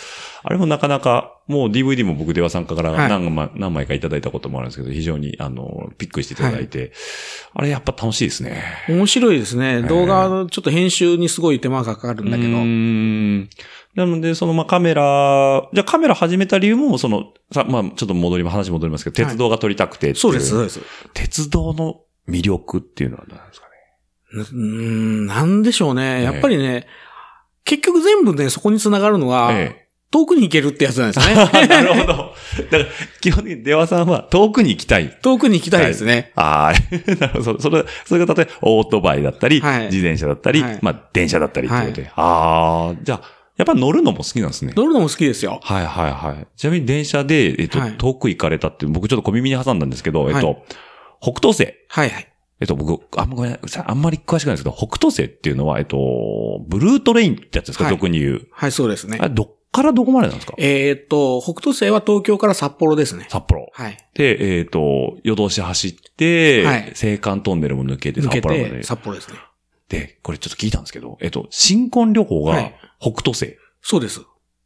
Speaker 2: あれもなかなか、もう DVD も僕出羽さんから
Speaker 3: はい
Speaker 2: 何,、枚何枚かいただいたこともあるんですけど、非常に、あの、ピックしていただいて、あれやっぱ楽しいですね。
Speaker 3: 面白いですね。
Speaker 2: ー
Speaker 3: 動画のちょっと編集にすごい手間がかかるんだけど
Speaker 2: うー。んなので、その、まあ、カメラ、じゃあカメラ始めた理由も、その、さ、まあ、ちょっと戻ります、話戻りますけど、
Speaker 3: はい
Speaker 2: 鉄道が撮りたくてってい
Speaker 3: そうです、そうです。
Speaker 2: 鉄道の魅力っていうのは何ですかね。
Speaker 3: うーん、なんでしょうね。やっぱりね、結局全部ね、そこにつながるのは、
Speaker 2: え
Speaker 3: 遠くに行けるってやつなんですね。
Speaker 2: え、 なるほど。だから、基本的に出羽さんは遠くに行きたい。
Speaker 3: 遠くに行きたいですね。
Speaker 2: ああ、なるほど。それ、 それが例えばオートバイだったり、
Speaker 3: はい
Speaker 2: 自転車だったり、
Speaker 3: はい
Speaker 2: まあ、電車だったりっていうことで。ああ、じゃあ、やっぱ乗るのも好きなんですね。
Speaker 3: 乗るのも好きですよ。
Speaker 2: はいはいはい。ちなみに電車で、えっと、
Speaker 3: はい
Speaker 2: 遠く行かれたって、僕ちょっと小耳に挟んだんですけど、えっと、
Speaker 3: は
Speaker 2: 北東星。
Speaker 3: はいはい。
Speaker 2: えっと、僕、あんまごめんなさい。あんまり詳しくないんですけど、北東星っていうのは、えっと、ブルートレインってやつですか、
Speaker 3: はい
Speaker 2: 俗に言う。
Speaker 3: はい、そうですね
Speaker 2: あ。れどっからどこまでなんですか
Speaker 3: えーっと、北斗星は東京から札幌ですね。
Speaker 2: 札幌。
Speaker 3: はい。
Speaker 2: で、えっ、と、夜通し走って、
Speaker 3: はい
Speaker 2: 青函トンネルも抜けて
Speaker 3: 抜け
Speaker 2: 札幌ま
Speaker 3: て、
Speaker 2: で。
Speaker 3: 札幌ですね。
Speaker 2: で、これちょっと聞いたんですけど、えっ、と、新婚旅行
Speaker 3: は
Speaker 2: が
Speaker 3: い
Speaker 2: 北斗星。
Speaker 3: そうです。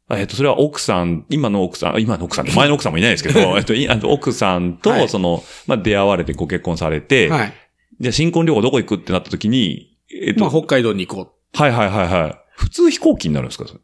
Speaker 2: あえっ、と、それは奥さん、今の奥さん、あ今の奥さん、前の奥さんもいないですけど、えっと、い あの奥さんと、
Speaker 3: はい
Speaker 2: その、まあ、出会われてご結婚されて、
Speaker 3: はい。
Speaker 2: じゃあ新婚旅行どこ行くってなった時に、えっ、と、
Speaker 3: まあ、北海道に行こう。
Speaker 2: はいはいはいはい。普通飛行機になるんですかそれ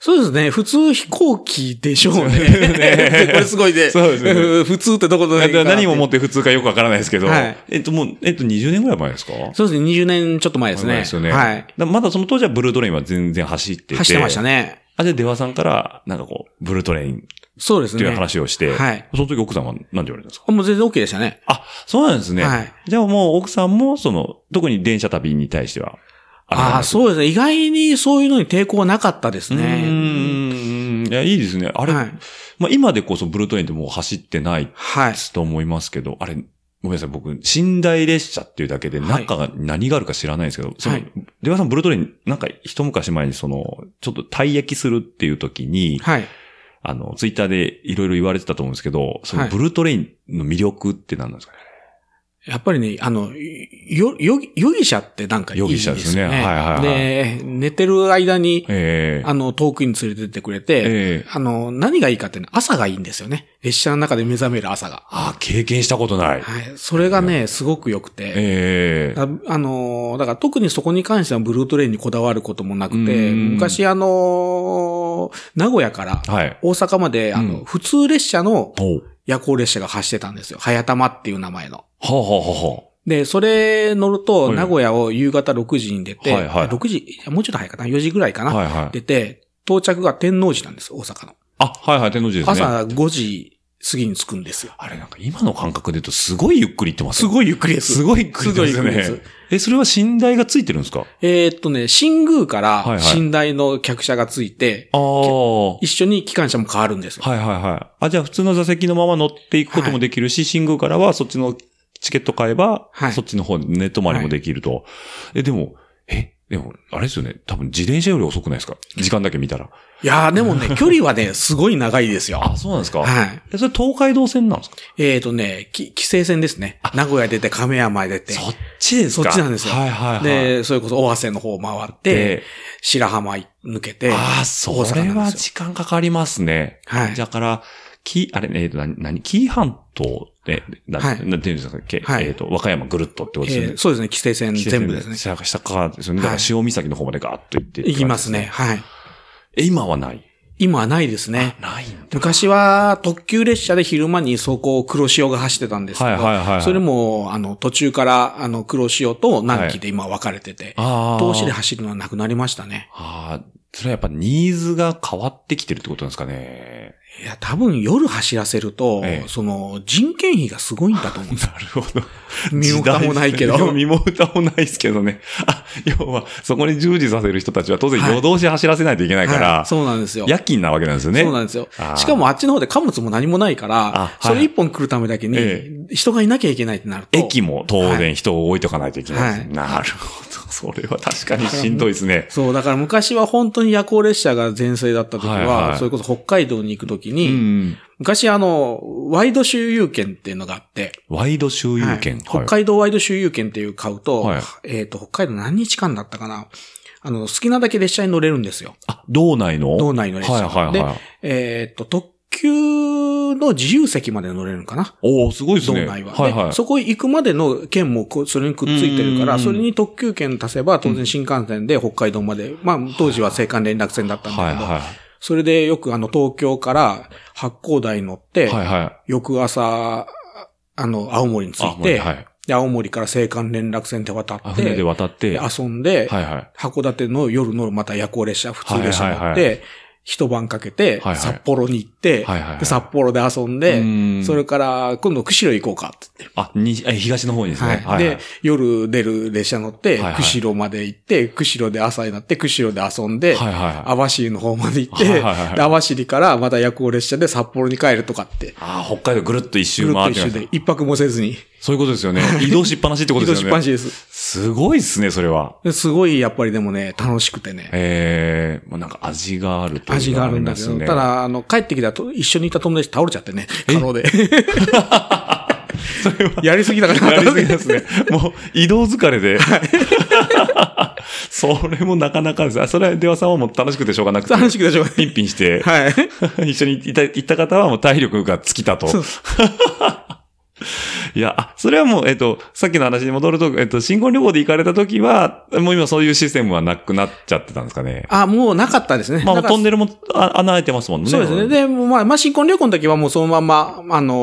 Speaker 3: そうですね。普通飛行機でしょうね。
Speaker 2: ね
Speaker 3: これすごいね。
Speaker 2: そうですね
Speaker 3: 普通ってどことないかなって
Speaker 2: 何をもって普通かよくわからないですけど、
Speaker 3: はい
Speaker 2: えっと、もう、えっと、20年ぐらい前ですか
Speaker 3: そうですね。20年ちょっと前ですね。
Speaker 2: 前ですよね
Speaker 3: はい。
Speaker 2: だまだその当時はブルートレインは全然走ってて。
Speaker 3: 走ってましたね。
Speaker 2: あ、じゃあ、出羽さんから、なんかこう、ブルートレインっ
Speaker 3: そうです
Speaker 2: て
Speaker 3: ね。
Speaker 2: いう話をして、
Speaker 3: はい。
Speaker 2: その時奥さんは何て言われたんですか
Speaker 3: もう全然 OK でしたね。
Speaker 2: あ、そうなんですね。
Speaker 3: はい。
Speaker 2: じゃあもう奥さんも、その、特に電車旅に対しては、
Speaker 3: ああ、
Speaker 2: う
Speaker 3: そうですね。意外にそういうのに抵抗はなかったです
Speaker 2: ですね。う
Speaker 3: ね。
Speaker 2: ーん。いや、いいですね。あれ、
Speaker 3: はい。
Speaker 2: まあ今でこそブルートレインってもう走ってない
Speaker 3: はい。
Speaker 2: と思いますけど、あれ、ごめんなさい、僕、寝台列車っていうだけで
Speaker 3: はい
Speaker 2: 中が何があるか知らないんですけど、そ
Speaker 3: は
Speaker 2: の
Speaker 3: い、
Speaker 2: 出羽さんブルートレイン、なんか一昔前にその、ちょっと退役するっていう時に、
Speaker 3: はい。
Speaker 2: あの、ツイッターでいろいろ言われてたと思うんですけど、その
Speaker 3: はい
Speaker 2: ブルートレインの魅力って何なんですかね、
Speaker 3: やっぱりね、あの、よ、よ、よぎ者ってなんかいいですよ
Speaker 2: 容疑者ですね
Speaker 3: ね。
Speaker 2: はいはいはい
Speaker 3: で、寝てる間に、
Speaker 2: ええ
Speaker 3: あの、遠くに連れてってくれて、
Speaker 2: ええ
Speaker 3: あの、何がいいかってね、朝がいいんですよね。列車の中で目覚める朝が。
Speaker 2: ああ、経験したことない。
Speaker 3: はい。それがね、すごく良くて。
Speaker 2: ええ
Speaker 3: だあのー、だから特にそこに関してはブルートレインにこだわることもなくて、
Speaker 2: うん
Speaker 3: 昔あのー名古屋から
Speaker 2: はい。
Speaker 3: 大阪まで、あの、
Speaker 2: うん
Speaker 3: 普通列車の
Speaker 2: おう
Speaker 3: 夜行列車が走ってたんですよ。早玉っていう名前の。
Speaker 2: はあ、はあは
Speaker 3: で、それ乗る
Speaker 2: は
Speaker 3: と、
Speaker 2: い
Speaker 3: 名古屋を夕方6時に出て、
Speaker 2: はいはい
Speaker 3: 6時、いやもうちょっと早いかな、4時ぐらいか
Speaker 2: あ
Speaker 3: な、
Speaker 2: はあ、はいはい。
Speaker 3: 出て、到着が天王寺なんですよ、大阪の。
Speaker 2: あ、はいはい、天王寺ですね。
Speaker 3: 朝5時過ぎに着くんですよ。
Speaker 2: あれなんか今の感覚で言うとすごいゆっくり行ってます
Speaker 3: す
Speaker 2: ね。
Speaker 3: ごいゆっくりです。
Speaker 2: すごいゆっくりです
Speaker 3: すごいゆっくり
Speaker 2: ね
Speaker 3: で。
Speaker 2: え、それは寝台がついてるんですか
Speaker 3: えーっとね、新宮か
Speaker 2: はい
Speaker 3: ら
Speaker 2: はい
Speaker 3: 寝台の客車がついて、
Speaker 2: ああ。
Speaker 3: 一緒に機関車も変わるんですよ。
Speaker 2: はいはいはい。あ、じゃあ普通の座席のまま乗っていくこともできるし、新宮からはそっちのチケット買えば、
Speaker 3: はい
Speaker 2: そっちの方に寝泊まりもできると。え、でも、え、でも、あれですよね。多分自転車より遅くないですか時間だけ見たら。
Speaker 3: いやーで もね、距離はね、すごい長いですよ。
Speaker 2: あ、そうなんですか、
Speaker 3: はい。
Speaker 2: え、それ東海道線なんですか
Speaker 3: えーっとね、き、規制線ですね。名古屋出て亀山へ出て。
Speaker 2: そっちですか
Speaker 3: そっちなんですよ
Speaker 2: はいはいはい。
Speaker 3: で、それこそ尾鷲の方回って、、白浜抜けて。
Speaker 2: ああ、それ
Speaker 3: 大阪なん
Speaker 2: は
Speaker 3: です
Speaker 2: 時間かかりますね。
Speaker 3: はい
Speaker 2: だから、き、あれ、えっ、と、な、何紀伊半島で、な、
Speaker 3: は
Speaker 2: ないなんていうんですか、け
Speaker 3: はい
Speaker 2: えっ、と、和歌山ぐるっとってことですよ
Speaker 3: よ
Speaker 2: ね。
Speaker 3: えーそうですね、規制線全部ですね。
Speaker 2: 下下からですよね。だから
Speaker 3: はい
Speaker 2: 潮岬の方までガーッと行ってって感じ
Speaker 3: 行きますね。。はい。
Speaker 2: え、今はない
Speaker 3: 今はないですね。
Speaker 2: ないんだ。
Speaker 3: 昔は特急列車で昼間に走行黒潮が走ってたんですけど、
Speaker 2: はいはいはいはい
Speaker 3: それも、あの、途中から、あの、黒潮と南紀で今分かれてて、
Speaker 2: ああ。
Speaker 3: 投資で走るのはなくなりましたね。
Speaker 2: ああ、それはやっぱニーズが変わってきてるってことなんですかね。
Speaker 3: いや、多分夜走らせると、
Speaker 2: ええ。
Speaker 3: その、人件費がすごいんだと思 う
Speaker 2: なるほど。
Speaker 3: 身も蓋もないけど。
Speaker 2: 時代ですね身も蓋もないですけどね。あ、要は、そこに従事させる人たちは当然夜通し走らせないといけないから、
Speaker 3: はいそうなんですよ。
Speaker 2: 夜勤なわけなんですよね。
Speaker 3: そうなんですよ
Speaker 2: あー。
Speaker 3: しかもあっちの方で貨物も何もないから、
Speaker 2: あはい
Speaker 3: それ一本来るためだけ
Speaker 2: え
Speaker 3: に、人がいなきゃいけないってなると。
Speaker 2: 駅も当然人を置いとかないといけない。
Speaker 3: はい
Speaker 2: なるほど。 それは確かにしんどいですね。
Speaker 3: そう、だから昔は本当に夜行列車が全盛だった時は、
Speaker 2: はいはい
Speaker 3: それこそ北海道に行く時
Speaker 2: う
Speaker 3: に、
Speaker 2: ん。
Speaker 3: 昔あの、ワイド周遊券っていうのがあって、
Speaker 2: ワイド周遊券。
Speaker 3: はい北海道ワイド周遊券っていう買うと、
Speaker 2: はい
Speaker 3: えっ、と、北海道何日間だったかな。あの、好きなだけ列車に乗れるんですよ。
Speaker 2: あ、道内の
Speaker 3: 道内の列車。
Speaker 2: はいはいはい
Speaker 3: で、。えっ、と、特急の自由席まで乗れるのかな。
Speaker 2: おおすごいです
Speaker 3: 道
Speaker 2: ね。
Speaker 3: 内は。
Speaker 2: はいはい
Speaker 3: で。そこへ行くまでの券もこうそれにくっついてるか
Speaker 2: う
Speaker 3: ら、
Speaker 2: ん
Speaker 3: それに特急券足せば当然新幹線で北海道まで、まあ当時は青函連絡船だったんだけど、
Speaker 2: はいは
Speaker 3: それでよくあの東京から八甲台乗っ
Speaker 2: い。
Speaker 3: て、
Speaker 2: はいは
Speaker 3: 翌朝、あの青森に
Speaker 2: い。
Speaker 3: 着
Speaker 2: あ、
Speaker 3: いて、
Speaker 2: はい。
Speaker 3: で青森から青函連絡船で渡
Speaker 2: あ
Speaker 3: って、
Speaker 2: 船で渡って。
Speaker 3: で
Speaker 2: はい
Speaker 3: 遊んで、
Speaker 2: はい。
Speaker 3: 函館の夜のまた夜行列車、普通列車乗って、
Speaker 2: はいはいは
Speaker 3: 一晩かけて、
Speaker 2: はいはい
Speaker 3: 札幌に行って、
Speaker 2: はいはいはい
Speaker 3: で札幌で遊ん
Speaker 2: う
Speaker 3: で、
Speaker 2: ん
Speaker 3: それから今度釧路行こうかって言って。
Speaker 2: あ、に、え東の方にです
Speaker 3: はい
Speaker 2: ね。はいはい
Speaker 3: で、夜出る列車乗っ
Speaker 2: は
Speaker 3: て、
Speaker 2: いはい
Speaker 3: 釧路まで行って、釧路で朝になって、釧路で遊んで、
Speaker 2: はいはい。
Speaker 3: 網走の方まで行って、
Speaker 2: はいはいはい
Speaker 3: で網走からまた夜行列車で札幌に帰るとかって、
Speaker 2: あー、北海道ぐるっと一
Speaker 3: ぐる
Speaker 2: 周
Speaker 3: っと
Speaker 2: 回ってま
Speaker 3: 一周
Speaker 2: す
Speaker 3: で一泊もせずに、
Speaker 2: そういうことですよね。移動しっぱなしってこと
Speaker 3: 移動
Speaker 2: です
Speaker 3: し
Speaker 2: よね。
Speaker 3: っぱなしです。
Speaker 2: すごいですね、それは。
Speaker 3: ですごいやっぱりでもね、楽しくてね、
Speaker 2: ええまあなんか味があるという
Speaker 3: 味があるんだけど、
Speaker 2: りますね
Speaker 3: た、だ、あの、帰ってきたと、一緒にいた友達倒れちゃってね、過労で。
Speaker 2: それは、
Speaker 3: やりすぎだから
Speaker 2: やりすぎですね。もう、移動疲れで。 それもなかなかです。あ、それは、出羽さんはもう楽しくてしょうがなくて。
Speaker 3: 楽しくでしょうが
Speaker 2: ピンピンして、
Speaker 3: ないはい。
Speaker 2: 一緒にいた行った方はもう体力が尽きたと。
Speaker 3: そう
Speaker 2: いや、あ、それはもう、えっと、さっきの話に戻ると、えっと、新婚旅行で行かれた時は、もう今そういうシステムはなくなっちゃってたんですかね。
Speaker 3: あ、もうなかったですね。
Speaker 2: まあも
Speaker 3: な
Speaker 2: うん
Speaker 3: か
Speaker 2: トンネルもあ穴開いてますもんね。
Speaker 3: そうですね。で、もうまあ、まあ、新婚旅行の時はもうそのまんま、あの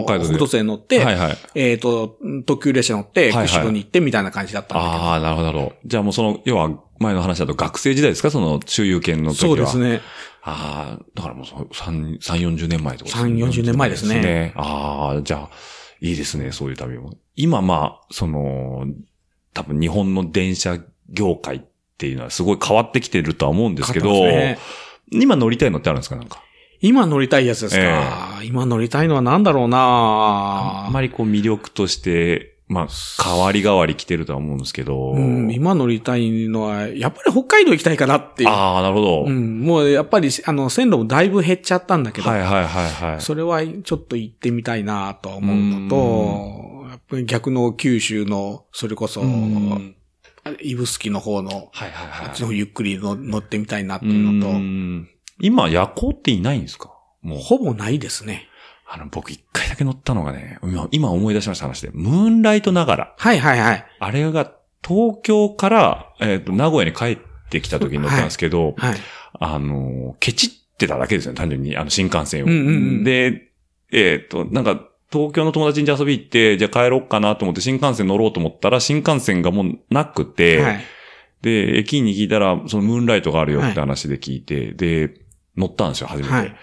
Speaker 3: ー
Speaker 2: 北海道で
Speaker 3: 北斗線乗って、
Speaker 2: はいはい。
Speaker 3: えっ、と、特急列車乗って、
Speaker 2: はいはい
Speaker 3: 釧路に行ってみたいな感じだったんだけど。
Speaker 2: ああ、なるほど、なるほど。じゃあもうその、要は前の話だと学生時代ですかその周遊券の時は。
Speaker 3: そうです。ね。
Speaker 2: ああ、だからもうそう3、三40年前ってこと
Speaker 3: 3 40年前ですね
Speaker 2: ああ、じゃあ、いいですね、そういう旅も。今まあ、その、多分日本の電車業界っていうのはすごい変わってきてるとは思うんですけど、
Speaker 3: 買ってますね
Speaker 2: 今乗りたいのってあるんですかなんか。
Speaker 3: 今乗りたいやつですか、今乗りたいのは何だろうな
Speaker 2: あんまりこう魅力として、まあ、変わり変わり来てるとは思うんですけど。
Speaker 3: うん、今乗りたいのは、やっぱり北海道行きたいかなっていう。
Speaker 2: ああ、なるほど。
Speaker 3: うん、もうやっぱり、あの、線路もだいぶ減っちゃったんだけど、
Speaker 2: はいはいはいはい。
Speaker 3: それはちょっと行ってみたいなと思うのと、やっぱり逆の九州の、それこそ、
Speaker 2: うん
Speaker 3: 指宿の方の、
Speaker 2: はいはい
Speaker 3: あ
Speaker 2: は
Speaker 3: っちの方ゆっくりの乗ってみたいなって
Speaker 2: い。
Speaker 3: いうのと、
Speaker 2: ん今、夜行っていないんですかもう、
Speaker 3: ほぼないですね。
Speaker 2: あの、僕一回だけ乗ったのがね、今今思い出しました話で、ムーンライトながら。
Speaker 3: はいはいはい。
Speaker 2: あれが、東京から、えっ、と、名古屋に帰ってきた時に乗ったんですけど、
Speaker 3: はい。
Speaker 2: あの、ケチってただけですね、単純に、あの、新幹線を。
Speaker 3: うんうんうん
Speaker 2: で、えっ、と、なんか、東京の友達に遊び行って、じゃあ帰ろうかなと思って新幹線乗ろうと思ったら、新幹線がもうなくて、
Speaker 3: はい。
Speaker 2: で、駅員に聞いたら、そのムーンライトがあるよって話で聞いて、で、乗ったんですよ、初めて。
Speaker 3: はい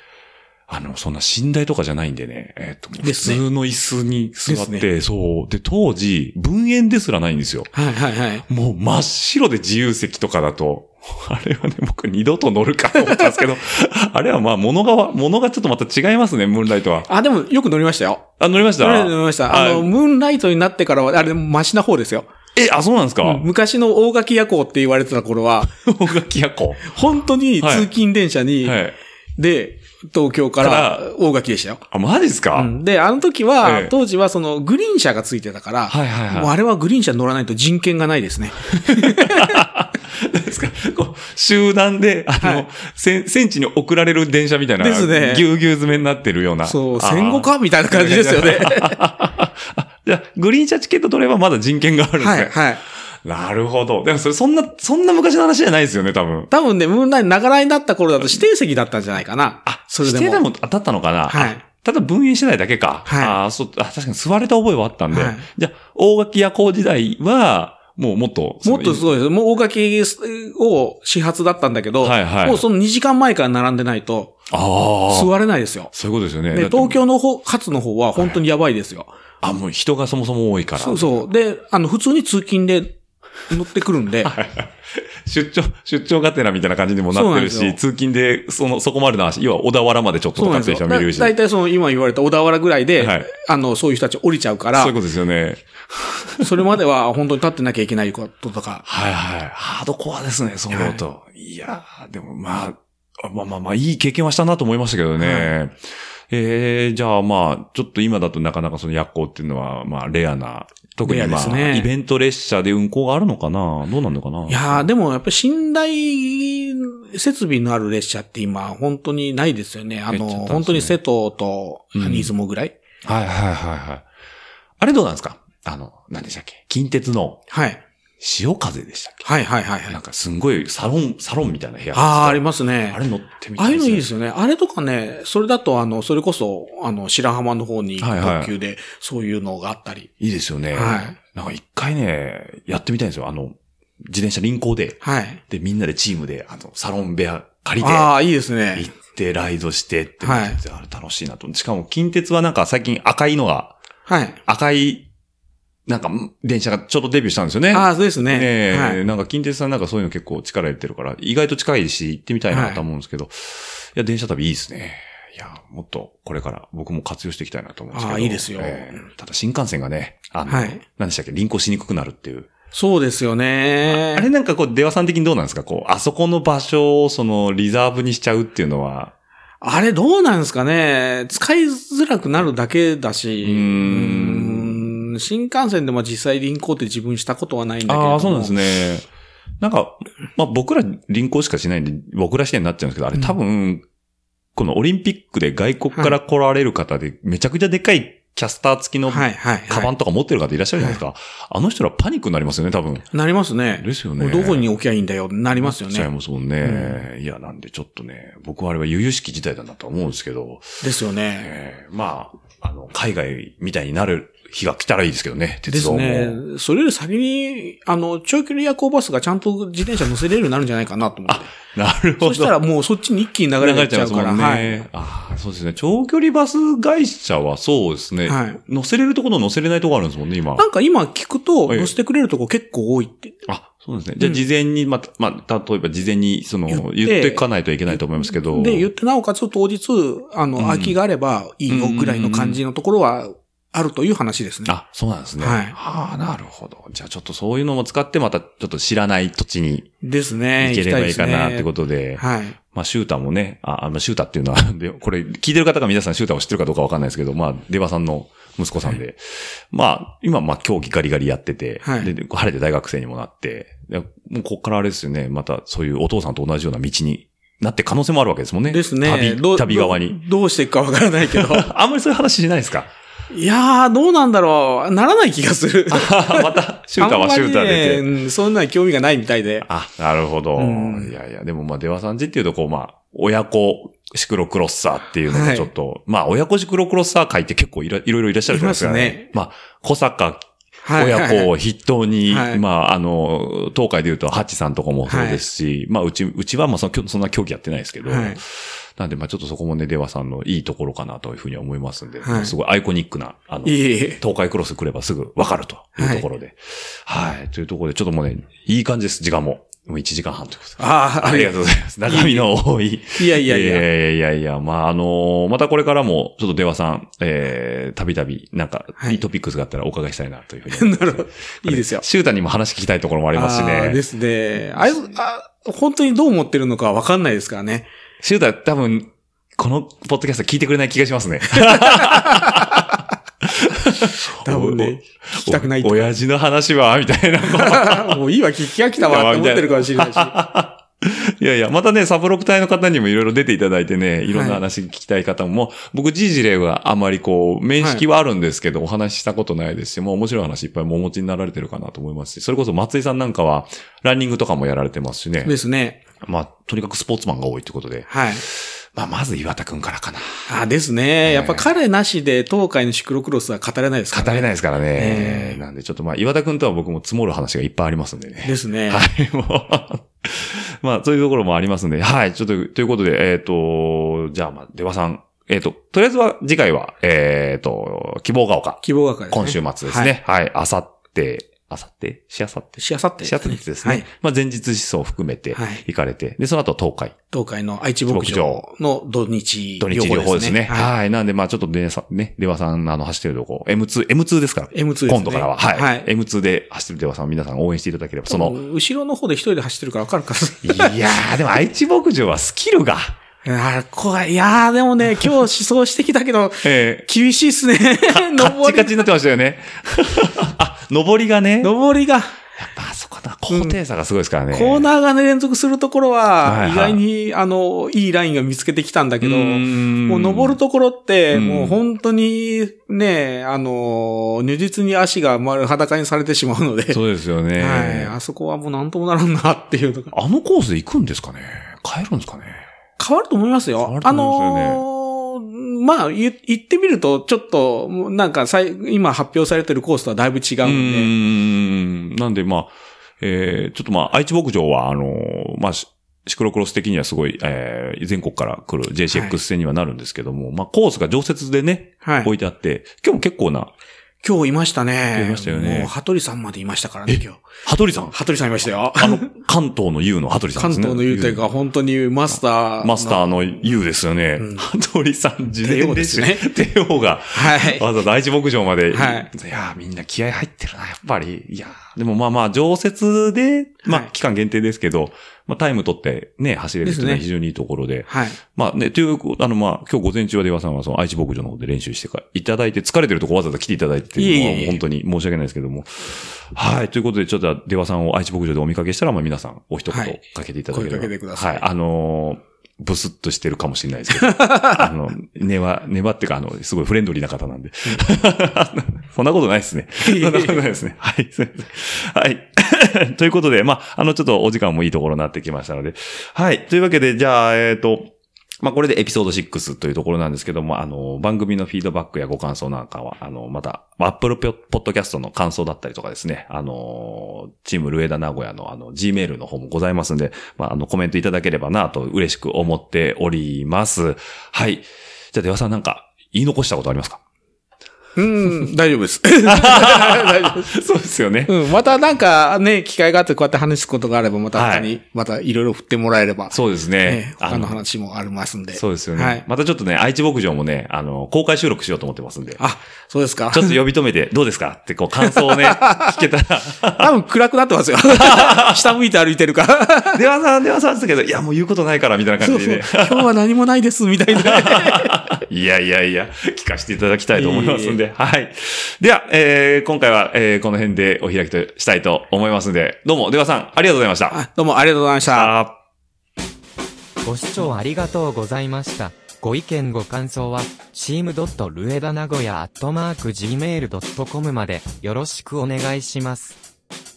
Speaker 2: あの、そんな寝台とかじゃないんでね、えっ、と、もう普
Speaker 3: ですね
Speaker 2: 通の椅子に座っ
Speaker 3: で
Speaker 2: て、そう。で、当時、文園ですらないんですよ。
Speaker 3: はいはいはい。
Speaker 2: もう真っ白で自由席とかだと、 あれはね、僕二度と乗るかと思ったんですけど、 あれはまあ、物が、物がちょっとまた違いますね、ムーンライトは。
Speaker 3: あ、でもよく乗りましたよ。
Speaker 2: あ、乗りまし
Speaker 3: 乗
Speaker 2: た
Speaker 3: りました。あ
Speaker 2: は
Speaker 3: の、
Speaker 2: い
Speaker 3: ムーンライトになってからは、あれ、マシな方ですよ。
Speaker 2: え、あ、そうなんですか、
Speaker 3: うん昔の大垣夜行って言われてた頃は、
Speaker 2: 大垣夜行。
Speaker 3: 本当に
Speaker 2: はい
Speaker 3: 通勤電車に、
Speaker 2: はい。
Speaker 3: で、東京か
Speaker 2: から
Speaker 3: ら大垣でしたよ。
Speaker 2: あ、マジですか、
Speaker 3: うんで、あの時は、
Speaker 2: ええ
Speaker 3: 当時はそのグリーン車がついてたから、
Speaker 2: はいはいはい
Speaker 3: もうあれはグリーン車乗らないと人権がないですね。
Speaker 2: なんですかこう、集団で、あの、
Speaker 3: はい
Speaker 2: 戦戦地に送られる電車みたいな。
Speaker 3: ですね
Speaker 2: ぎゅうぎゅう詰めになってるような。
Speaker 3: そう、
Speaker 2: あー
Speaker 3: 戦後かみたいな感じで すよね。
Speaker 2: あじゃあ、グリーン車チケット取ればまだ人権があるんですね。
Speaker 3: はい、はい。
Speaker 2: なるほど。でもそれ、そんな、そんな昔の話じゃないですよね、多分。
Speaker 3: 多分ね、ムーンライト長らになった頃だと指定席だったんじゃないかな。
Speaker 2: あ、
Speaker 3: それでも。
Speaker 2: 指定でも当たったのかな
Speaker 3: はい。
Speaker 2: ただ分園してないだけか。
Speaker 3: はい
Speaker 2: あーそう、あ、確かに座れた覚えはあったんで。
Speaker 3: はい
Speaker 2: じゃあ、大垣夜行時代は、もうもっと、
Speaker 3: もっとす
Speaker 2: い。
Speaker 3: ごいです。もう大垣を始発だったんだけど、
Speaker 2: はいはい
Speaker 3: もうその2時間前から並んでないと、
Speaker 2: ああ。
Speaker 3: 座れないですよ。
Speaker 2: そういうことですよね。
Speaker 3: で、
Speaker 2: だって
Speaker 3: 東。京の方、勝の方は本当にやばいですよ。
Speaker 2: あ、もう人がそもそも多いから。
Speaker 3: そうそう。で、あの、普通に通勤で乗ってくるん で、
Speaker 2: 出張、出張がてらみたいな感じにもなってる
Speaker 3: そうな
Speaker 2: し、
Speaker 3: んで
Speaker 2: 通勤で、その、そこまでの話、要は小田原までちょっと
Speaker 3: そ
Speaker 2: と
Speaker 3: う
Speaker 2: か
Speaker 3: なん
Speaker 2: っ
Speaker 3: で
Speaker 2: て
Speaker 3: す
Speaker 2: る人
Speaker 3: よ。
Speaker 2: も
Speaker 3: だ
Speaker 2: いるし。
Speaker 3: 大体その今言われた小田原ぐらいで、
Speaker 2: はい
Speaker 3: あの、そういう人たち降りちゃうか
Speaker 2: そう
Speaker 3: ら
Speaker 2: いう、ことですよね。
Speaker 3: それまでは本当に立ってなきゃいけないこととか、
Speaker 2: はいはい。ハードコアですね、そう思うと。いやー、でもまあ、まあまあまあ、いい経験はしたなと思いましたけどね。えー、じゃあまあ、ちょっと今だとなかなかその夜行っていうのは、まあ、レアな。特に
Speaker 3: レアで
Speaker 2: まあ、
Speaker 3: すね
Speaker 2: イベント列車で運行があるのかなどうなんのかない
Speaker 3: やー、でもやっぱり信頼設備のある列車って今、本当にないですよね。あ
Speaker 2: 減
Speaker 3: の、
Speaker 2: っちゃったんですね
Speaker 3: 本当に瀬戸と
Speaker 2: うん
Speaker 3: 新出雲ぐらい、
Speaker 2: はいはいはいはい。あれどうなんですかあの、何でしたっけ近鉄の
Speaker 3: はい。
Speaker 2: 潮風でしたっけ
Speaker 3: はいはいはいは
Speaker 2: なん
Speaker 3: い。
Speaker 2: かすんごいサロン、サロンみたいな部屋
Speaker 3: ああ、あり
Speaker 2: ま
Speaker 3: ますね
Speaker 2: あ。れ乗ってみ
Speaker 3: あ
Speaker 2: た
Speaker 3: あ
Speaker 2: い
Speaker 3: いうのいいですすよね。あれとかね、それだと、あの、それこそ、あの、白浜の方に
Speaker 2: はいはい
Speaker 3: 特急で、そういうのがあったり。
Speaker 2: ね。いいですよね。
Speaker 3: はい
Speaker 2: なんか一回ね、やってみたいんですよ。あの、自転車輪行で。
Speaker 3: はい。
Speaker 2: で、みんなでチームで、あの、サロン部屋借りて、
Speaker 3: ああ、いいですね
Speaker 2: 行。って、ライドしてって思ってて、あれ楽しいなと。しかも、近鉄はなんか最近赤いのが、
Speaker 3: はい。
Speaker 2: 赤い、なんか、電車がちょっとデビューしたんですよね。
Speaker 3: ああ、そうですね。
Speaker 2: ねえ、
Speaker 3: はい。
Speaker 2: なんか近鉄さんなんかそういうの結構力入れてるから、意外と近いし、行ってみたいなと思うんですけど、い、や、電車旅いいですね。いや、もっとこれから僕も活用していきたいなと思うんですけど。
Speaker 3: ああいいですよ
Speaker 2: ーただ新幹線がね、あの、
Speaker 3: はい
Speaker 2: 何でしたっけ、輪行しにくくなるっていう。
Speaker 3: そうですよね。
Speaker 2: あれなんかこう、出羽さん的にどうなんですかこう、あそこの場所をそのリザーブにしちゃうっていうのは、
Speaker 3: あれどうなんですかね使いづらくなるだけだし、
Speaker 2: うーん
Speaker 3: うーん新幹線でも実際輪行って自分したことはないんだけれども。
Speaker 2: ああ、そうなんですね。なんか、まあ僕ら輪行しかしないんで、僕ら視点になっちゃうんですけど、あれ多分、このオリンピックで外国から来られる方で、めちゃくちゃでかいキャスター付きの、
Speaker 3: はいはい、はい。
Speaker 2: カバンとか持ってる方いらっしゃるじゃないですか。あの人らパニックになりますよね、多分。
Speaker 3: なりますね。
Speaker 2: ですよね
Speaker 3: どこに置きゃいいんだよ、なりますよ
Speaker 2: なっちゃい
Speaker 3: ね。
Speaker 2: ますもんね。いや、なんでちょっとね、僕はあれは悠々しき事態だなと思うんですけど、
Speaker 3: ですよね。
Speaker 2: えーまあ、あの、海外みたいになる日が来たらいいですけどね、
Speaker 3: で
Speaker 2: 鉄
Speaker 3: す
Speaker 2: 道も。
Speaker 3: ね。それより先に、あの、長距離夜行バスがちゃんと自転車乗せれるようになるんじゃないかなと思って。
Speaker 2: なるほど。
Speaker 3: そしたらもうそっちに一気に流れがいっちゃうから。はい。
Speaker 2: ああ、そうですね。長距離バス会社はそうですね。
Speaker 3: はい
Speaker 2: 乗せれるところ乗せれないところあるんですもんね、今。
Speaker 3: なんか今聞くと、
Speaker 2: ええ
Speaker 3: 乗せてくれるとこ結構多いって。
Speaker 2: あ、そうですね。じゃあ
Speaker 3: うん
Speaker 2: 事前に、また、まあ、例えば事前に、その、
Speaker 3: 言
Speaker 2: 言
Speaker 3: っ
Speaker 2: ってていかないといけないと思いますけど。
Speaker 3: で、言ってなおかつ当日、あの、
Speaker 2: うん
Speaker 3: 空きがあればいいよぐらいの感じのところはあるという話ですね。
Speaker 2: あ、そうなんですね。
Speaker 3: はい
Speaker 2: ああ、なるほど。じゃあちょっとそういうのも使って、またちょっと知らない土地に
Speaker 3: ですね。
Speaker 2: 行ければいいかなってこととで。
Speaker 3: はい。
Speaker 2: まあ、シュータもね、あ、あの、シュータっていうのは で、これ、聞いてる方が皆さんシュータを知ってるかどうかわかんないですけど、まあ、デバさんの息子さんで、まあ、今、まあ、競技ガリガリやってて、
Speaker 3: はい
Speaker 2: で、で晴れて大学生にもなって、でもうこっからあれですよね、またそういうお父さんと同じような道になって可能性もあるわけですもんね。
Speaker 3: ですね。
Speaker 2: 旅、
Speaker 3: どう
Speaker 2: 旅側に。。
Speaker 3: どうどうしていくかわからな いけど。
Speaker 2: あんまりそういう話しないですか
Speaker 3: いやー、どうなんだろう。ならない気がする。
Speaker 2: また、シュータはシュータで
Speaker 3: あ
Speaker 2: て。
Speaker 3: んまりねうんそんなに興味がないみたいで。
Speaker 2: あ、なるほど。
Speaker 3: うん
Speaker 2: いやいや、でもまあ、デバさんちっていうと、こう、まあ、親子シクロクロスサーっていうのがちょっと、まあ、親子シクロクロスサー会って結構いらいろいろいらっしゃるじゃないですか、
Speaker 3: いますね
Speaker 2: まあ、小坂
Speaker 3: はい
Speaker 2: 親子を筆頭に、
Speaker 3: はい
Speaker 2: まあ、あの、東海で言うと、ハッチさんとかもそうですし、まあ、うち、うちはまあその、きょそんな競技やってないですけど、
Speaker 3: はい
Speaker 2: なんで、まあ、ちょっとそこもね、デバさんのいいところかなというふうには思いますんで、
Speaker 3: はい
Speaker 2: すごいアイコニックな、あの、
Speaker 3: いえいえ。
Speaker 2: 東海クロス来ればすぐわかるというところで。はい、というところで、ちょっともうね、いい感じです、時間も。もう1時間半ということで。
Speaker 3: あー
Speaker 2: ありがとうございます。中身の多い。
Speaker 3: いやいやいや。
Speaker 2: やいやいや、まあ、あのーまたこれからも、ちょっと出羽さん、えー、たびたび、なんか、
Speaker 3: はい
Speaker 2: いいトピックスがあったらお伺いしたいな、というふうに思い
Speaker 3: な
Speaker 2: ます。
Speaker 3: るほど。いいですよ。
Speaker 2: シュータにも話聞きたいところもありますし
Speaker 3: あーで
Speaker 2: ね。
Speaker 3: すね。あれあ、本当にどう思ってるのかわかんないですからね。
Speaker 2: シュータ多分、このポッドキャスト聞いてくれない気がしますね。
Speaker 3: 多分ね、聞きたくないと
Speaker 2: お親父の話は、みたいな。
Speaker 3: もういいわ、聞き飽きたわって思ってるかもしれな いし。はい
Speaker 2: やいや、またね、サブロク隊の方にもいろいろ出ていただいてね、いろんな話聞きたい方も、僕、ジージレイはあまりこう、面識はあるんですけど、お話ししたことないですし、もう面白い話いっぱいもお持ちになられてるかなと思いますし、それこそ松井さんなんかは、ランニングとかもやられてますし
Speaker 3: い。
Speaker 2: ね。
Speaker 3: ですね。
Speaker 2: まあ、とにかくスポーツマンが多いということで、
Speaker 3: はい。
Speaker 2: まあ、まず岩田くんからかな。
Speaker 3: あ、ですね。やっぱ彼なしで東海のシクロクロスは語れないですから、
Speaker 2: 語れない
Speaker 3: い。
Speaker 2: ですからね。
Speaker 3: ええ
Speaker 2: なんで、ちょっとまあ、岩田くんとは僕も積もる話がいっぱいありますんでね。
Speaker 3: ですね。
Speaker 2: はい、もう。 まあ、そういうところもありますんで、はい、ちょっと、ということで、えっ、と、じゃあ、まあ、出羽さん、えっ、と、とりあえずは、次回は、えっ、と、希望が丘、
Speaker 3: 希望が会ですね。
Speaker 2: 今週末ですね。はい、あさって、あさってしあさって
Speaker 3: しあさって。
Speaker 2: しあさってですね。
Speaker 3: はい
Speaker 2: まあ、前日思想を含めて、
Speaker 3: はい
Speaker 2: 行かれて、で、その後、東海。
Speaker 3: 東海の愛知牧場の土日
Speaker 2: 土日両方ですね。
Speaker 3: は
Speaker 2: はい。なんで、まあちょっとね、さね、出羽さん、あの、走ってるとこ、M2、M2 ですから。
Speaker 3: い。M2 ですね。
Speaker 2: 今度からは、はい。
Speaker 3: はい。
Speaker 2: M2 で走ってる出羽さん、皆さん応援していただければ、そ
Speaker 3: 多
Speaker 2: の、
Speaker 3: 分後ろの方で一人で走ってるから分かるか
Speaker 2: いやー、でも愛知牧場はスキルが、
Speaker 3: な。あー怖い。いやーで もね、今日思想してきたけど、
Speaker 2: え
Speaker 3: 厳しいっすね。
Speaker 2: ー、カッ
Speaker 3: 登
Speaker 2: チカ
Speaker 3: り、
Speaker 2: チになってましたよね。 あ、上りがね、やっ
Speaker 3: 登りが、
Speaker 2: ぱあそこだ、高低差がすごいですからね。
Speaker 3: コーナーがね、連続するところ
Speaker 2: は
Speaker 3: は、
Speaker 2: い
Speaker 3: 意
Speaker 2: はい
Speaker 3: 外に、あの、いいラインが見つけてきたんだけど、も
Speaker 2: も
Speaker 3: う登るところって、
Speaker 2: うん
Speaker 3: もう本当にね、あの、如実に足が丸裸にされてしまうので、
Speaker 2: そうですよね。
Speaker 3: はい。あそこはもうなんともならんなっていうのが。
Speaker 2: あのコースで行くんですかね帰るんですかね
Speaker 3: 変わると思いますよ。
Speaker 2: 変わると
Speaker 3: あ
Speaker 2: 思いますよね
Speaker 3: のーまあ、言言ってみると、ちょっと、もうなんかさい、今発表されてるコースとはだいぶ違
Speaker 2: う
Speaker 3: うん
Speaker 2: ん。
Speaker 3: で、
Speaker 2: なんで、まあ、えー、ちょっとまあ、愛知牧場は、あのーまあ、シシクロクロス的にはすごい、えー、全国から来る JCX 戦にはなるんですけども、まあ、コースが常設でね、
Speaker 3: はい。
Speaker 2: 置いてあって、今日も結構な、
Speaker 3: 今日いましたね。
Speaker 2: いましたよね
Speaker 3: もう、羽鳥さんまでいましたからね、今日。
Speaker 2: 羽鳥 さん。
Speaker 3: 羽鳥さんいましたよ。
Speaker 2: あの、関東の U の羽鳥さん
Speaker 3: 関
Speaker 2: ですね。
Speaker 3: 東の言うてが本当にマスター。
Speaker 2: マスターの U ですよね
Speaker 3: うん。
Speaker 2: 羽鳥さん、事前練習
Speaker 3: 帝王です。
Speaker 2: 帝王が、
Speaker 3: はい。
Speaker 2: わざわざ愛知牧場まで。。
Speaker 3: はい
Speaker 2: やーみんな気合入ってるな、やっぱり。いやーでもまあまあ、常設で、まあ
Speaker 3: は、い
Speaker 2: 期間限定ですけど、まあ、タイム取ってね、走れるっていうのは
Speaker 3: ですね
Speaker 2: 非常にいいところで。
Speaker 3: はい。
Speaker 2: まあね、という、あのまあ、今日午前中は出川さんはその愛知牧場の方で練習してかいただいて、疲れてるとこわざわざ来ていただいてっていうのはい
Speaker 3: えいえいえ
Speaker 2: 本当に申し訳ないですけども。はい、ということで、ちょっと出川さんを愛知牧場でお見かけしたら、まあ皆さんお一言
Speaker 3: はい
Speaker 2: かけていただければ。
Speaker 3: 声かけてください
Speaker 2: はい、あのーブスッとしてるかもしれないです けど。あの、ねば、ねばっていうか、あの、すごいフレンドリーな方なん で。そんなことないですね。そんなことないですね。はい、すいませんはい。 ということで、まあ、あの、ちょっとお時間もいいところになってきましたので。はい。というわけで、じゃあ、えっ、と、まあ、これでエピソード6というところなんですけども、あの、番組のフィードバックやご感想なんかは、あの、また、Apple Podcast の感想だったりとかですね、あの、チームルエダ名古屋のあの、Gmail の方もございますんで、まあ、あの、コメントいただければなと嬉しく思っております。はい。じゃあ、出羽さんなんか、言い残したことありますか
Speaker 3: うん、大丈夫です。大丈夫です
Speaker 2: そうですよね。
Speaker 3: うん、またなんかね、機会があってこうやって話すことがあれば、また他に、またいろいろ振ってもらえれば、
Speaker 2: そうです
Speaker 3: ね
Speaker 2: ね。、
Speaker 3: 他の話もありますんで。
Speaker 2: そうですよね。
Speaker 3: はい
Speaker 2: またちょっとね、愛知牧場もね、あの、公開収録しようと思ってますんで。
Speaker 3: あ、そうですか
Speaker 2: ち。ょっと呼び止めて、どうですかってこう感想を ね、聞けたら。
Speaker 3: 多分暗くなっ てますよ。下向いて歩いてるから。
Speaker 2: 出羽さん、出羽さんですけど、いや、もう言うことないから、みたいな
Speaker 3: そ
Speaker 2: 感
Speaker 3: う
Speaker 2: じ
Speaker 3: そう。
Speaker 2: でね。
Speaker 3: 今日は何もないです、み たいな。
Speaker 2: いやいやいや、聞かせていただきたいと思いますんで。はい。では、えー今回は、えーこの辺でお開きとしたいと思いますんで、どうも、出羽さん、ありがとうございました。
Speaker 3: あどうもありがとうございました。
Speaker 2: あ
Speaker 4: ご視聴ありがとうございました。ご意見ご感想は、チームドットルエダ名古屋アットマーク Gmail.com までよろしくお願いします。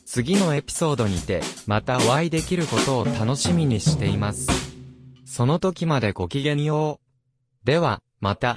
Speaker 4: 次のエピソードにて、またお会いできることを楽しみにしています。その時までごきげんよう。では、また。